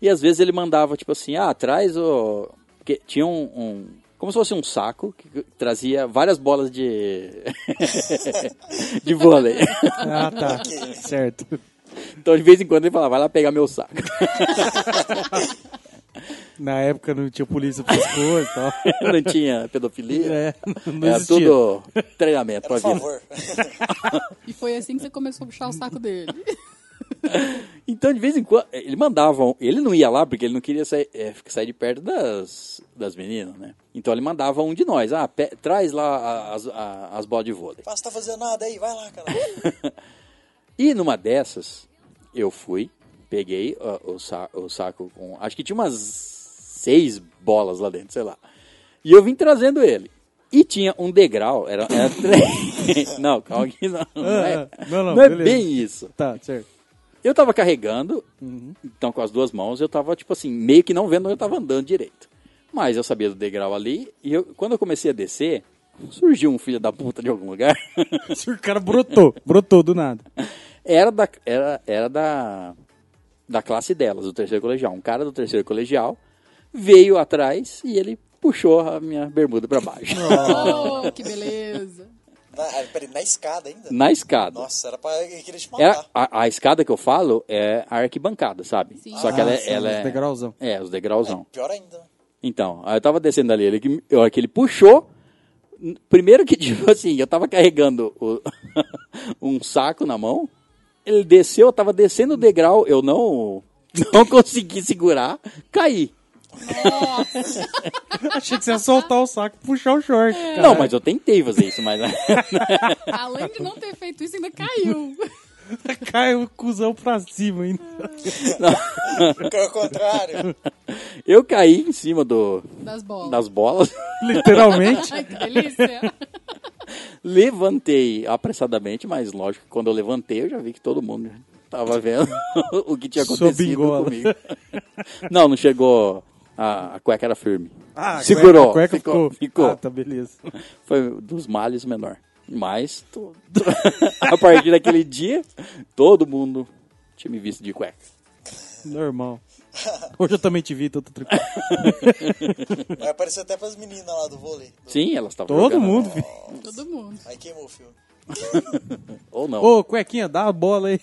B: E às vezes ele mandava, tipo assim, ah, traz o. Porque tinha um. um- Como se fosse um saco que trazia várias bolas de. *laughs* de vôlei. *laughs*
F: Ah, tá. certo.
B: Então de vez em quando ele falava, vai lá pegar meu saco. *laughs*
F: Na época não tinha polícia pra essas
B: *laughs*
F: coisas e tal.
B: Não tinha pedofilia.
F: É, não
B: era
F: existia.
B: tudo treinamento
E: Era
B: pra
E: um
B: vida.
E: favor. *laughs*
G: E foi assim que você começou a puxar o saco dele.
B: Então de vez em quando. Ele mandava. um- Ele não ia lá porque ele não queria sair, é, sair de perto das, das meninas, né? Então ele mandava um de nós, ah, pe- traz lá as, a- as bolas de vôlei.
E: Faz, tá fazendo nada aí, vai lá, cara.
B: E numa dessas, eu fui, peguei ó, o, sa- o saco com. Acho que tinha umas seis bolas lá dentro, sei lá. E eu vim trazendo ele. E tinha um degrau, era,
F: *laughs*
B: era três. não, calma que não. Não é,
F: Ah, não, não,
B: não é
F: beleza.
B: bem isso.
F: Tá, certo.
B: Eu tava carregando,
F: Uhum.
B: então com as duas mãos, eu tava, tipo assim, meio que não vendo onde eu tava andando direito. Mas eu sabia do degrau ali, e eu- quando eu comecei a descer, surgiu um filho da puta de algum lugar. *laughs*
F: O cara brotou, brotou do nada.
B: É era da, era, era da, da classe delas, do terceiro colegial. Um cara do terceiro colegial veio atrás e ele puxou a minha bermuda pra
F: *laughs*
B: baixo.
G: Oh, que beleza.
E: Na, ah, peraí, na escada ainda?
B: Na escada.
E: Nossa, era pra ele queria te
B: Era,
E: matar.
B: É a, a escada que eu falo é a arquibancada, sabe?
G: Sim.
B: Só que ela, é-
F: Ah, sim,
B: ela
F: os
B: é.
F: degrauzão.
B: É, os degrauzão.
E: Pior ainda. né?
B: Então, aí eu tava descendo ali, ele, que- eu- é que ele puxou. n- Primeiro que, *laughs* tipo assim, eu tava carregando o- *laughs* um saco na mão. Ele desceu, eu tava descendo o degrau, eu não, *laughs* não consegui segurar, caí.
F: Achei que você ia soltar o saco e puxar o short. cara.
B: Não, mas eu tentei fazer isso, mas. né,
G: Além de não ter feito isso, ainda caiu.
F: Caiu o cuzão pra cima ainda. *laughs*
E: Porque é
B: *laughs*
E: o contrário.
B: *laughs* eu caí em cima do,
G: Das bolas.
B: das bolas, *laughs*
F: Literalmente.
G: *laughs* Ai, que delícia.
B: levantei apressadamente, mas lógico que quando eu levantei eu já vi que todo mundo tava vendo *laughs* o que tinha
F: Sua
B: acontecido
F: bingola.
B: comigo. *laughs* Não, não chegou. A, a cueca era firme.
F: Ah, a
B: Segurou,
F: cueca- a cueca
B: ficou,
F: ficou.
B: ficou.
F: Ah, tá, beleza.
B: Foi dos males o menor. Mas to- to- *laughs* a partir daquele dia, todo mundo tinha me visto de cueca.
F: Normal. Hoje eu também te vi, tô tô tranquilo.
E: Aí apareceu até pras meninas lá do vôlei.
B: Sim, elas estavam
F: Todo
B: jogando,
F: mundo.
B: né?
F: filho.
G: Todo mundo.
E: Aí queimou o filme.
B: Ou não.
F: Ô, cuequinha, dá a bola aí.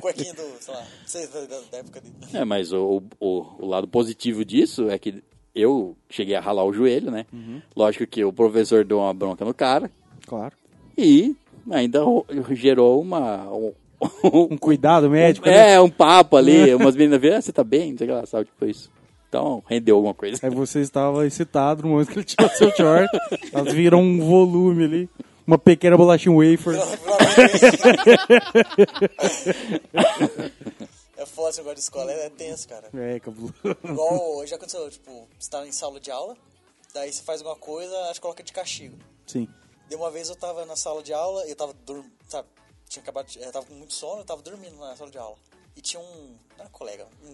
E: Cuequinha Um do, sei lá, não sei da, *laughs* da época dele.
B: *laughs* É, mas o, o, o lado positivo disso é que eu cheguei a ralar o joelho, né?
F: Uhum.
B: Lógico que o professor deu uma bronca no cara
F: Claro.
B: e ainda ro- gerou uma. um- *laughs*
F: Um cuidado médico. né?
B: é, um papo ali. umas meninas viram, "Ah, você tá bem? Não sei o que lá, sabe? Tipo isso. Então, rendeu alguma coisa.
F: Aí você estava excitado no momento que ele tirou seu short. Elas viram um volume ali. Uma pequena bolachinha um wafer.
E: É foda esse negócio de escola, é, é tenso, cara.
F: É, cabuloso.
E: Igual já aconteceu, tipo, você tá em sala de aula, daí você faz alguma coisa, acho que coloca de castigo.
F: Sim.
E: De uma vez eu tava na sala de aula, eu tava dormindo, sabe? Tinha acabado, de- é, eu tava com muito sono, eu tava dormindo na sala de aula. E tinha um, não era colega, um,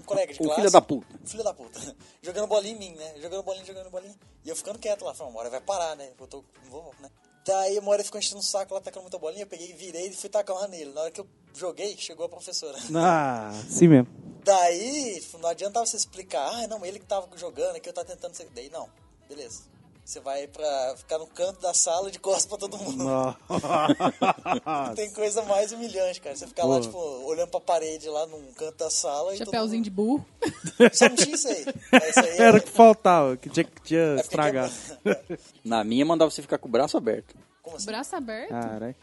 E: um colega de
B: Um
E: classe.
B: filho da puta.
E: um Filho da puta. *laughs* Jogando bolinha em mim, né? Jogando bolinha, jogando bolinha. E eu ficando quieto lá, falando, uma hora vai parar, né? Eu tô, não vou, né? Daí uma hora ele ficou enchendo o saco lá, tacando muita bolinha, eu peguei, virei e fui tacar uma nele. Na hora que eu joguei, chegou a professora. *laughs*
F: Ah, sim *laughs* mesmo.
E: Daí, tipo, não adiantava você explicar, ah, não, ele que tava jogando, é que eu tava tentando. ser-" Daí, não, beleza. Você vai pra ficar no canto da sala de costas pra todo mundo.
B: *laughs*
E: Não tem coisa mais humilhante, cara. Você ficar lá, tipo, olhando pra parede lá num canto da sala
G: Chapeuzinho de burro.
E: e todo mundo... Só não tinha isso aí. É, Isso aí é-
F: Era o que faltava, que tinha, que tinha
E: é porque
F: estragado.
E: quebra- é,
B: Na minha, mandava você ficar com o braço aberto.
E: Como assim?
G: Braço aberto.
F: Caralho.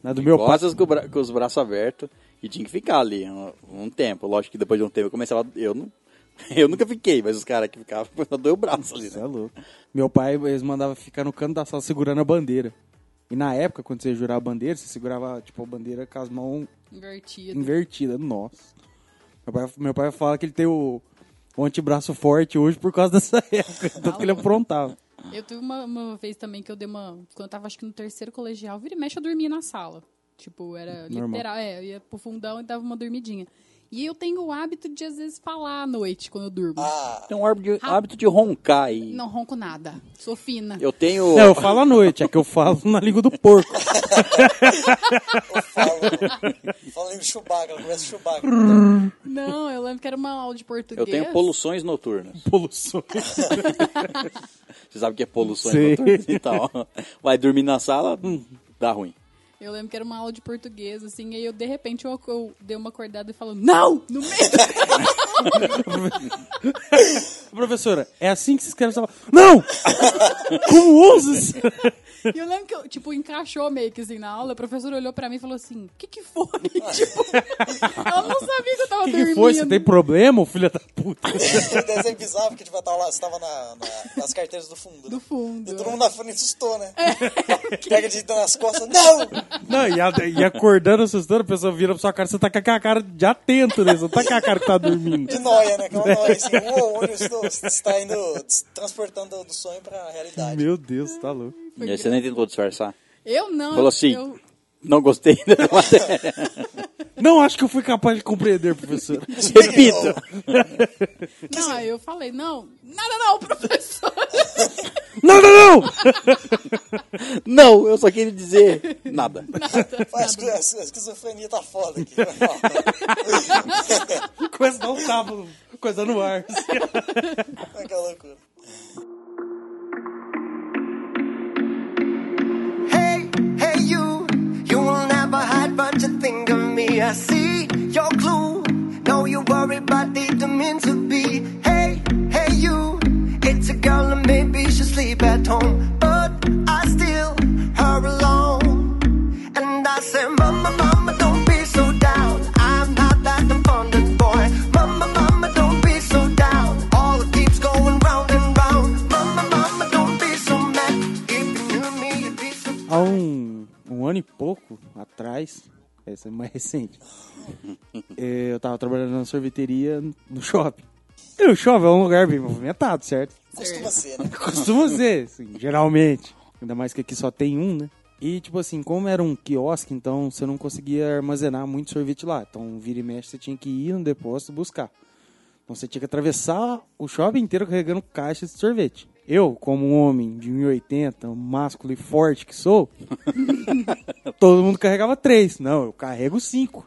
F: Na é do meu pai.
B: Costas com, o bra- com os braços abertos e tinha que ficar ali um, um tempo. Lógico que depois de um tempo eu começava. Eu, não, *laughs* eu nunca fiquei, mas os caras que ficavam, *laughs* eu dei o braço ali,
F: Você
B: né?
F: é louco. Meu pai, eles mandavam ficar no canto da sala segurando a bandeira. E na época, quando você jurava a bandeira, você segurava, tipo, a bandeira com as mãos
G: Invertido.
F: invertidas. Nossa. Meu pai, meu pai fala que ele tem o, o antebraço forte hoje por causa dessa *laughs* época. Tanto que ele aprontava.
G: Eu tive uma, uma vez também que eu dei uma. Quando eu tava, acho que no terceiro colegial, vira e mexe, eu dormia na sala. Tipo, era
F: Normal.
G: literal. É, eu ia pro fundão e dava uma dormidinha. E eu tenho o hábito de, às vezes, falar à noite quando eu durmo.
E: Ah,
B: Tem um hábito de, hábito de roncar aí.
G: Não ronco nada. Sou fina.
B: Eu tenho.
F: Não, eu falo à noite, é que eu falo na língua do porco. *laughs*
E: eu falo... Falando em Chewbacca, ela começa a Chewbacca.
G: *laughs* Não, eu lembro que era uma aula de
B: eu
G: português.
B: tenho poluções noturnas.
F: Poluções.
B: Você sabe o que é poluções
F: Sei.
B: noturnas? Então, *laughs* vai dormir na sala, hum, dá ruim.
G: Eu lembro que era uma aula de português, assim, e aí eu, de repente, eu, eu dei uma acordada e falo, não! No meio!
F: Professora, é assim que vocês querem falar. *laughs* Não! Como ousas?
G: e eu lembro que, eu, tipo, encaixou meio que, assim, na aula, a professora olhou pra mim e falou assim, o que que foi? *laughs* tipo, ela não sabia que eu tava
F: O que,
G: dormindo.
F: que foi? Você tem problema, ô filha da puta?
E: Esse desenho bizarro, porque tipo, eu tava lá, você tava na- na- nas carteiras do fundo.
G: Do
E: né?
G: fundo. É.
E: E todo mundo na frente assustou, né? Pega de nas costas, não!
F: Não, e, a- e acordando, assustando, a pessoa vira pra sua cara, você tá com a cara de atento, né? Você não tá com a cara que tá dormindo.
E: de noia, né? Que é uma noia assim, uou, onde eu estou? Você está indo, transportando do sonho pra realidade.
F: Meu Deus, tá louco.
G: Foi
B: Você nem tentou disfarçar.
G: Eu não.
B: Falou assim,
G: eu-
B: não gostei *laughs* da matéria.
F: Não acho que eu fui capaz de compreender, professor.
B: Repita.
G: Não, aí eu falei, não, nada não, *laughs* professor.
F: não, não, não!
B: Não, eu só queria dizer nada.
E: Vai, a esqui- a esqui- a esquizofrenia tá foda aqui.
F: *laughs* Coisa dá um tapa, coisa no ar.
E: Olha que loucura.
I: Hey, hey, you. You will never hide what you think of me. I see your clue. No, you worry, but didn't mean to be. Hey, hey, you. It's a girl, and maybe she sleep at home. But I still her alone. And I say, Mama, Mama, don't be so down. I'm not that abundant boy. Mama, Mama, don't be so down. All it keeps going round and round. Mama, Mama, don't be so mad. If you knew me, you'd be so
F: Há um, um ano e pouco atrás, essa é mais recente, eh, eu tava trabalhando na sorveteria no shopping. E o shopping é um lugar bem movimentado, certo?
E: Costuma ser, né?
F: Costuma ser, assim, geralmente. Ainda mais que aqui só tem um, né? E, tipo assim, como era um quiosque, então você não conseguia armazenar muito sorvete lá. Então, vira e mexe, você tinha que ir no depósito buscar. Então, você tinha que atravessar o shopping inteiro carregando caixas de sorvete. Eu, como um homem de 1,80, um másculo e forte que sou, *laughs* todo mundo carregava três. Não, eu carrego cinco.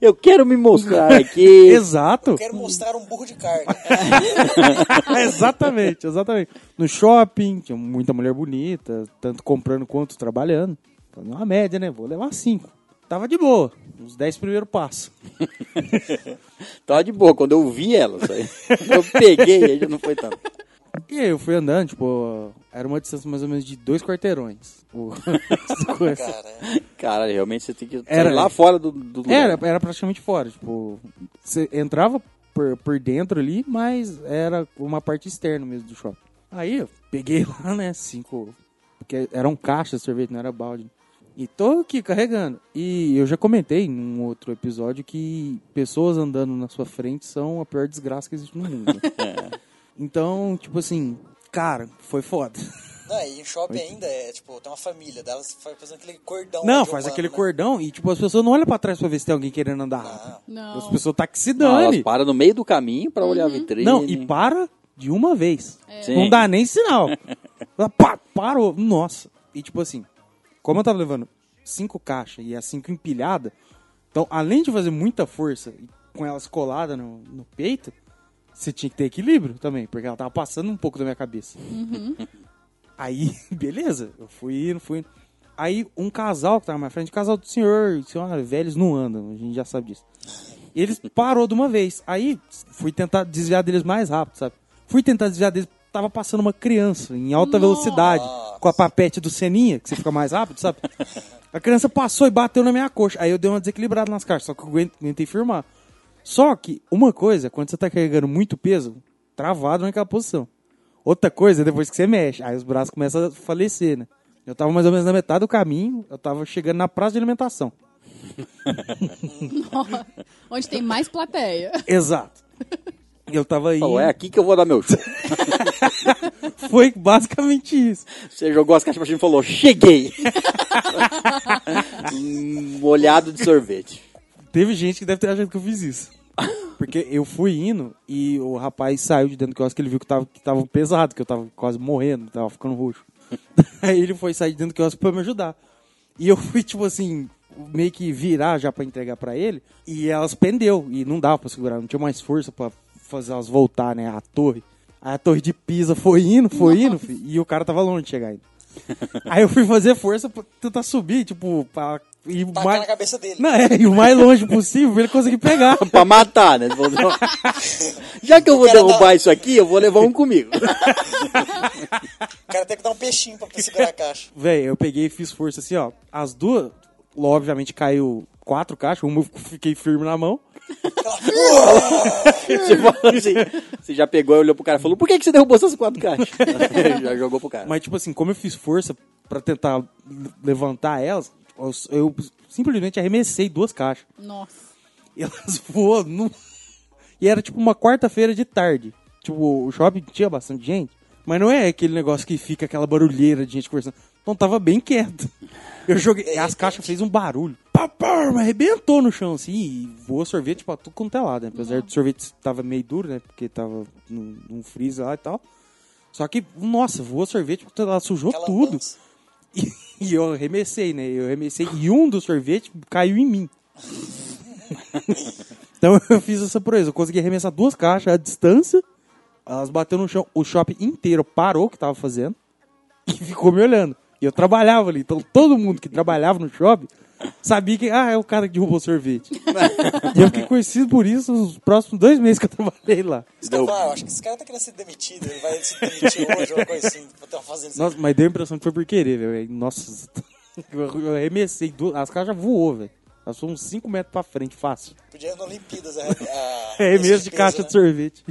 B: Eu quero me
F: *laughs*
B: mostrar aqui.
F: Exato.
E: Quero mostrar um burro de
F: *laughs*
E: carga.
F: exatamente, exatamente. No shopping, tinha muita mulher bonita, tanto comprando quanto trabalhando. Fazendo uma média, né? Vou levar cinco. Tava de boa, uns 10 primeiros passos.
B: Tava Tá de boa, quando eu vi ela, sabe? eu peguei, aí já não foi tanto.
F: E aí eu fui andando, tipo, era uma distância mais ou menos de dois quarteirões. O- *laughs* essa coisa.
E: Cara,
B: Cara, realmente você tem que sair
F: Era- né?
B: lá fora do, do lugar.
F: Era, era praticamente fora, tipo, você entrava por, por dentro ali, mas era uma parte externa mesmo do shopping. Aí eu peguei *laughs* lá, né, cinco, porque eram caixas de sorvete, não era balde. E tô aqui carregando. E eu já comentei em um outro episódio que pessoas andando na sua frente são a pior desgraça que existe no mundo. então, tipo assim, cara, foi foda.
E: Não, e em shopping ainda é, tipo, tem uma família delas fa- fazendo aquele cordão.
F: Não,
E: de
F: faz
E: humano,
F: aquele
E: né?
F: cordão e, tipo, as pessoas não olham pra trás pra ver se tem alguém querendo andar rápido.
G: Não.
F: As pessoas tá que se
B: Não, elas
F: dane.
B: param no meio do caminho pra olhar a vitrine.
F: Não, e para de uma vez.
B: Sim.
F: Não dá nem sinal. Ela pá, parou. Nossa. E tipo assim, como eu tava levando cinco caixas e as cinco empilhadas, então além de fazer muita força e com elas coladas no, no peito, você tinha que ter equilíbrio também, porque ela tava passando um pouco da minha cabeça. Aí, *laughs* beleza, eu fui indo, fui indo. Aí um casal que tava na minha frente, um casal do senhor e senhora, velhos não andam, a gente já sabe disso. Eles parou de uma vez. Aí fui tentar desviar deles mais rápido, sabe? Fui tentar desviar deles, tava passando uma criança em alta velocidade, com a papete do Seninha, que você fica mais rápido, sabe? A criança passou e bateu na minha coxa. Aí eu dei uma desequilibrada nas caixas, só que eu aguent- aguentei firmar. Só que uma coisa, quando você tá carregando muito peso, travado naquela posição. Outra coisa é depois que você mexe, aí os braços começam a falecer, né? Eu tava mais ou menos na metade do caminho, eu tava chegando na praça de alimentação.
G: *laughs* Onde tem mais plateia.
F: Exato. Eu tava aí.
B: Falou, é aqui que eu vou dar meu show. *laughs*
F: Foi basicamente isso.
B: Você jogou as caixas pra cima e falou,
F: *laughs*
B: cheguei! Hum, Molhado de sorvete.
F: Teve gente que deve ter achado que eu fiz isso. Porque eu fui indo e o rapaz saiu de dentro do quiosque, ele viu que tava, que tava pesado, que eu tava quase morrendo, tava ficando roxo. *laughs* Aí ele foi sair de dentro do quiosque pra me ajudar. E eu fui, tipo assim, meio que virar já pra entregar pra ele, e elas pendeu, e não dava pra segurar, não tinha mais força pra fazer elas voltar, né, a torre. Aí a torre de Pisa foi indo, foi indo, fi, e o cara tava longe de chegar ainda. Aí eu fui fazer força pra tentar subir, tipo, pra ir
E: Tacar na cabeça dele.
F: Não, é, e o mais longe possível pra ele conseguir pegar.
B: Pra matar, né? Ele falou, "Não, *laughs* Já que eu vou
E: Cara,
B: derrubar isso aqui, eu vou levar um
F: *laughs*
B: comigo.
E: O cara tem que dar um peixinho pra pra segurar a caixa.
F: *laughs* Véi, eu peguei e fiz força assim, ó. As duas, obviamente, caiu quatro caixas, uma eu fiquei firme na mão.
B: Você falou assim, você já pegou e olhou pro cara e falou, por que, que você derrubou essas quatro caixas? *laughs* já jogou pro cara.
F: Mas, tipo assim, como eu fiz força pra tentar levantar elas, eu, eu simplesmente arremessei duas caixas.
G: Nossa.
F: E *laughs* elas voam. no- E era tipo uma quarta-feira de tarde. Tipo, o shopping tinha bastante gente. Mas não é aquele negócio que fica aquela barulheira de gente conversando. Então tava bem quieto. Eu joguei. as caixas fez um barulho. Pá, pá, mas arrebentou no chão, assim. E voou sorvete pra tudo quanto é lado, né? Apesar do sorvete tava meio duro, né? Porque tava num, num freezer lá e tal. Só que, nossa, voou sorvete pra todo lado, sujou
E: Aquela
F: tudo.
E: dança.
F: E, *laughs* e eu arremessei, né? Eu arremessei e um dos sorvetes caiu em mim. *laughs* então eu fiz essa proeza. Eu consegui arremessar duas caixas à distância. Elas bateram no chão. O shopping inteiro parou o que tava fazendo e *laughs* ficou me olhando. E eu trabalhava ali. Então todo mundo que trabalhava no shopping sabia que, ah, é o cara que derrubou o sorvete. *laughs* e eu fiquei conhecido por isso os próximos dois meses que eu trabalhei lá.
E: Então, ah, eu acho que esse cara tá querendo ser demitido, ele vai se
F: *laughs*
E: demitir hoje ou uma coisa assim, pra ter uma fazenda.
F: Nossa, mas deu a impressão que foi por querer, velho. Nossa, *laughs* eu arremessei. duas- As caixas voou, velho. Elas foram uns 5 metros pra frente, fácil.
E: assim, Podia ir na Olimpíadas. A, a,
F: É mesmo
E: peso,
F: de caixa
E: né?
F: de sorvete.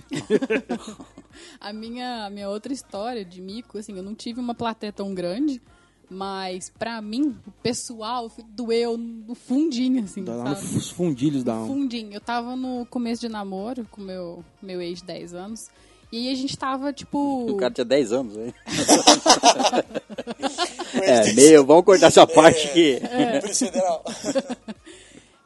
G: A minha, a minha outra história de mico, assim, eu não tive uma plateia tão grande, mas pra mim, o pessoal doeu no fundinho, assim,
F: Lá
G: sabe?
F: nos fundilhos da alma.
G: Fundinho. Eu tava no começo de namoro com meu, meu ex de 10 anos. E aí a gente tava,
B: *laughs*
G: tipo.
B: O cara tinha 10 anos, hein?
E: Mas
B: É,
E: né?
B: meio, vamos cortar essa parte
F: *laughs*
B: que.
E: Polícia Federal.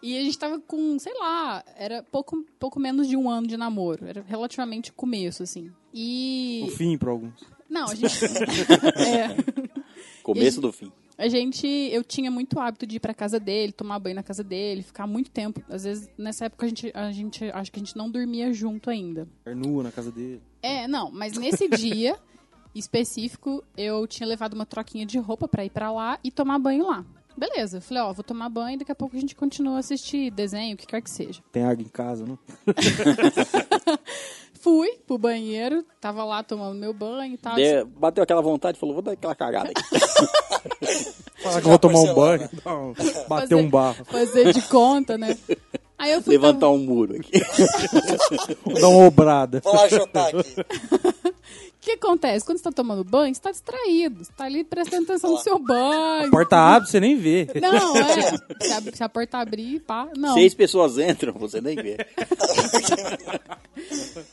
G: E a gente tava com, sei lá, era pouco, pouco menos de um ano de namoro. Era relativamente começo, assim.
F: O
G: E.
F: Um fim pra alguns.
G: Não,
B: *laughs*
G: a gente. é.
B: Começo do fim.
G: A gente, eu tinha muito hábito de ir pra casa dele, tomar banho na casa dele, ficar muito tempo. Às vezes, nessa época, a gente, a gente acho que a gente não dormia junto ainda.
F: Carnua na casa dele.
G: É, não, mas nesse dia específico, eu tinha levado uma troquinha de roupa pra ir pra lá e tomar banho lá. Beleza, eu falei, ó, vou tomar banho, daqui a pouco a gente continua a assistir desenho, o que quer que seja.
F: Tem água em casa, não?
G: Fui pro banheiro, tava lá tomando meu banho e tal.
B: De- Bateu aquela vontade e falou: vou dar aquela cagada aqui.
F: Fala que eu vou tomar um banho.
E: porcelana.
F: Não.
G: Fazer-
F: Bater um barro.
G: assim, Fazer de conta, né? Aí eu fui pra-
B: Levantar um muro aqui.
F: Dar uma obrada.
E: Vou lá ajotar aqui.
F: *laughs*
G: O que acontece? Quando você tá tomando banho, você tá distraído. Você tá ali prestando atenção no seu banho.
F: Porta abre, você nem vê.
G: Não, é. Se a, se a porta abrir, pá. Não.
B: Seis pessoas entram, você nem vê.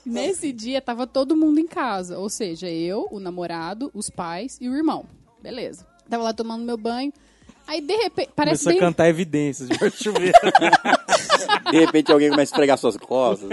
G: Nesse dia tava todo mundo em casa. Ou seja, eu, o namorado, os pais e o irmão. Beleza. Tava lá tomando meu banho. Aí, de repente, parece
F: Começou a
G: bem...
F: cantar evidências. Jorge *laughs* Chuveiro.
B: De repente alguém começa a esfregar suas costas.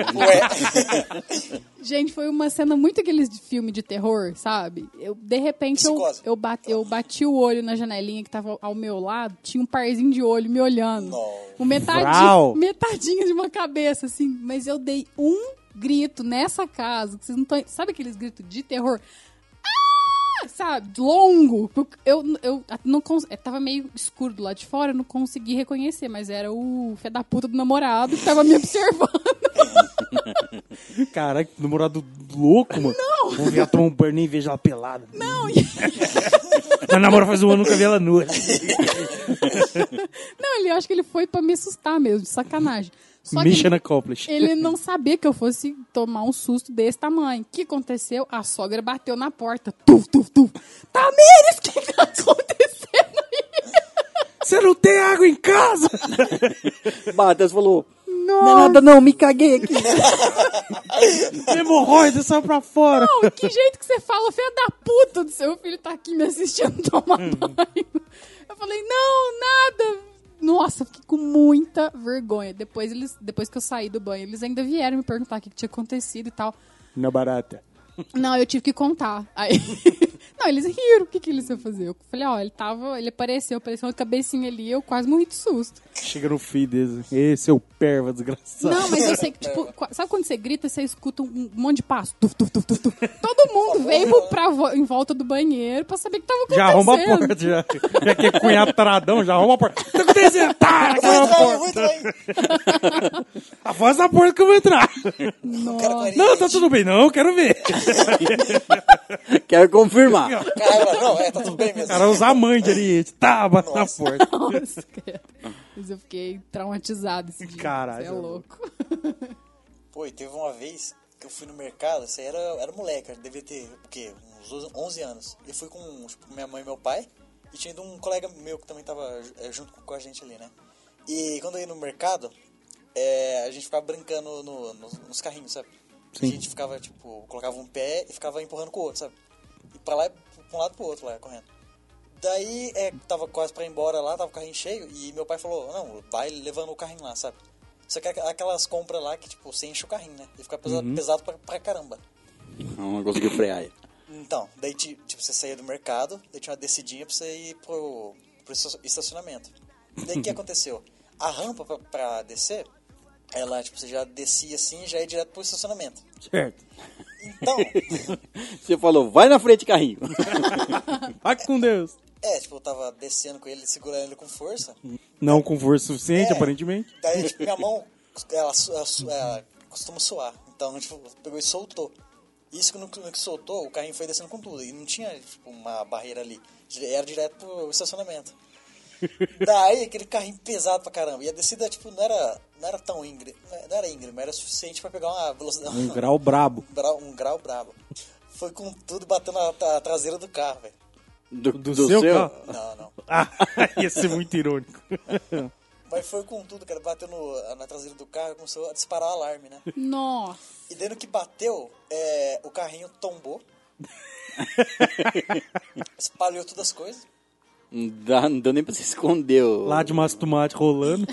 G: Gente, foi uma cena muito aqueles de filme de terror, sabe? Eu, de repente, eu,
E: Psicose.
G: eu, bati, eu bati o olho na janelinha que tava ao meu lado, tinha um parzinho de olho me olhando. Um metadinho,
F: Vral.
G: metadinho de uma cabeça, assim. Mas eu dei um grito nessa casa, que vocês não estão... Sabe aqueles gritos de terror? Ah! Sabe? Longo. Eu, eu não cons... é, tava meio escuro do lado de fora, eu não consegui reconhecer, mas era o fé da puta do namorado que tava me observando.
F: Caraca, que namorado louco, mano. Não! Vou ver ela tomar um banho, nem vejo ela pelada.
G: *laughs* Não, e...
F: Mas namora faz um ano, nunca vi ela nua.
G: Não, ele eu acho que ele foi pra me assustar mesmo, de sacanagem. Só que
F: Mission
G: ele,
F: accomplished.
G: ele não sabia que eu fosse tomar um susto desse tamanho. O que aconteceu? A sogra bateu na porta. Tuf, tuf, tuf. Tamires, o que tá acontecendo aí?
F: Você não tem água em casa?
B: Matheus falou: não é nada não, me caguei aqui.
F: *laughs* Hemorroida, sai pra fora.
G: Não, que jeito que você fala, filha da puta do seu filho tá aqui me assistindo tomar banho. Eu falei, não, nada. Nossa, eu fiquei com muita vergonha. Depois, eles, depois que eu saí do banho, eles ainda vieram me perguntar o que que tinha acontecido e tal.
F: Na barata.
G: Não, eu tive que contar. Aí... *laughs* Não, eles riram. O que, que eles iam fazer? Eu falei, ó, ele tava. Ele apareceu, apareceu uma cabecinha ali, eu quase morri de susto.
F: Chega no fim desse. Esse é o perva desgraçado.
G: Não, mas eu sei que, tipo, qua- sabe quando você grita, você escuta um monte de passo. Tuf, tuf, tuf, tuf, tuf. Todo mundo veio pro- pra vo- em volta do banheiro pra saber o que tava
F: Já arromba
G: acontecendo.
F: a
G: *laughs*
F: porta, já. Já que é cunhado taradão, já arromba a porta. O que tá acontecendo? Tá, arromba
E: *laughs*
F: a
E: Muito bem,
F: porta.
E: muito bem.
F: A voz da porta que eu vou entrar.
E: O cara com a
F: Não, tá tudo bem. Não, eu quero ver.
B: Quero confirmar.
F: *laughs*
E: Caralho, não, é, tá tudo bem
F: O
E: mesmo.
F: cara usa a mãe de Ariete. Tá, bate na
E: Nossa.
F: porta.
G: Nossa, credo. Mas eu fiquei traumatizada esse dia.
F: Caralho.
G: Você é louco. *laughs*
E: Pô, e teve uma vez que eu fui no mercado, isso aí era, era moleque, eu devia ter, o quê, uns 12, 11 anos. Eu fui com tipo, minha mãe e meu pai, e tinha ido um colega meu que também tava eh, junto com a gente ali, né? E quando eu ia no mercado, é, a gente ficava brincando no- no- nos carrinhos, sabe?
F: Sim.
E: A gente ficava, tipo, colocava um pé e ficava empurrando com o outro, sabe? E pra lá, e pra um lado e pro outro, lá, correndo. Daí, é, tava quase pra ir embora lá, tava o carrinho cheio, e meu pai falou, não, vai levando o carrinho lá, sabe? Só que aqu- aquelas compras lá que, tipo, você enche o carrinho, né? E fica pesado, pesado pra, pra caramba.
B: Não, não conseguiu frear ele.
E: Então, daí, ti- tipo, você saía do mercado, daí tinha uma descidinha pra você ir pro, pro esta- estacionamento. Daí, o que aconteceu? A rampa pra, pra descer, ela, tipo, você já descia assim e já ia direto pro estacionamento.
F: Certo.
E: Então,
B: Você falou, vai na frente, carrinho.
F: Vai com Deus.
E: é, tipo, eu tava descendo com ele, segurando ele com força.
F: Não com força suficiente,
E: É.
F: aparentemente.
E: Daí, tipo, minha mão, ela, su- ela su- ela costuma suar. Então, tipo, pegou e soltou. Isso que no no que soltou, o carrinho foi descendo com tudo. E não tinha, tipo, uma barreira ali. Dire- Era direto pro
F: *laughs*
E: estacionamento. Daí, aquele carrinho pesado pra caramba. E a descida, tipo, não era, não era tão íngreme. Não era íngreme, era suficiente pra pegar uma velocidade...
F: Um grau brabo.
E: *laughs* um grau, um grau brabo. Foi com tudo batendo a, a traseira do carro, velho.
B: Do,
F: seu carro?
E: Não, não.
F: Ah, *laughs* ia ser muito irônico.
E: Mas foi com tudo, cara. Bateu no, na traseira do carro e começou a disparar o alarme, né?
G: Nossa.
E: E dentro que bateu, é, o carrinho tombou. espalhou todas as coisas.
B: Não, dá, não deu nem pra se esconder. ô.
F: Lá de massa tomate rolando.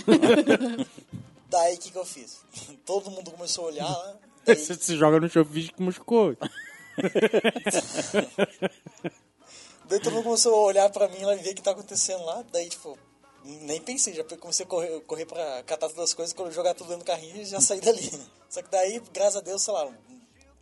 E: Daí o que, que eu fiz? *laughs* Todo mundo começou a olhar lá. Daí,
F: *laughs* Você se joga no chão finge que machucou.
E: daí todo mundo começou a olhar pra mim lá e ver o que tá acontecendo lá. Daí, tipo, nem pensei, já comecei a correr, correr pra catar todas as coisas, jogar tudo dentro do carrinho e já saí dali. *laughs* Só que daí, graças a Deus, sei lá,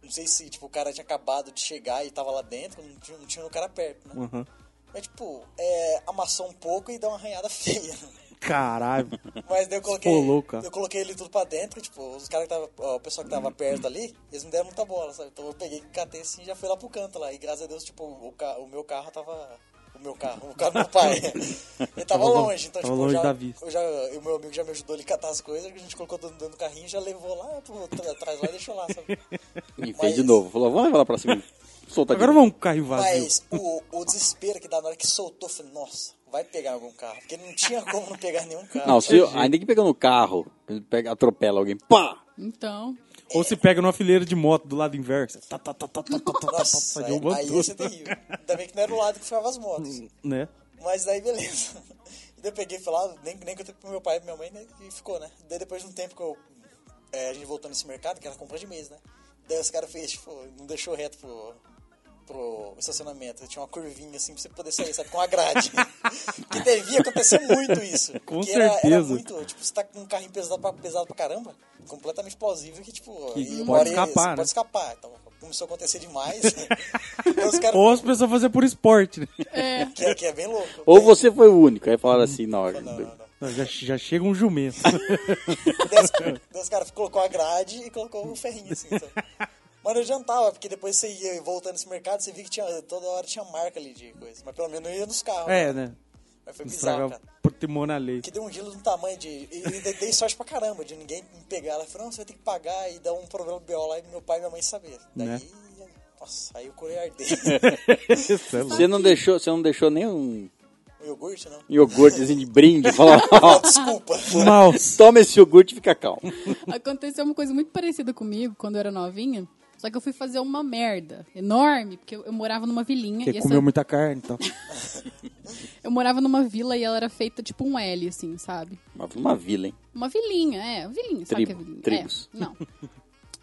E: não sei se tipo, o cara tinha acabado de chegar e tava lá dentro, não tinha, não tinha o cara perto, né? Mas, tipo, é, amassou um pouco e deu uma arranhada *laughs* feia. né?
F: Caralho.
E: Mas daí eu coloquei.
F: Pô, louca. Uhum.
E: Eu coloquei ele tudo pra dentro, tipo, os caras que tava. ó, o pessoal que tava perto ali, eles não deram muita bola, sabe? Então eu peguei, catei assim e já fui lá pro canto lá. E graças a Deus, tipo, o, ca- o meu carro tava. O meu carro, o carro do meu
F: *laughs*
E: pai. ele tava
F: Tava lon-
E: longe, então,
F: tava
E: tipo,
F: longe
E: eu já,
F: da vista.
E: eu já. e O meu amigo já me ajudou ele a catar as coisas, a gente colocou tudo dentro do carrinho e já levou lá pro tra- atrás lá e deixou lá, sabe?
F: *laughs*
B: E fez de novo. Falou, vamos levar lá pra cima. Solta
F: Agora
B: aqui.
F: vamos com o carrinho vazio.
E: Mas o, o desespero que dá na hora que soltou, eu falei, nossa, vai pegar algum carro. Porque não tinha como não pegar nenhum carro.
B: Não, se, ainda que pegando o carro, pega, atropela alguém. Pá!
G: Então,
F: Ou se pega numa fileira de moto do lado inverso. Tá, tá, tá, tá, tá, tá, tá,
E: Nossa,
F: tá,
E: aí,
F: derrubando
E: aí
F: tudo.
E: ia ser terrível. Ainda bem que não era o lado que ficavam as motos.
F: Né?
E: Mas daí, beleza. *laughs* E daí eu peguei e fui lá, nem, nem contei pro meu pai e minha mãe, né, e ficou, né? Daí depois de um tempo que eu, é, a gente voltou nesse mercado, que era compra de mês, né? Daí os caras fez, tipo, não deixou reto pro, pro estacionamento. Tinha uma curvinha assim pra você poder sair, sabe? Com a grade. *laughs* que devia acontecer muito isso.
F: Com
E: Porque era- Era,
F: certeza.
E: muito, tipo, você tá com um carrinho pesado pra, pesado pra caramba, completamente plausível que, tipo,
F: Que
E: e
F: pode
E: uma hora ele-
F: escapar,
E: você
F: né?
E: pode escapar. Então começou a acontecer
F: *laughs*
E: demais. Então, os caras-
F: Ou as pessoas fazer por esporte, né? *laughs*
E: que, é, que é bem louco.
B: Ou você foi o único. Aí falaram assim na hora.
E: Não, não, não.
F: Não, já, já chega um jumento.
E: *laughs* Daí os caras colocou a grade e colocou o ferrinho assim. sabe? Mas não adiantava, porque depois você ia voltando nesse mercado, você via que tinha, toda hora tinha marca ali de coisa. Mas pelo menos não ia nos carros.
F: é, né?
E: Mas foi bizarro,
F: Estragar
E: cara.
F: patrimônio alheio.
E: Que deu um gelo do tamanho de. E, e dei- dei sorte pra caramba de ninguém me pegar. Ela falou, não, você vai ter que pagar e dar um problema BO lá e meu pai e minha mãe saber. Daí.
F: Né?
E: Nossa, aí eu curei arder.
F: *laughs* Isso é louco.
B: Você não deixou, você não deixou nem um
E: o iogurte, não.
B: iogurtezinho de brinde. Falou, *laughs* ó,
F: *laughs*
E: Desculpa.
F: Mouse.
B: *laughs* toma esse iogurte e fica calmo.
G: aconteceu uma coisa muito parecida comigo quando eu era novinha. Só que eu fui fazer uma merda enorme, porque eu, eu morava numa vilinha. e
F: Porque
G: essa-
F: comeu muita carne então. É e tal.
G: eu morava numa vila e ela era feita tipo um L, assim, sabe?
B: Mas foi uma vila, hein?
G: Uma vilinha, é, vilinha, sabe que é
B: Tribo,
G: vilinha?
B: tribos.
G: É, não.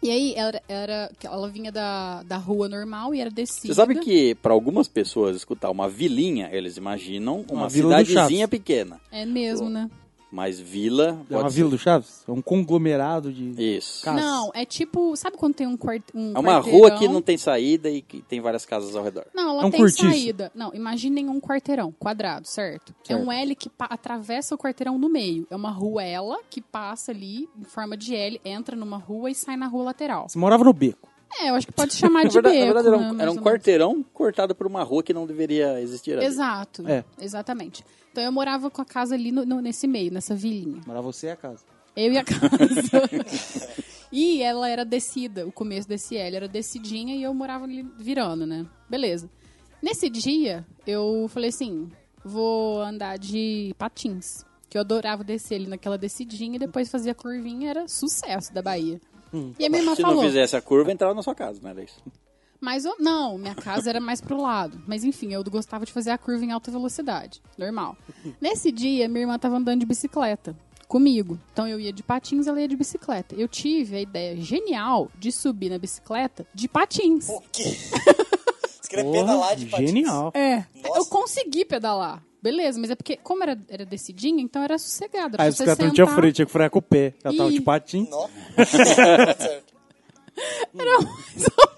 G: E aí, ela, era, ela vinha da, da rua normal e era
B: Você
G: descida.
B: sabe que, pra algumas pessoas, escutar uma vilinha, eles imaginam uma,
F: Uma vila do
B: cidadezinha pequena.
G: É mesmo, né?
B: Mas vila.
F: É uma
B: pode
F: vila do Chaves? É um conglomerado
B: ser-
F: de.
B: Isso.
F: Casas.
G: Não, é tipo, sabe quando tem um quarto. Um
B: tá. É uma
G: quarteirão? Tá
B: rua que não tem saída e que tem várias casas ao redor.
G: Não, ela
F: É um
G: tem
F: cortiço.
G: saída. Não, imaginem um quarteirão, quadrado, certo? É um L que pa- atravessa o quarteirão no meio. É uma ruela que passa ali em forma de L, entra numa rua e sai na rua lateral.
F: Você morava no beco.
G: É, eu acho que pode chamar de
B: *laughs* na verdade, na
G: beco,
B: verdade, era
G: né,
B: um,
G: mais
B: era
G: ou
B: um
G: menos.
B: quarteirão cortado por uma rua que não deveria existir ali.
G: Exato.
F: É.
G: Exatamente. Então eu morava com a casa ali no- no- nesse meio, nessa vilinha.
F: Morava você e a casa.
G: Eu e a *laughs* casa. e ela era descida, o começo desse L era descidinha e eu morava ali virando, né? Beleza. Nesse dia, eu falei assim: vou andar de patins. Que eu adorava descer ali naquela descidinha e depois fazia curvinha, era sucesso da Bahia. E a minha irmã
B: Hum. Se
G: falou.
B: não fizesse a curva, entrava na sua casa, não era isso?
G: Mas eu- não, minha casa era mais pro lado. Mas enfim, eu gostava de fazer a curva em alta velocidade, normal. Nesse dia, minha irmã tava andando de bicicleta comigo. Então eu ia de patins, ela ia de bicicleta. Eu tive a ideia genial de subir na bicicleta de patins.
E: O quê? Você queria
F: Porra,
E: pedalar de patins?
F: genial.
G: É.
E: Nossa.
G: Eu consegui pedalar. Beleza, mas é porque, como era, era descidinha, então era sossegada. Era
F: Aí
G: pra
F: os
G: você
F: caras não tinham
G: sentar.
F: freio, tinha que frear com o pé. Ela tava
G: Ih.
F: de patim. *laughs*
E: Nó. Tá certo.
G: Era *laughs* mais ou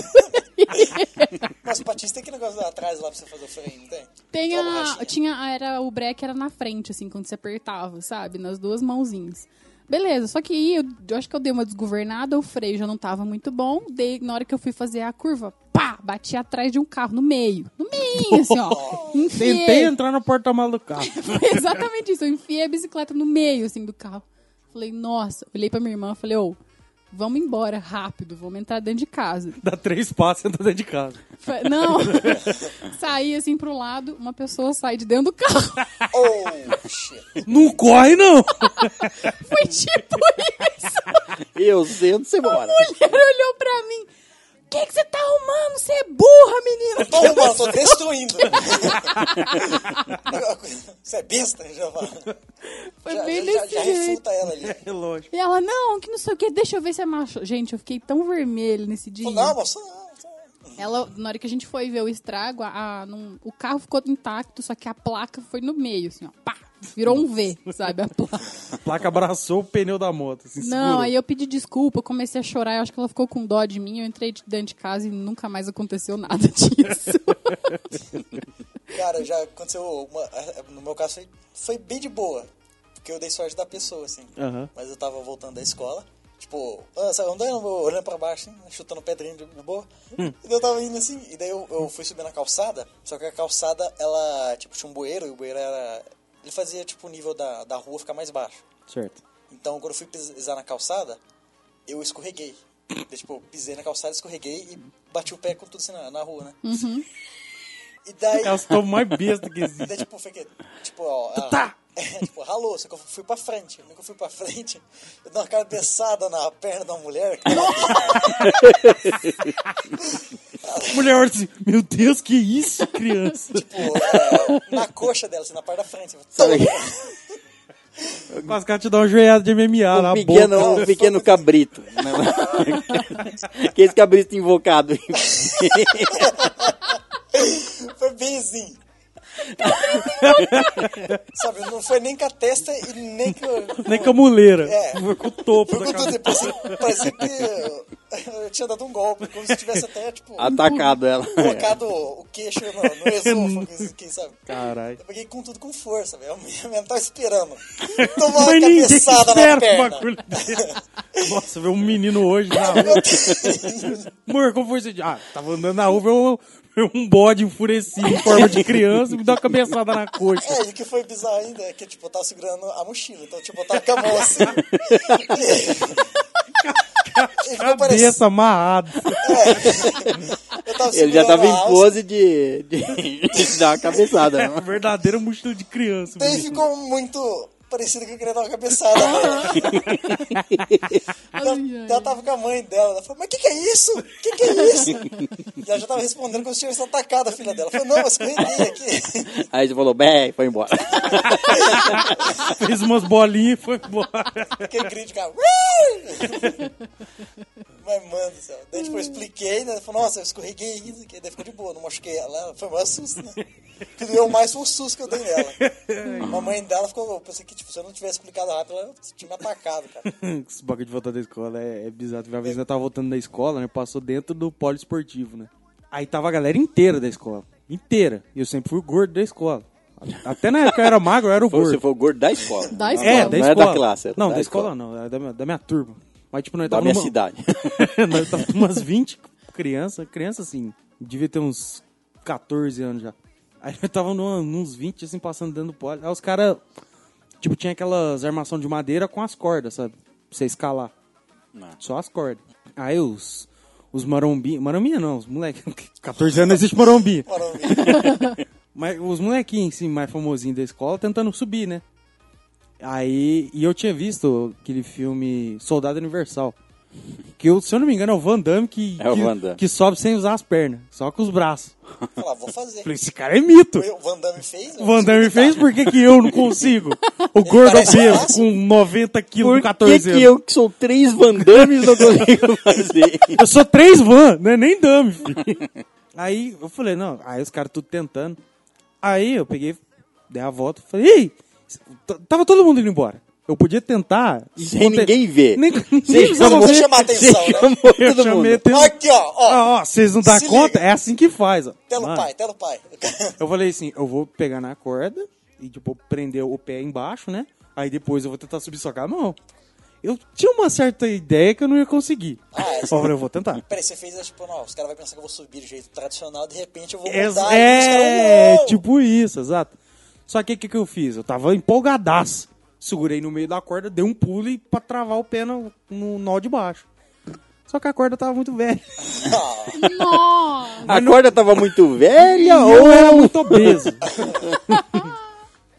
G: menos. por aí.
E: Mas o patins tem aquele negócio lá atrás lá pra você fazer o freio, não tem?
G: Tem
E: Aquela
G: a,
E: borrachinha.
G: tinha, a- era, o breque era na frente, assim, quando você apertava, sabe? Nas duas mãozinhas. Beleza, só que aí eu, eu acho que eu dei uma desgovernada, o freio já não tava muito bom. Dei, na hora que eu fui fazer a curva, pá, bati atrás de um carro, no meio. No meio, assim, ó. Enfiei.
F: Tentei entrar no porta-malas do carro.
G: *laughs* Foi exatamente isso. Eu enfiei a bicicleta no meio, assim, do carro. Falei, nossa. Olhei pra minha irmã, falei, ô, vamos embora rápido, vamos entrar dentro de casa.
F: *laughs* Dá três passos, entra dentro de casa.
G: Fa- Não. Saí, assim, pro lado, uma pessoa sai de dentro do carro.
E: Oh, shit.
F: Não corre, não!
G: Foi tipo isso.
E: *laughs*
B: Eu sento, você mora.
G: A mulher olhou pra mim. O que que você tá arrumando? Você é burra,
E: Tô
G: menina.
E: arrumando, tô destruindo. Você é besta, já fala.
G: Foi
E: Já,
G: bem
E: já, já,
G: desse
E: já
G: jeito.
E: refuta ela ali.
F: *laughs* É lógico.
G: E ela, não, que não sei o que, deixa eu ver se é macho. Gente, eu fiquei tão vermelho nesse dia.
E: Não, moço, não. não.
G: Ela, na hora que a gente foi ver o estrago, a- a- não- o carro ficou intacto, só que a placa foi no meio, assim, ó. Pá! Virou um V, sabe? A placa.
E: *laughs*
F: A placa abraçou o pneu da moto. Assim,
G: Não,
F: segurou.
G: aí eu pedi desculpa, eu comecei a chorar, eu acho que ela ficou com dó de mim, eu entrei de dentro de casa e nunca mais aconteceu nada *laughs* disso.
E: *laughs* Cara, já aconteceu uma. No meu caso foi, foi bem de boa. Porque eu dei sorte da pessoa, assim.
F: Aham.
E: Mas eu tava voltando da escola. Tipo, ah, sabe, andando, eu olhando pra baixo, assim, chutando pedrinha de boa. E eu tava indo assim, e daí eu, eu fui subir na calçada, só que a calçada, ela, tipo, tinha um bueiro, e o bueiro era. Ele fazia, tipo, o nível da, da rua ficar mais baixo.
F: Certo.
E: Então, quando eu fui pisar na calçada, eu escorreguei. Eu, tipo, pisei na calçada, escorreguei e bati o pé com tudo assim na, na rua, né? E daí,
F: Elas estão É mais besta que existe.
E: daí tipo, foi que, tipo, ó... a-
F: Tá.
E: *laughs* é, tipo, ralou, só que eu fui pra frente. Nunca fui pra frente. Eu dei uma cabeçada na perna da mulher.
F: A mulher olha assim, meu Deus, que isso, criança?
E: *laughs* tipo, é, na coxa dela, assim, na parte da frente.
F: Tá
E: Eu
B: Sabe?
F: Quase que ela te dá uma joelhada de MMA na
B: Um
F: boca.
B: pequeno, um pequeno cabrito. né? *laughs* Aquele cabrito invocado.
E: Foi bem assim. Sabe, não foi nem com a testa e nem com...
F: Nem com a muleira.
E: É.
F: Foi com o topo
E: Foi
F: da
E: com tudo,
F: cabeça.
E: parecia, parecia que eu, eu tinha dado um golpe, como se tivesse até, tipo,
F: Ah,
B: Atacado ela. É.
E: colocado o queixo no, no esôfago, assim, quem sabe.
F: Caralho.
E: Eu peguei com tudo com força, *laughs* velho. A minha tava
F: *laughs*
E: esperando. Tomar uma
F: Mas ninguém
E: cabeçada na
F: espera um
E: perna.
F: bagulho desse. Nossa, ver um menino hoje na rua. Amor, como foi esse dia? Ah, tava andando na rua, veio um, veio um bode enfurecido em forma de criança e me deu uma cabeçada na coxa.
E: É, e o que foi bizarro ainda é que, tipo, eu tava segurando a mochila, então, tipo, eu tava com a mão
F: *laughs*
E: assim. Ele ficou parecendo-
F: Cabeça amarrada.
E: eu tava
B: Ele já
E: segurando
B: tava
E: a
B: em
E: alça,
B: pose de, de, de *laughs* dar uma cabeçada. né?
F: Verdadeira É, um mochila de criança.
E: Daí
F: menino.
E: Então, ficou muito parecido que eu queria dar uma cabeçada.
F: *laughs*
E: Né? ela,
G: Ai, ai,
E: ela tava com a mãe dela. Ela falou, mas o que, que é isso? O que, que é
F: *laughs*
E: isso? E ela já tava respondendo como se tivesse atacado a filha dela. Ela falou, não, mas correria aqui.
B: Aí você falou, bem, foi embora.
F: Fez umas bolinhas e foi embora.
E: Aquele grito de cara. "Ué!" mas, mano do céu. Daí, tipo, eu expliquei, né? Ela falou, nossa, eu escorreguei isso aqui. Daí ficou de boa, não machuquei ela. Ela Foi o maior susto, né? O que doeu mais foi o susto que eu dei nela. A mãe dela ficou, eu pensei que, tipo, se eu não tivesse explicado rápido, ela tinha me atacado, cara.
F: Esse bagulho de voltar da escola é, é bizarro. Teve Uma vez eu tava voltando da escola, né? Passou dentro do polo esportivo, né? Aí tava a galera inteira da escola. Inteira. E eu sempre fui gordo da escola. Até na época que eu era magro, eu era o gordo.
B: Você foi o gordo da escola.
G: Da escola.
F: É,
B: Não
F: da
B: é
F: escola.
B: da classe, é
F: Não,
B: da
F: da, escola,
B: escola.
F: não. Era da minha, da minha turma. Mas, tipo, nós
B: Da
F: tava
B: minha
F: numa-
B: cidade.
F: nós tava *laughs* com umas 20 crianças. Criança, assim, devia ter uns 14 anos já. Aí nós tava numa- uns 20, assim, passando dentro do pole. Aí os caras, tipo, tinha aquelas armação de madeira com as cordas, sabe? Pra você escalar. Só as cordas. Aí os, os marombinhos... Marombinha não, os *laughs* moleques. 14 anos existe marombinha.
E: Maravilha.
F: Mas os molequinhos, assim, mais famosinhos da escola, tentando subir, né? Aí, e eu tinha visto aquele filme Soldado Universal. Que, eu, se eu não me engano, é o Van Damme que,
B: É o
F: que,
B: Van Damme.
F: que sobe sem usar as pernas, só com os braços.
E: Falar, "Ah, vou fazer.
F: Falei, esse cara é mito.
E: O Van Damme fez? né?
F: O Van Damme fez, por que, que eu não consigo? O gordo
E: parece
F: obeso
E: fácil.
F: com 90 quilos
B: Por
F: com
B: que,
F: 14 anos.
B: que eu, que sou três Van Dammes, não consigo
G: *laughs*
B: fazer?
F: Eu sou três van, não é nem dame, filho. *laughs* Aí eu falei, não, aí os caras tudo tentando. Aí eu peguei, dei a volta, falei, ei! T- Tava todo mundo indo embora. Eu podia tentar. e
B: Sem
F: conte-
B: ninguém ver.
F: *laughs* Nem, ninguém
B: Você
F: precisava
B: chamou-
E: Vou
F: ver.
E: chamar
B: Você
E: atenção,
F: *laughs*
E: né?
B: chamou
F: Eu
B: todo
F: chamei
B: mundo.
F: atenção.
E: Aqui, ó, ó.
F: Ah, ó, vocês não dão
E: Se
F: conta?
E: liga.
F: É assim que faz, ó.
E: Telo
F: Mano,
E: pai, telo pai. *laughs*
F: Eu falei assim, eu vou pegar na corda e, tipo, prender o pé embaixo, né? Aí depois eu vou tentar subir só com a mão. Eu tinha uma certa ideia que eu não ia conseguir.
E: Ah, é,
F: eu falei, eu vou tentar.
E: Peraí, você fez, tipo, não, os caras vão pensar que eu vou subir do jeito tradicional, de repente eu vou
F: Ex-
E: mudar. um
F: É,
E: e os caras, "Uou!"
F: tipo isso, exato. Só que o que, que eu fiz? Eu tava empolgadaço. Segurei no meio da corda, dei um pulo e pra travar o pé no, no nó de baixo. Só que a corda tava muito velha.
E: Ah,
G: Nossa!
B: A corda tava muito velha
F: E
B: ou
F: eu era muito obeso. *laughs*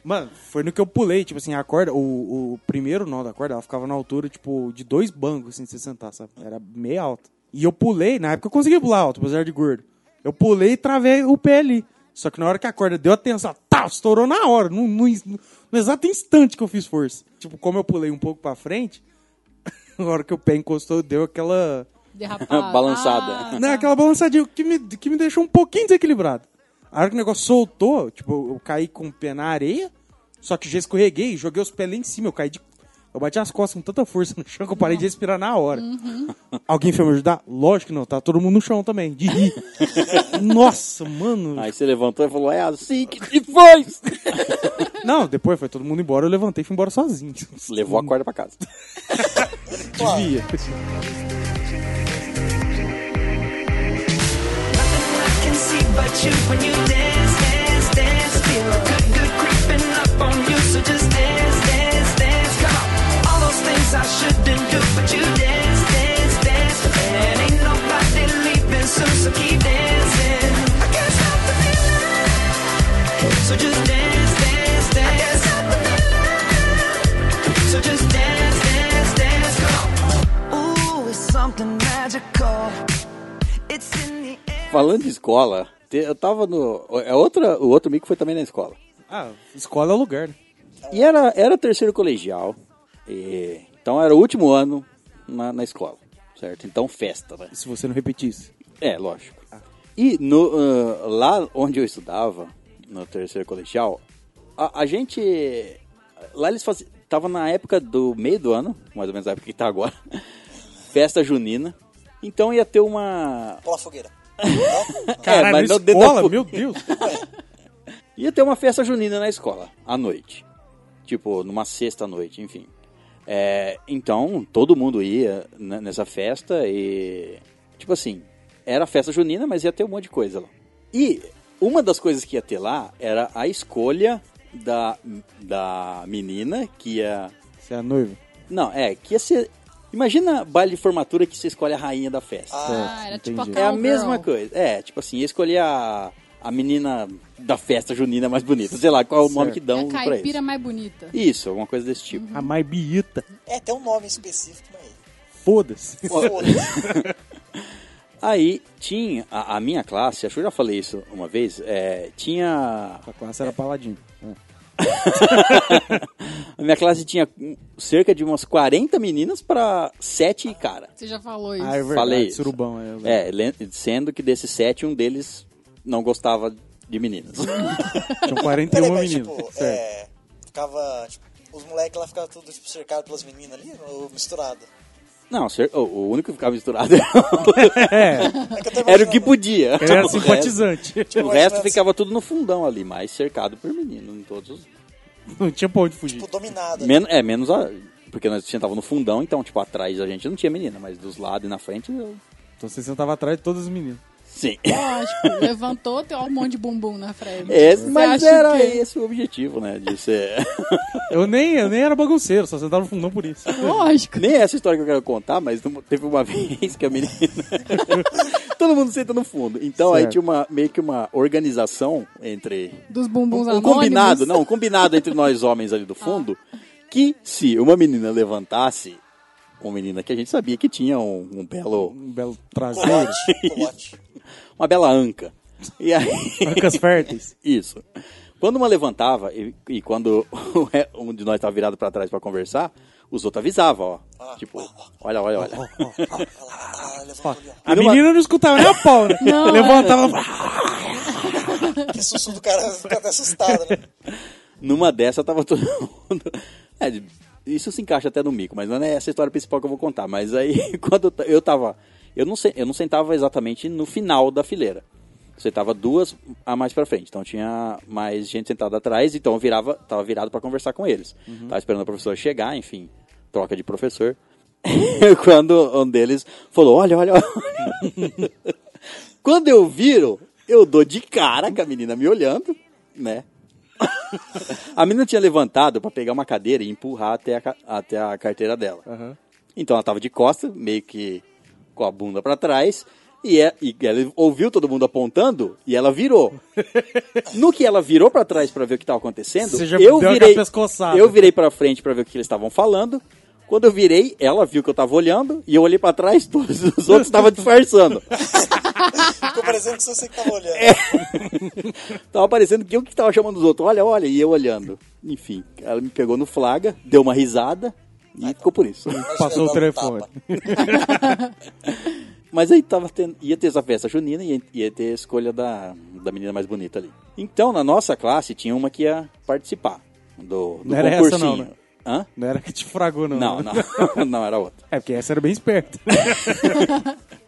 F: Mano, foi no que eu pulei, tipo assim, a corda, o, o primeiro nó da corda, ela ficava na altura, tipo, de dois bancos, assim, de você sentar, sabe? Era meio alta. E eu pulei, na época eu consegui pular alto, apesar de gordo. Eu pulei e travei o pé ali. Só que na hora que a corda deu atenção, tá, estourou na hora, no, no, ins- no exato instante que eu fiz força. Tipo, como eu pulei um pouco pra frente, *laughs* na hora que o pé encostou, deu aquela...
B: *laughs*
G: Derrapada.
B: Balançada.
F: *laughs*
G: Ah,
F: Não, Né, aquela balançadinha que me, que me deixou um pouquinho desequilibrado. A hora que o negócio soltou, tipo, eu, eu caí com o pé na areia, só que já escorreguei, joguei os pés lá em cima, eu caí de... Eu bati as costas com tanta força no chão que eu parei de respirar na hora.
B: Uhum.
F: *laughs* Alguém foi me ajudar? Lógico que não, tá todo mundo no chão também,
B: *laughs*
F: de rir. Nossa, mano.
B: Aí você levantou e falou, é assim que se
G: *laughs*
B: faz.
F: Não, depois foi todo mundo embora, eu levantei e fui embora
B: *laughs*
F: sozinho.
B: Levou a corda pra casa.
E: claro.
F: Devia.
C: can see but you when you dance, dance, dance. Feel a good, good creeping up on you, so just dance, dance, dance. Come on. All those things I shouldn't do, but you dance, dance, dance. And ain't nobody leaving soon, so keep dancing. I can't stop the feeling. So just dance, dance, dance. I can't stop the feeling. So just dance, dance, dance. Come on. Ooh, it's something magical. It's in the air.
B: Falando de escola, te- eu tava no... É outra, o outro mico foi também na escola.
F: Ah, escola é lugar, né?
B: E era, era terceiro colegial. e- então era o último ano na, na escola, certo? Então festa, né?
F: Se você não repetisse.
B: É, lógico. E no, ah, lá onde eu estudava, no terceiro colegial, a, a gente. Lá eles faziam. Tava na época do meio do ano, mais ou menos a época que tá agora. *laughs* festa junina. Então ia ter uma.
E: Pula a fogueira.
B: é,
F: Caralho,
B: mas não dentro da
F: escola,
B: fu-
F: meu Deus.
B: Ia ter uma festa junina na escola, à noite. Tipo, numa sexta à noite, enfim. É, então, todo mundo ia n- nessa festa e. Tipo assim, era festa junina, mas ia ter um monte de coisa lá. E uma das coisas que ia ter lá era a escolha da, da menina que ia.
F: Você é noivo?
B: Não, é, que ia ser. Imagina baile de formatura que você escolhe a rainha da festa.
G: Ah, era tipo a
F: entendi.
B: É a
G: cowgirl.
B: mesma coisa. É, tipo assim, escolher a, a menina da festa junina mais bonita. Sei lá, qual é o nome
F: Certo.
B: que
G: É
B: dão
G: a
B: pra
G: caipira Uhum.
B: isso.
G: mais bonita.
B: Isso, alguma coisa desse tipo.
F: A mais biita.
E: É, tem um nome específico, mas...
F: Foda-se.
B: *laughs*
F: *laughs*
E: Foda-se.
B: Aí tinha, a, a minha classe, acho que eu já falei isso uma vez, é, tinha,
F: A classe era paladino. né?
E: *laughs*
B: a minha classe tinha cerca de umas 40 meninas pra 7 cara.
G: Você já falou isso.
B: Falei isso.
F: Surubão, é. verdade.
B: É, le- sendo que desses 7, um deles não gostava de
G: *laughs*
B: meninas.
F: Tinham
E: *laughs* Peraí,
F: 41
E: mas,
F: meninas.
E: tipo,
F: Certo.
E: é, ficava, tipo, os moleques lá ficavam tudo, tipo, cercado pelas meninas ali, ou misturado.
B: não, cer- o, o único que ficava misturado *laughs* era
F: *laughs* É,
E: É tipo, que eu
B: o-
E: tô
B: era o
E: imaginando,
B: que podia.
F: ele era
B: O resto-
F: simpatizante.
B: O
E: Mas,
B: resto
E: mas-
B: ficava tudo no fundão ali, mas cercado por menino em todos. os-
F: Não tinha pra onde fugir.
E: Tipo, dominado.
B: Men é, menos a. Porque nós sentava no fundão, então, tipo, atrás da gente não tinha menina, mas dos lados e na frente. eu-
F: Então você sentava atrás de todas as meninas.
B: Sim. *laughs*
G: Lógico. Levantou, tem um monte de bumbum na frente.
B: É,
G: Você
B: mas
G: acha
B: era
G: que-
B: esse o objetivo, né? De ser.
F: Eu nem, eu nem era bagunceiro, só sentava no fundão por isso.
B: *laughs*
G: Lógico.
B: Nem essa história que eu quero contar, mas numa- teve uma *laughs* vez que a menina. Todo mundo senta no fundo. Então aí
F: Certo.
B: tinha uma, meio que uma organização entre
G: Dos bumbums
B: um, um
G: anônimos.
B: combinado, não, um combinado entre nós homens ali do fundo, que se uma menina levantasse, uma menina que a gente sabia que tinha um, um belo,
F: Um belo traseiro.
E: Culote, culote.
B: uma bela anca. E aí,
E: assim?
B: *laughs*
F: Bancas
E: *laughs*
F: férteis.
B: Isso. Quando uma levantava e, e quando *laughs* um de nós tava virado pra trás pra conversar, os outros avisavam, ó. Tipo, olha, olha, olha.
E: Olha lá, olha lá, levantou ali, ó.
F: A menina não escutava nem a pau, né?
G: Não,
F: Levantava e
E: Que sussurro do cara fica até assustado, né?
B: Numa dessa tava todo mundo. É, isso se encaixa até no mico, mas não é essa história principal que eu vou contar. Mas aí, *laughs* quando eu ta- eu tava. Eu não, se- eu não sentava exatamente no final da fileira. Eu Sentava duas a mais pra frente. Então tinha mais gente sentada atrás, então eu virava, tava virado pra conversar com eles. Tava esperando a professora chegar, enfim, troca de professor. *laughs* quando um deles falou: olha, olha, olha. quando eu viro, eu dou de cara com a menina me olhando,
F: *laughs*
B: né? A menina tinha levantado pra pegar uma cadeira e empurrar até a, ca- até a carteira dela. Então ela tava de costa, meio que com a bunda pra trás, e, é- e ela ouviu todo mundo apontando e ela
F: *laughs*
B: virou. No que ela virou pra trás pra ver o que tava acontecendo,
F: Você já
B: eu
F: deu aquela
B: virei
F: pescoçada.
B: eu virei para frente pra ver o que eles estavam falando. Quando eu virei, ela viu que eu tava olhando e eu olhei pra trás, *laughs* todos os outros estavam disfarçando.
E: Ficou parecendo que só você que tava olhando.
F: É,
B: Tava parecendo que eu que tava chamando os outros. Olha, olha, e eu olhando. Enfim, ela me pegou no flaga, deu uma risada e ficou por isso.
E: Acho que
F: "Ah, passou
E: vai
F: o
E: dar um
F: telefone.
E: tapa.
B: Mas aí tava tendo- ia ter essa festa junina e ia- ia ter a escolha da, da menina mais bonita ali. Então, na nossa classe, tinha uma que ia participar do, do
F: Não era essa,
B: concursinho.
F: não, né?
B: Hã?
F: *laughs* Não era que te fragou, não.
B: Não,
F: né?
B: não, *laughs* não, era outra.
F: É, porque essa era
E: *laughs*
F: bem esperta.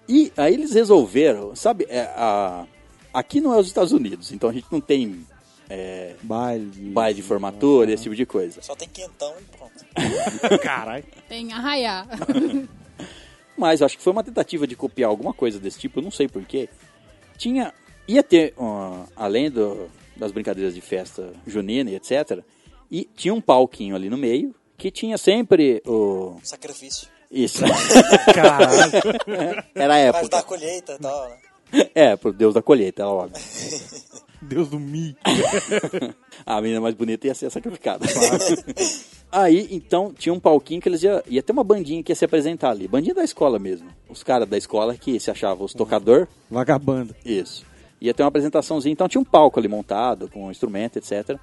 B: E aí eles resolveram, sabe, é, a- aqui não é os Estados Unidos, então a gente não tem é,
F: Baile.
B: baile de formatura, esse tipo de coisa.
E: Só tem quentão e pronto.
F: Caralho.
G: Tem
B: *laughs*
G: arraiar.
B: Mas acho que foi uma tentativa de copiar alguma coisa desse tipo, eu não sei porquê. Tinha. Ia ter, ó, além do- das brincadeiras de festa junina e etc., e tinha um palquinho ali no meio que tinha sempre o.
E: Sacrifício.
B: Isso. *laughs*
F: Caralho.
B: Era a
F: É,
E: Mas da
B: época.
E: colheita e tal, né?
B: É, pro Deus da colheita, era óbvio.
F: Deus do mi.
B: *laughs* A menina mais bonita ia ser sacrificada. *laughs* Aí, então, tinha um palquinho que eles iam. Ia ter uma bandinha que ia se apresentar ali. Bandinha da escola mesmo. Os caras da escola que se achavam os tocador.
F: Vagabanda.
B: Isso. Ia ter uma apresentaçãozinha, então tinha um palco ali montado, com um instrumento, etc.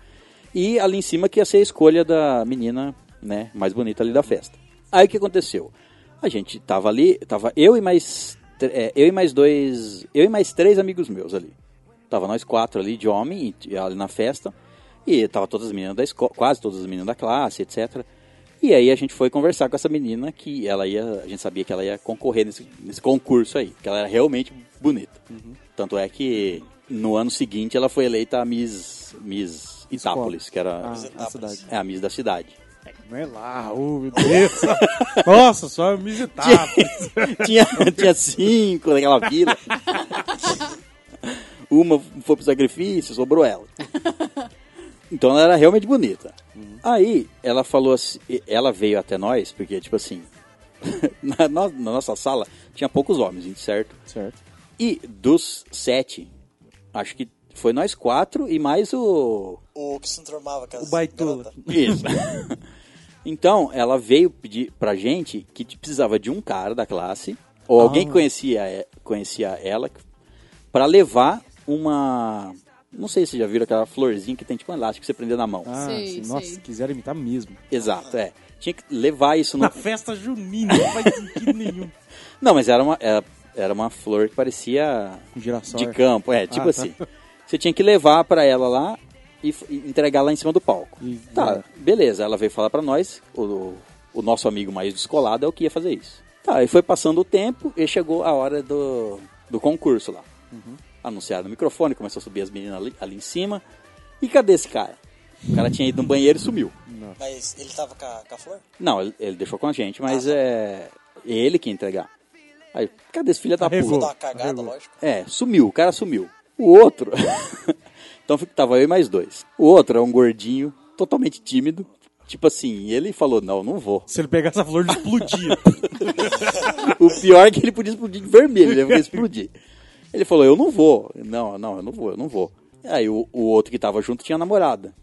B: E ali em cima que ia ser a escolha da menina, né, mais bonita ali da festa. Aí o que aconteceu? A gente tava ali, tava eu e mais tr- é, eu e mais dois, eu e mais três amigos meus ali. Tava nós quatro ali de homem e- e ali na festa. E tava todas as meninas da escola, quase todas as meninas da classe, etc. E aí a gente foi conversar com essa menina que ela ia, a gente sabia que ela ia concorrer nesse, nesse concurso aí, que ela era realmente bonita. Tanto é que no ano seguinte ela foi eleita a Miss, Miss Itápolis, que era
F: Ah,
E: Visitar
F: a cidade.
B: é, a Miss da cidade.
F: Não é lá, ô meu Deus.
E: *laughs*
F: Nossa, só me visitava.
B: tinha, *laughs* tinha cinco naquela vila. Uma foi pro sacrifício, sobrou ela. Então ela era realmente bonita. Aí ela falou assim, ela veio até nós, porque tipo assim, *laughs* na, no- na nossa sala tinha poucos homens, certo?
F: Certo.
B: E dos sete, acho que foi nós quatro e mais o
E: O que se transformava com as
F: O baitola.
E: garotas.
B: isso. *laughs* então, ela veio pedir pra gente que te- precisava de um cara da classe, ou alguém que conhecia, e- conhecia ela, pra levar uma. Não sei se vocês já viram aquela florzinha que tem tipo um elástico que você prender na mão.
F: Ah,
G: Sei,
F: sim.
G: sei.
F: Nossa, quiseram imitar mesmo.
B: Exato, é. Tinha que levar isso no.
F: *laughs* Na festa junina, não faz sentido nenhum.
B: Não, mas era uma, era, era uma flor que parecia
F: Um *laughs* girassol.
B: de campo. É, tipo
F: tá.
B: assim. Você tinha que levar pra ela lá e, f- e entregar lá em cima do palco.
F: E-
B: tá, beleza. Ela veio falar pra nós, o, o nosso amigo mais descolado é o que ia fazer isso. Tá, e foi passando o tempo e chegou a hora do, do concurso lá.
F: Uhum.
B: Anunciaram no microfone, começou a subir as meninas ali, ali em cima. E cadê esse cara? O cara tinha ido no banheiro e sumiu.
E: Mas ele tava com a, com a flor?
B: Não, ele, ele deixou com a gente, mas
F: Ah, tá.
B: é ele que ia entregar. Aí, cadê esse filho da
F: Arregou.
E: Vou
B: puta?
E: dar uma cagada,
F: arregou.
E: lógico.
B: É, sumiu, o cara sumiu. O outro. *laughs* então fica- tava eu e mais dois. O outro é um gordinho, totalmente tímido. Tipo assim, ele falou: não, não vou.
F: Se ele pegasse a flor, ele *laughs* explodia.
B: O pior é que ele podia explodir de vermelho, ele ia explodir. Ele falou: eu não vou. Não, não, eu não vou, eu não vou. Aí o, o outro que tava junto tinha namorada.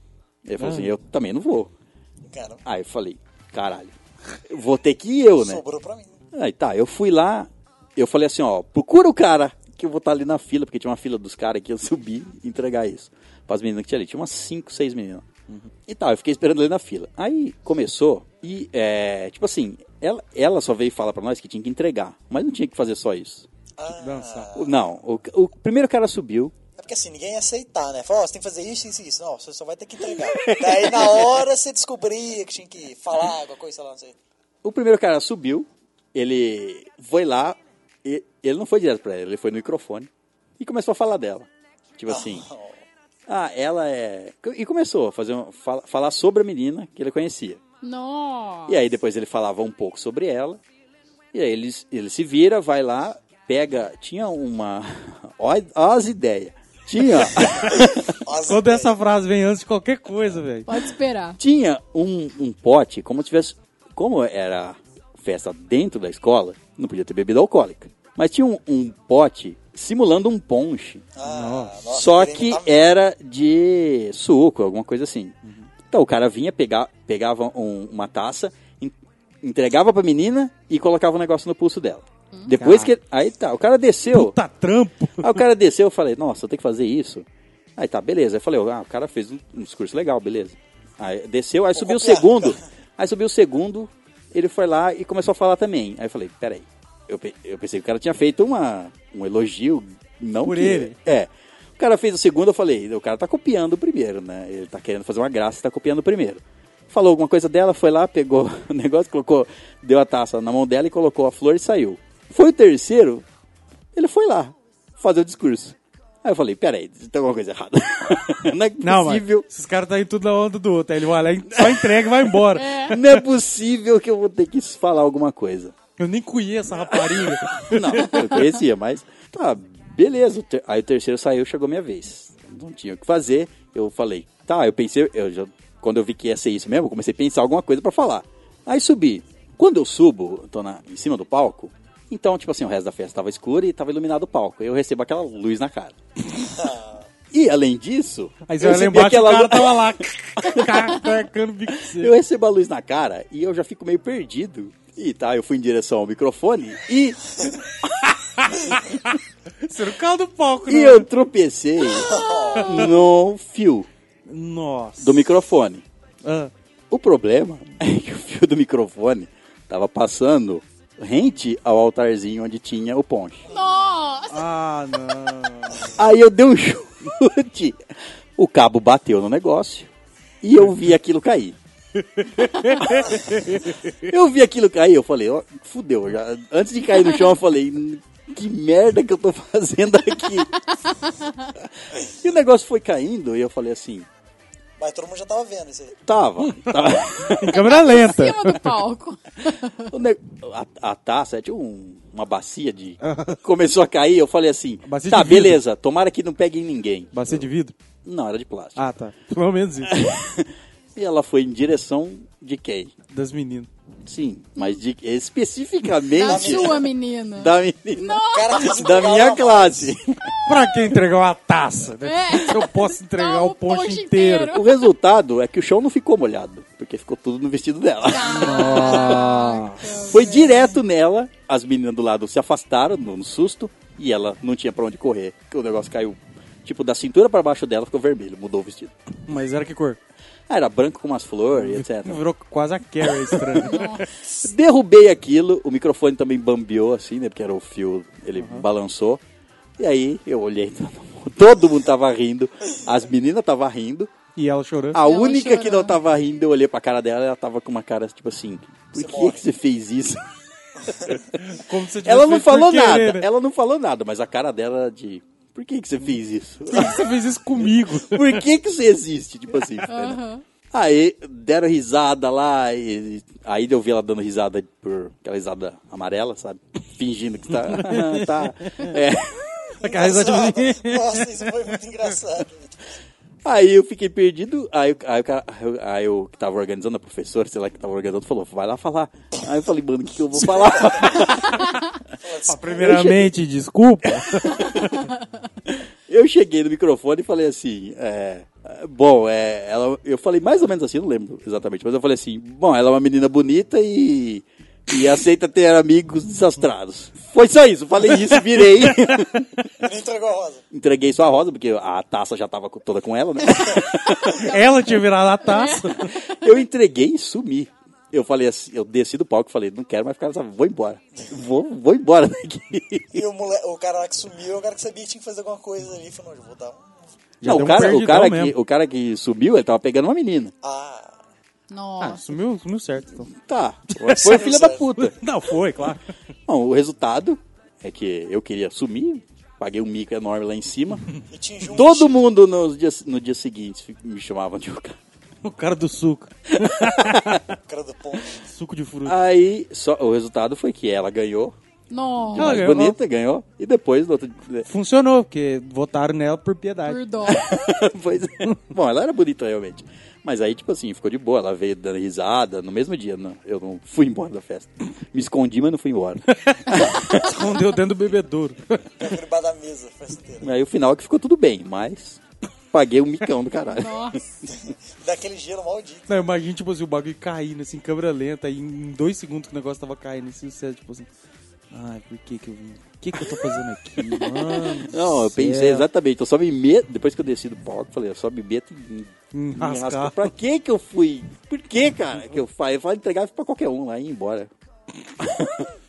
B: Ele falou assim: eu também não vou.
E: Cara,
B: Aí eu falei, caralho, eu vou ter que ir eu, né?
E: sobrou pra mim.
B: Aí tá, eu fui lá, eu falei assim, ó, procura o cara que eu vou estar ali na fila, porque tinha uma fila dos caras *laughs* que eu subi e entregar isso. Para as meninas que tinha ali, tinha umas 5, 6 meninas. E tal, eu fiquei esperando ali na fila. Aí começou e, é, tipo assim, ela, ela só veio falar pra nós que tinha que entregar, mas não tinha que fazer só isso.
E: Ah,
F: Dançar.
B: O- Não, o, o primeiro cara subiu,
E: É porque assim, ninguém ia aceitar, né? Falou, ó, você tem que fazer isso, isso, isso. Não, você só vai ter que entregar. Daí na hora você descobria que tinha que falar alguma coisa, sei lá, não sei.
B: O primeiro cara subiu, ele foi lá, e- ele não foi direto pra ela, ele foi no microfone e começou a falar dela. Tipo assim, ah, ela é. E começou a fazer um- fala- falar sobre a menina que ele conhecia.
G: Nossa.
B: E aí depois ele falava um pouco sobre ela. E aí ele, ele se vira, vai lá, pega. Tinha uma. *laughs* Olha as ideias. Tinha.
E: Nossa,
F: Toda essa frase vem antes de qualquer coisa, velho.
G: Pode esperar.
B: tinha um, um pote, como se tivesse. Como era festa dentro da escola, não podia ter bebida alcoólica. Mas tinha um, um pote simulando um ponche.
E: Ah, nossa,
B: só
E: querendo
B: que
E: tá-
B: era de suco, alguma coisa assim. Então o cara vinha, pegar, pegava um- uma taça, en- entregava pra menina e colocava o negócio no pulso dela. Depois que. Aí tá, o cara desceu.
F: Puta trampo.
B: Aí o cara desceu, eu falei, nossa, eu tenho que fazer isso. Aí tá, beleza. Aí eu falei, ah, o cara fez um um discurso legal, beleza. Aí desceu, aí subiu o
E: copiar.
B: segundo. Aí subiu o segundo, ele foi lá e começou a falar também. Aí eu falei, peraí. Eu, pe- eu pensei que o cara tinha feito uma, um elogio, não
F: Por
B: que-
F: ele.
B: É. O cara fez o segundo, eu falei, o cara tá copiando o primeiro, né? Ele tá querendo fazer uma graça e tá copiando o primeiro. Falou alguma coisa dela, foi lá, pegou *laughs* o negócio, colocou, deu a taça na mão dela e colocou a flor e saiu. Foi o terceiro, ele foi lá fazer o discurso. Aí eu falei, peraí, tem alguma coisa errada. *laughs* Não é
F: Não,
B: possível.
F: mas esses caras tá indo tudo na onda do outro. Aí ele vai lá, e só entrega e vai embora.
B: Não é possível que eu vou ter que falar alguma coisa.
F: Eu nem conheço a rapariga.
B: Não, *laughs* eu conhecia, mas tá, beleza. O ter- Aí o terceiro saiu, chegou minha vez. Não tinha o que fazer. Eu falei, tá, eu pensei, eu já, quando eu vi que ia ser isso mesmo, eu comecei a pensar alguma coisa pra falar. Aí subi. Quando eu subo, eu tô na, em cima do palco, então, tipo assim, o resto da festa tava escuro e tava iluminado o palco. Eu recebo aquela luz na cara. E além disso,
F: Aí você
B: eu é
F: vai lá
B: recebi
F: embaixo e o
B: aquela
F: cara
B: lu-
F: tava lá. Tacando o bico de
B: *laughs*
F: você.
B: eu recebo a luz na cara e eu já fico meio perdido. E tá, eu fui em direção ao microfone e
F: Você no carro do palco,
B: E
F: né?
B: eu tropecei no fio
F: Nossa.
B: do microfone.
F: Ah,
B: O problema *laughs* é que o fio do microfone tava passando rente ao altarzinho onde tinha o ponche.
G: Nossa.
F: ah, não.
B: Aí eu dei um *laughs* chute, o cabo bateu no negócio e eu vi aquilo cair. *laughs* eu vi aquilo cair, eu falei, ó, fudeu. já- antes de cair no chão, eu falei, "Hum, que merda que eu tô *laughs* fazendo aqui. e o negócio foi caindo e eu falei assim,
E: Mas todo mundo já tava vendo isso aí.
B: Tava. tava. *laughs*
F: Em câmera
B: Tá.
F: lenta.
G: Em cima do palco.
B: O ne- a, a taça tinha um- uma bacia de. Começou a cair, eu falei assim:
F: Bacia de
B: tá,
F: vidro.
B: beleza, tomara que não pegue em ninguém.
F: Bacia de vidro?
B: Não, era de plástico.
F: Ah, tá. Pelo menos isso.
B: E ela foi em direção de quem?
F: Das meninas.
B: Sim, mas de,
G: Da
B: especificamente *laughs*
G: sua, menina.
B: da menina.
E: O cara um quis
B: Da
E: entregar
B: minha
E: uma-
B: classe.
F: Pra que entregar uma taça? Né?
G: É.
F: Se eu posso entregar
G: Dá
F: o ponche, inteiro.
B: O resultado é que o chão não ficou molhado, porque ficou tudo no vestido dela. Ah.
F: Ah,
B: *laughs* Foi direto nela, as meninas do lado se afastaram no, no susto e ela não tinha pra onde correr, que o negócio caiu tipo da cintura pra baixo dela, ficou vermelho, mudou o vestido.
F: Mas era que cor?
B: Ah, era branco com umas flores, etc.
F: Virou quase a Carrie é estranha.
B: Derrubei aquilo, o microfone também bambeou assim, né, porque era o fio, ele balançou. E aí eu olhei, *laughs* todo mundo, todo mundo tava rindo, as meninas tava rindo.
F: e ela chorando.
B: A
G: Ela
B: única que não
G: chorando.
B: tava rindo, eu olhei pra cara dela, ela tava com uma cara tipo assim, por que,
E: morre.
B: que você fez isso?
F: Como se tivesse
B: Ela não
F: feito por
B: falou
F: querer,
B: nada.
F: né?
B: Ela não falou nada, mas a cara dela era de. Por que, que você fez isso?
F: Por que você fez isso
B: *laughs*
F: comigo?
B: Por que, que você existe? Tipo assim. entendeu?
G: Aham.
B: Aí deram risada lá, e aí eu vi ela dando risada por aquela risada amarela, sabe? Fingindo que tá. *laughs* tá. É.
F: Aquela
B: tipo
F: risada de
B: assim.
F: mim.
E: Nossa, isso foi muito engraçado.
B: Aí eu fiquei perdido, aí, o- aí, o cara- aí o que tava organizando, a professora, sei lá, que tava organizando, falou, vai lá falar. Aí eu falei, mano, o que, que eu vou falar?
F: Primeiramente, desculpa.
B: Eu eu cheguei no microfone e falei assim, é, é, Bom, é, ela, eu falei mais ou menos assim, não lembro exatamente, mas eu falei assim: bom, ela é uma menina bonita e, e aceita ter amigos desastrados. Foi só isso, falei isso, virei. *laughs*
E: Ele entregou a rosa.
B: Entreguei só a rosa, porque a taça já tava co- toda com ela, né? *laughs*
F: Ela tinha virado a taça.
B: Eu entreguei e sumi. Eu falei assim, eu desci do palco e falei, não quero mais ficar nessa, vou embora. Vou, vou embora daqui.
E: E o, mole... o cara lá que sumiu é o cara que sabia que tinha que fazer alguma coisa ali. Falou, não, eu vou dar um.
F: Já
B: Não, o
F: deu um
B: cara, o,
F: perdidão
B: cara que,
F: mesmo.
B: o cara que subiu, ele tava pegando uma menina.
E: Ah,
G: Nossa.
F: Ah, sumiu, sumiu certo, então.
B: Tá, foi filha da puta.
F: Não, foi, claro.
B: Bom, o resultado é que eu queria sumir, paguei um mico enorme lá em cima.
E: e tinha junto.
B: Todo mundo no dia, no dia seguinte me chamava de o cara.
F: O cara do suco.
E: O cara do ponte.
F: Suco de fruta.
B: Aí, só, o resultado foi que ela ganhou,
G: Nossa.
F: Ela
B: mais
F: ganhou.
B: bonita, ganhou, e depois no outro *laughs*
F: Funcionou, porque votaram nela por piedade.
G: Por dó.
B: pois é. Bom, ela era bonita realmente. Mas aí, tipo assim, ficou de boa. Ela veio dando risada no mesmo dia. Não, eu não fui embora da festa. Me escondi, mas não fui embora.
F: Escondeu dentro do bebedouro.
E: Ficava gribado da mesa, a festa inteira.
B: aí o final é que ficou tudo bem, mas paguei um micão do caralho.
G: Nossa.
E: Daquele gelo maldito.
F: Não, imagina, tipo assim, o bagulho caindo, assim, câmera lenta, e em dois segundos que o negócio tava caindo, assim, você, tipo assim... Ai, por que que eu vim? O que que eu tô fazendo
E: *laughs*
F: aqui, mano? do
B: Não, eu pensei
F: céu."
B: exatamente. Eu só me meto. Depois que eu desci do palco, eu falei, eu só me meto em.
F: Em
B: em
F: rascar.
B: rascar. Pra que que eu fui? Por que, cara? Que eu falei, eu falei entregar pra qualquer um lá e ir embora.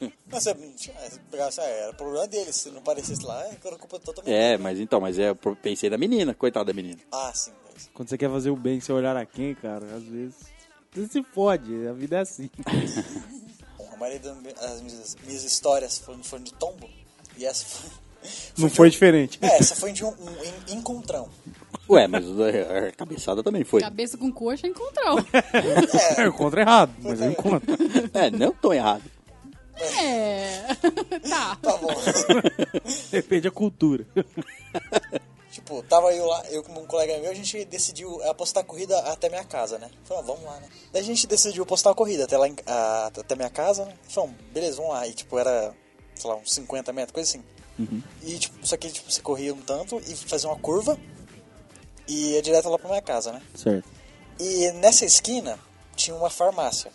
E: Não, você, você pegava assim, ah, é, era problema dele. Se não aparecesse lá, era culpa totalmente.
B: É, mas então, mas é, eu pensei na menina, coitada da menina.
E: Ah, sim. é isso.
F: Quando você quer fazer o bem, você olhar a quem, cara, às vezes... Você se fode, a vida
E: *laughs*
F: é assim.
E: Bom, a maioria das mi- das minhas, minhas histórias foram, foram de tombo. E essa foi. *laughs*
F: Não foi diferente.
E: É, essa foi de um, um en- encontrão.
B: Ué, mas a a cabeçada também foi.
G: Cabeça com coxa encontrou.
B: *laughs*
F: É, *laughs* eu encontro errado, mas
E: *laughs*
F: eu encontro.
B: É, não tão errado.
G: É. tá.
E: Tá bom. *laughs*
F: Depende da cultura.
E: Tipo, tava eu lá, eu com um colega meu, a gente decidiu apostar corrida até minha casa, né? Falei, ah, vamos lá, né? Daí a gente decidiu apostar a corrida até lá em- a- até minha casa, né? Falei, beleza, vamos lá. E tipo, era, sei lá, uns 50 metros, coisa assim. E tipo, só que tipo, você corria um tanto e fazia uma curva e ia direto lá pra minha casa, né?
F: Certo.
E: E nessa esquina tinha uma farmácia.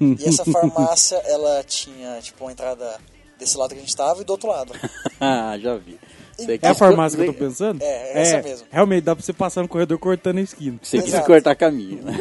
E: E essa farmácia, ela tinha, tipo, uma entrada desse lado que a gente tava e do outro lado.
B: *laughs* Ah, já vi. Sei que
F: É a
B: você-
F: farmácia que eu tô pensando?
E: É, é essa mesmo.
F: Realmente, dá pra você passar no corredor cortando a esquina.
B: Você quis
E: Exato.
B: cortar caminho, né?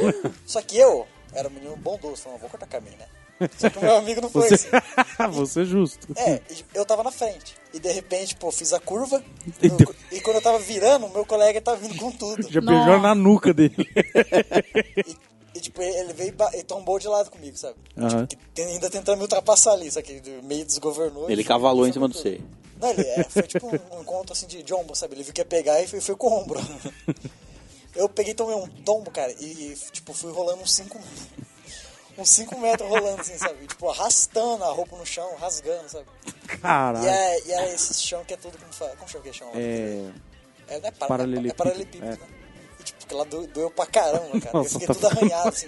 E: Só que eu era um menino bondoso, falando, vou cortar caminho, né? Só que o meu amigo não foi
F: Você, *laughs*
E: assim.
F: você é justo.
E: É, e eu tava na frente. E de repente, pô, fiz a curva.
F: E
E: no-
F: deu-
E: e quando eu tava virando, meu colega tava vindo com tudo.
F: Já beijou na nuca dele. *laughs*
E: E, e, tipo, ele veio e ba- e tombou de lado comigo, sabe?
F: Aham.
E: Tipo, que tem- ainda tentando me ultrapassar ali, só que ele meio desgovernou. e
B: Ele
E: foi-
B: cavalou em
E: foi
B: cima do
E: tudo.
B: C.
E: Não, ele, é, foi tipo um, um encontro assim de, de ombro, sabe? Ele viu que ia pegar e foi, foi com o ombro. *laughs* Eu peguei e tomei um tombo, cara, e tipo, fui rolando uns 5 uns 5 metros rolando assim, sabe? Tipo, arrastando a roupa no chão, rasgando, sabe? E
F: Caralho.
E: é, e é esse chão que é tudo como fala. Como chama que é chão? lá?
F: É.
E: É, não é, para,
F: Paralelepípedo,
E: é paralelepípedo,
F: é.
E: né? E, tipo, que lá do- doeu pra caramba, cara.
F: Nossa,
E: eu fiquei
F: tá-
E: tudo arranhado, assim.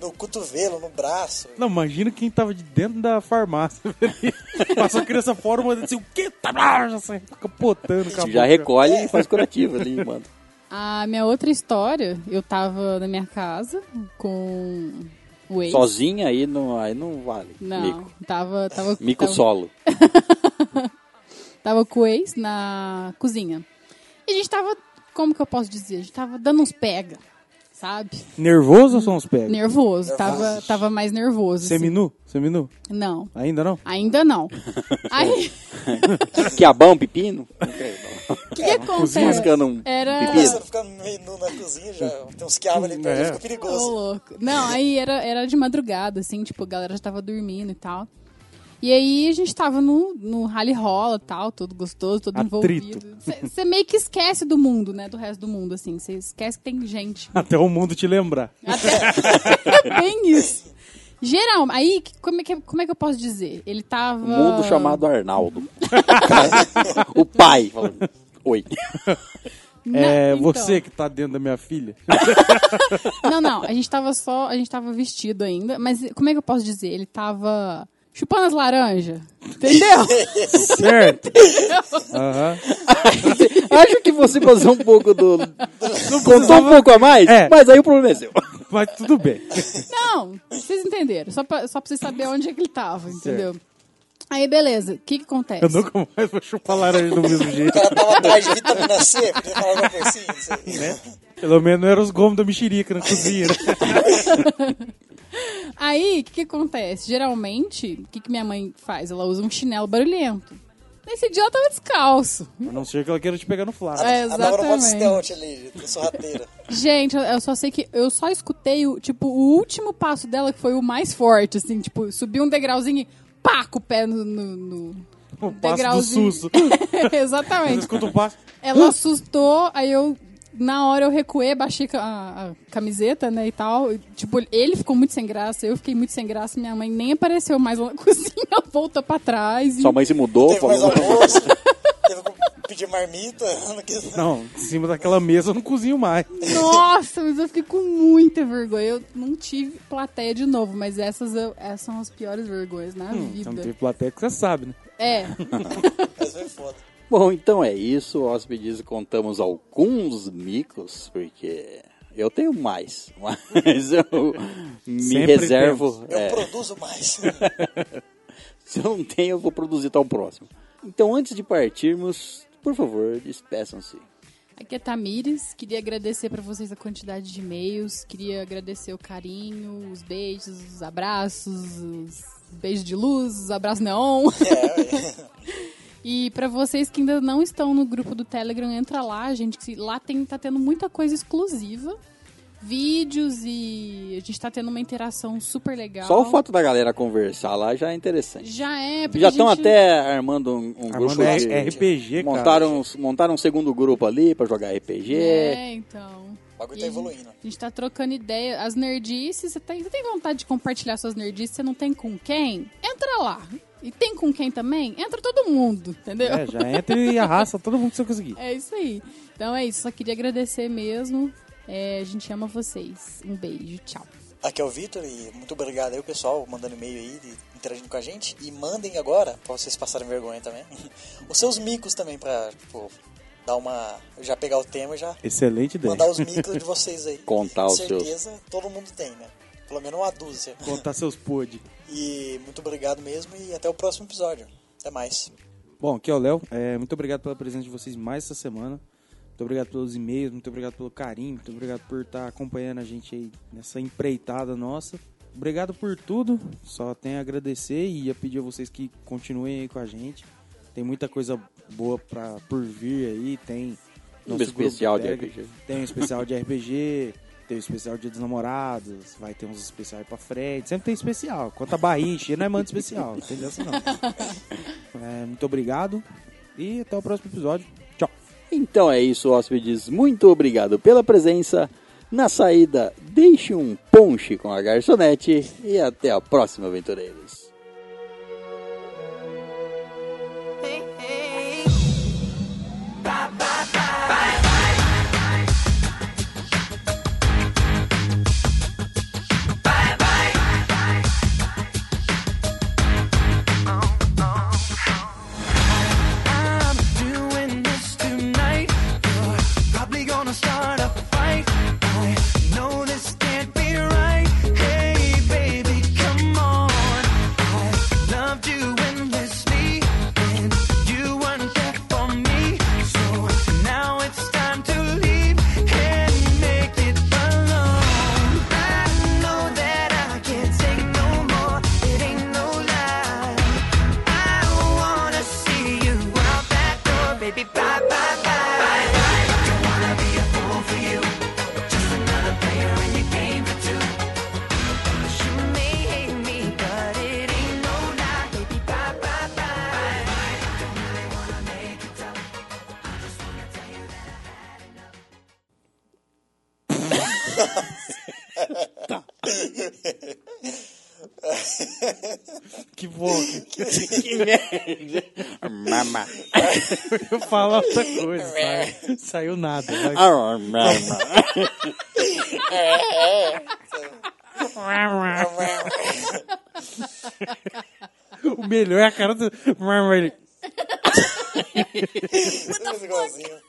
E: No cotovelo, no braço.
F: Não, imagina quem tava de dentro da farmácia. velho. *laughs* Passou a criança fora, mas assim, o quê? Tá bravo, já sai capotando. com
B: Já
F: a boca.
B: recolhe e faz curativo ali, mano.
G: A minha outra história, eu tava na minha casa com o ex.
B: Sozinha aí não, aí não vale.
G: Não, Então-
B: Mico,
G: tava,
B: *laughs*
G: tava,
B: Mico
G: tava,
B: solo.
G: tava com o ex na cozinha. E a gente tava, como que eu posso dizer? A gente tava dando uns pega, sabe?
F: Nervoso ou são os pés?
G: Nervoso, tava, tava mais nervoso. assim.
F: Seminu? Seminu?
G: Não,
F: Ainda não? *laughs*
B: *laughs*
G: ainda não. Aí,
B: Quiabão, é pepino?
G: o que, que acontece?
B: Riscando um
G: Era...
E: Começando
B: pepino.
E: a ficar meio nu na cozinha, já tem uns quiabos ali perto,
F: É.
E: já fica
G: Ô,
E: perigoso.
G: louco. Não, aí era, era de madrugada, assim, tipo, a galera já tava dormindo e tal. E aí a gente tava no, no rally rola e tal, todo gostoso, todo
F: Atrito.
G: envolvido. Você meio que esquece do mundo, né? Do resto do mundo, assim. Você esquece que tem gente.
F: Até o mundo te lembrar.
G: Até...
F: *laughs*
G: é bem isso. Geral, aí, que- como é, que, como é que eu posso dizer? Ele tava...
B: Um
F: Ah.
B: mundo chamado Arnaldo. *laughs* o pai. falando, Oi.
G: Na-
F: é
G: então.
F: você que tá dentro da minha filha.
G: Não, não, a gente tava só, a gente tava vestido ainda, mas como é que eu posso dizer? Ele tava chupando as laranjas. Entendeu?
F: Tá Certo.
G: *laughs*
F: Aham.
B: *laughs* Acho que você passou um pouco do. Contou um pouco a mais,
F: É.
B: mas aí o problema é seu.
F: *laughs* Mas tudo bem.
G: Não, vocês entenderam. Só pra, só pra vocês saberem onde é que ele tava, entendeu? Aí, beleza. O que que acontece?
F: Eu nunca mais vou chupar laranja do mesmo jeito.
E: O cara tava atrás de vitamina C, podia falar alguma coisa assim, não sei.
F: Pelo menos não eram os gomos da mexerica na cozinha. né?
G: Aí, o que, que acontece? Geralmente, o que, que minha mãe faz? Ela usa um chinelo barulhento. Nesse dia eu tava descalço.
F: A não ser que ela queira te pegar no
G: *laughs*
F: flaco.
G: É,
E: A Débora pode
G: exatamente.
E: stealth ali, eu sou rateira.
G: Gente, eu- eu só sei que eu só escutei o, tipo, o último passo dela, que foi o mais forte, assim, tipo, subir um degrauzinho e pá, com o pé no. no, no
F: O Um passo do susto. Você
G: *laughs* Exatamente.
F: escuta o passo.
G: Ela assustou, aí eu. Na hora eu recuei, baixei ca- a, a camiseta, né, e tal. E, tipo, ele ficou muito sem graça, eu fiquei muito sem graça, minha mãe nem apareceu mais lá na *laughs* cozinha, voltou pra trás. e-
B: Sua mãe se mudou,
E: Teve mais
B: falou.
E: almoço, teve que pedir marmita, *laughs* não quis.
F: Não, em cima daquela mesa eu não cozinho mais.
G: *laughs* Nossa, mas eu fiquei com muita vergonha. Eu não tive plateia de novo, mas essas, eu- essas são as piores vergonhas na
F: Você Hum, então não
G: vida.
F: teve plateia que você sabe, né?
G: É,
E: Mas foi foda.
B: Bom, então é isso, hóspedes. Contamos alguns micos, porque eu tenho mais, *laughs* mas eu me
F: Sempre
B: reservo.
E: Eu
B: é,
E: produzo
B: *laughs*
E: mais.
B: se eu não tenho, eu vou produzir tal próximo. Então, antes de partirmos, por favor, despeçam-se.
G: aqui é Tamires. Queria agradecer pra vocês a quantidade de e-mails. Queria agradecer o carinho, os beijos, os abraços, os beijos de luz, os abraços
B: É,
G: neon. *laughs* E pra vocês que ainda não estão no grupo do Telegram, entra lá, gente, que lá tem, tá tendo muita coisa exclusiva. Vídeos e a gente tá tendo uma interação super legal.
B: Só o fato da galera conversar lá já é interessante.
G: Já é, porque
B: Já
G: a gente-
B: estão até armando um, um
F: Armando
B: grupo de-
F: é RPG, cara.
B: montaram, um- montaram um segundo grupo ali pra jogar RPG.
G: É, então.
E: O bagulho
G: E
E: tá
G: a gente-
E: evoluindo.
G: A gente tá trocando ideia. As nerdices, você tem, você tem vontade de compartilhar suas nerdices, você não tem com quem? Entra lá. E tem com quem também? Entra todo mundo, entendeu?
F: É, já entra e arrasta todo mundo que você conseguir.
G: *laughs* É isso aí. Então é isso, só queria agradecer mesmo. É, a gente ama vocês. Um beijo, tchau.
E: Aqui é o Vitor e muito obrigado aí, o pessoal, mandando e-mail aí, e interagindo com a gente. E mandem agora, pra vocês passarem vergonha também, *laughs* os seus micos também, pra, tipo, dar uma. Eu já pegar o tema e já
F: Excelente ideia.
E: mandar os micos de vocês aí.
B: *laughs* Contar os seus.
E: certeza, todo mundo tem, né? Pelo menos
B: *laughs*
E: uma dúzia.
F: Contar seus pod.
E: E muito obrigado mesmo e até o próximo episódio. Até mais.
F: Bom, aqui é o Léo. É, muito obrigado pela presença de vocês mais essa semana. Muito obrigado pelos e-mails, muito obrigado pelo carinho, muito obrigado por estar acompanhando a gente aí nessa empreitada nossa. Obrigado por tudo. Só tenho a agradecer e a pedir a vocês que continuem aí com a gente. Tem muita coisa boa pra, por vir aí. Tem
B: Um
F: nosso grupo
B: especial
F: do
B: de
F: Telegram.
B: RPG.
F: Tem um especial de RPG, tem um especial de Dia dos namorados, vai ter uns especiais pra frente. Sempre tem especial. Quanto a barriga encher, não é manda especial. Não tem dessa não. É, muito obrigado e até o próximo episódio. Tchau.
B: Então é isso, hóspedes. Muito obrigado pela presença. Na saída, deixe um ponche com a garçonete e até a próxima, aventureiros.
I: I'm doing this tonight. You're probably gonna start a fight. I know this can't be right. Hey, baby, come on. I loved you endlessly, and you weren't there for me. So now it's time to leave and make it alone. I know that I can't take no more. It ain't no lie. I wanna see you out that door, baby. Bye bye bye. bye, bye. Don't wanna be a fool for you. Just another player in your game for two. You may hate me, but it ain't no lie, baby. Bye bye bye. Don't really wanna make it tough. I just wanna tell you that.
F: Que bom. que
B: Que merda! Mama!
F: Eu falo outra coisa. sabe? Saiu nada. vai.
B: *laughs* Ah, mama.
F: vermelho. É a cara do Marmalho.
E: Esse igualzinho.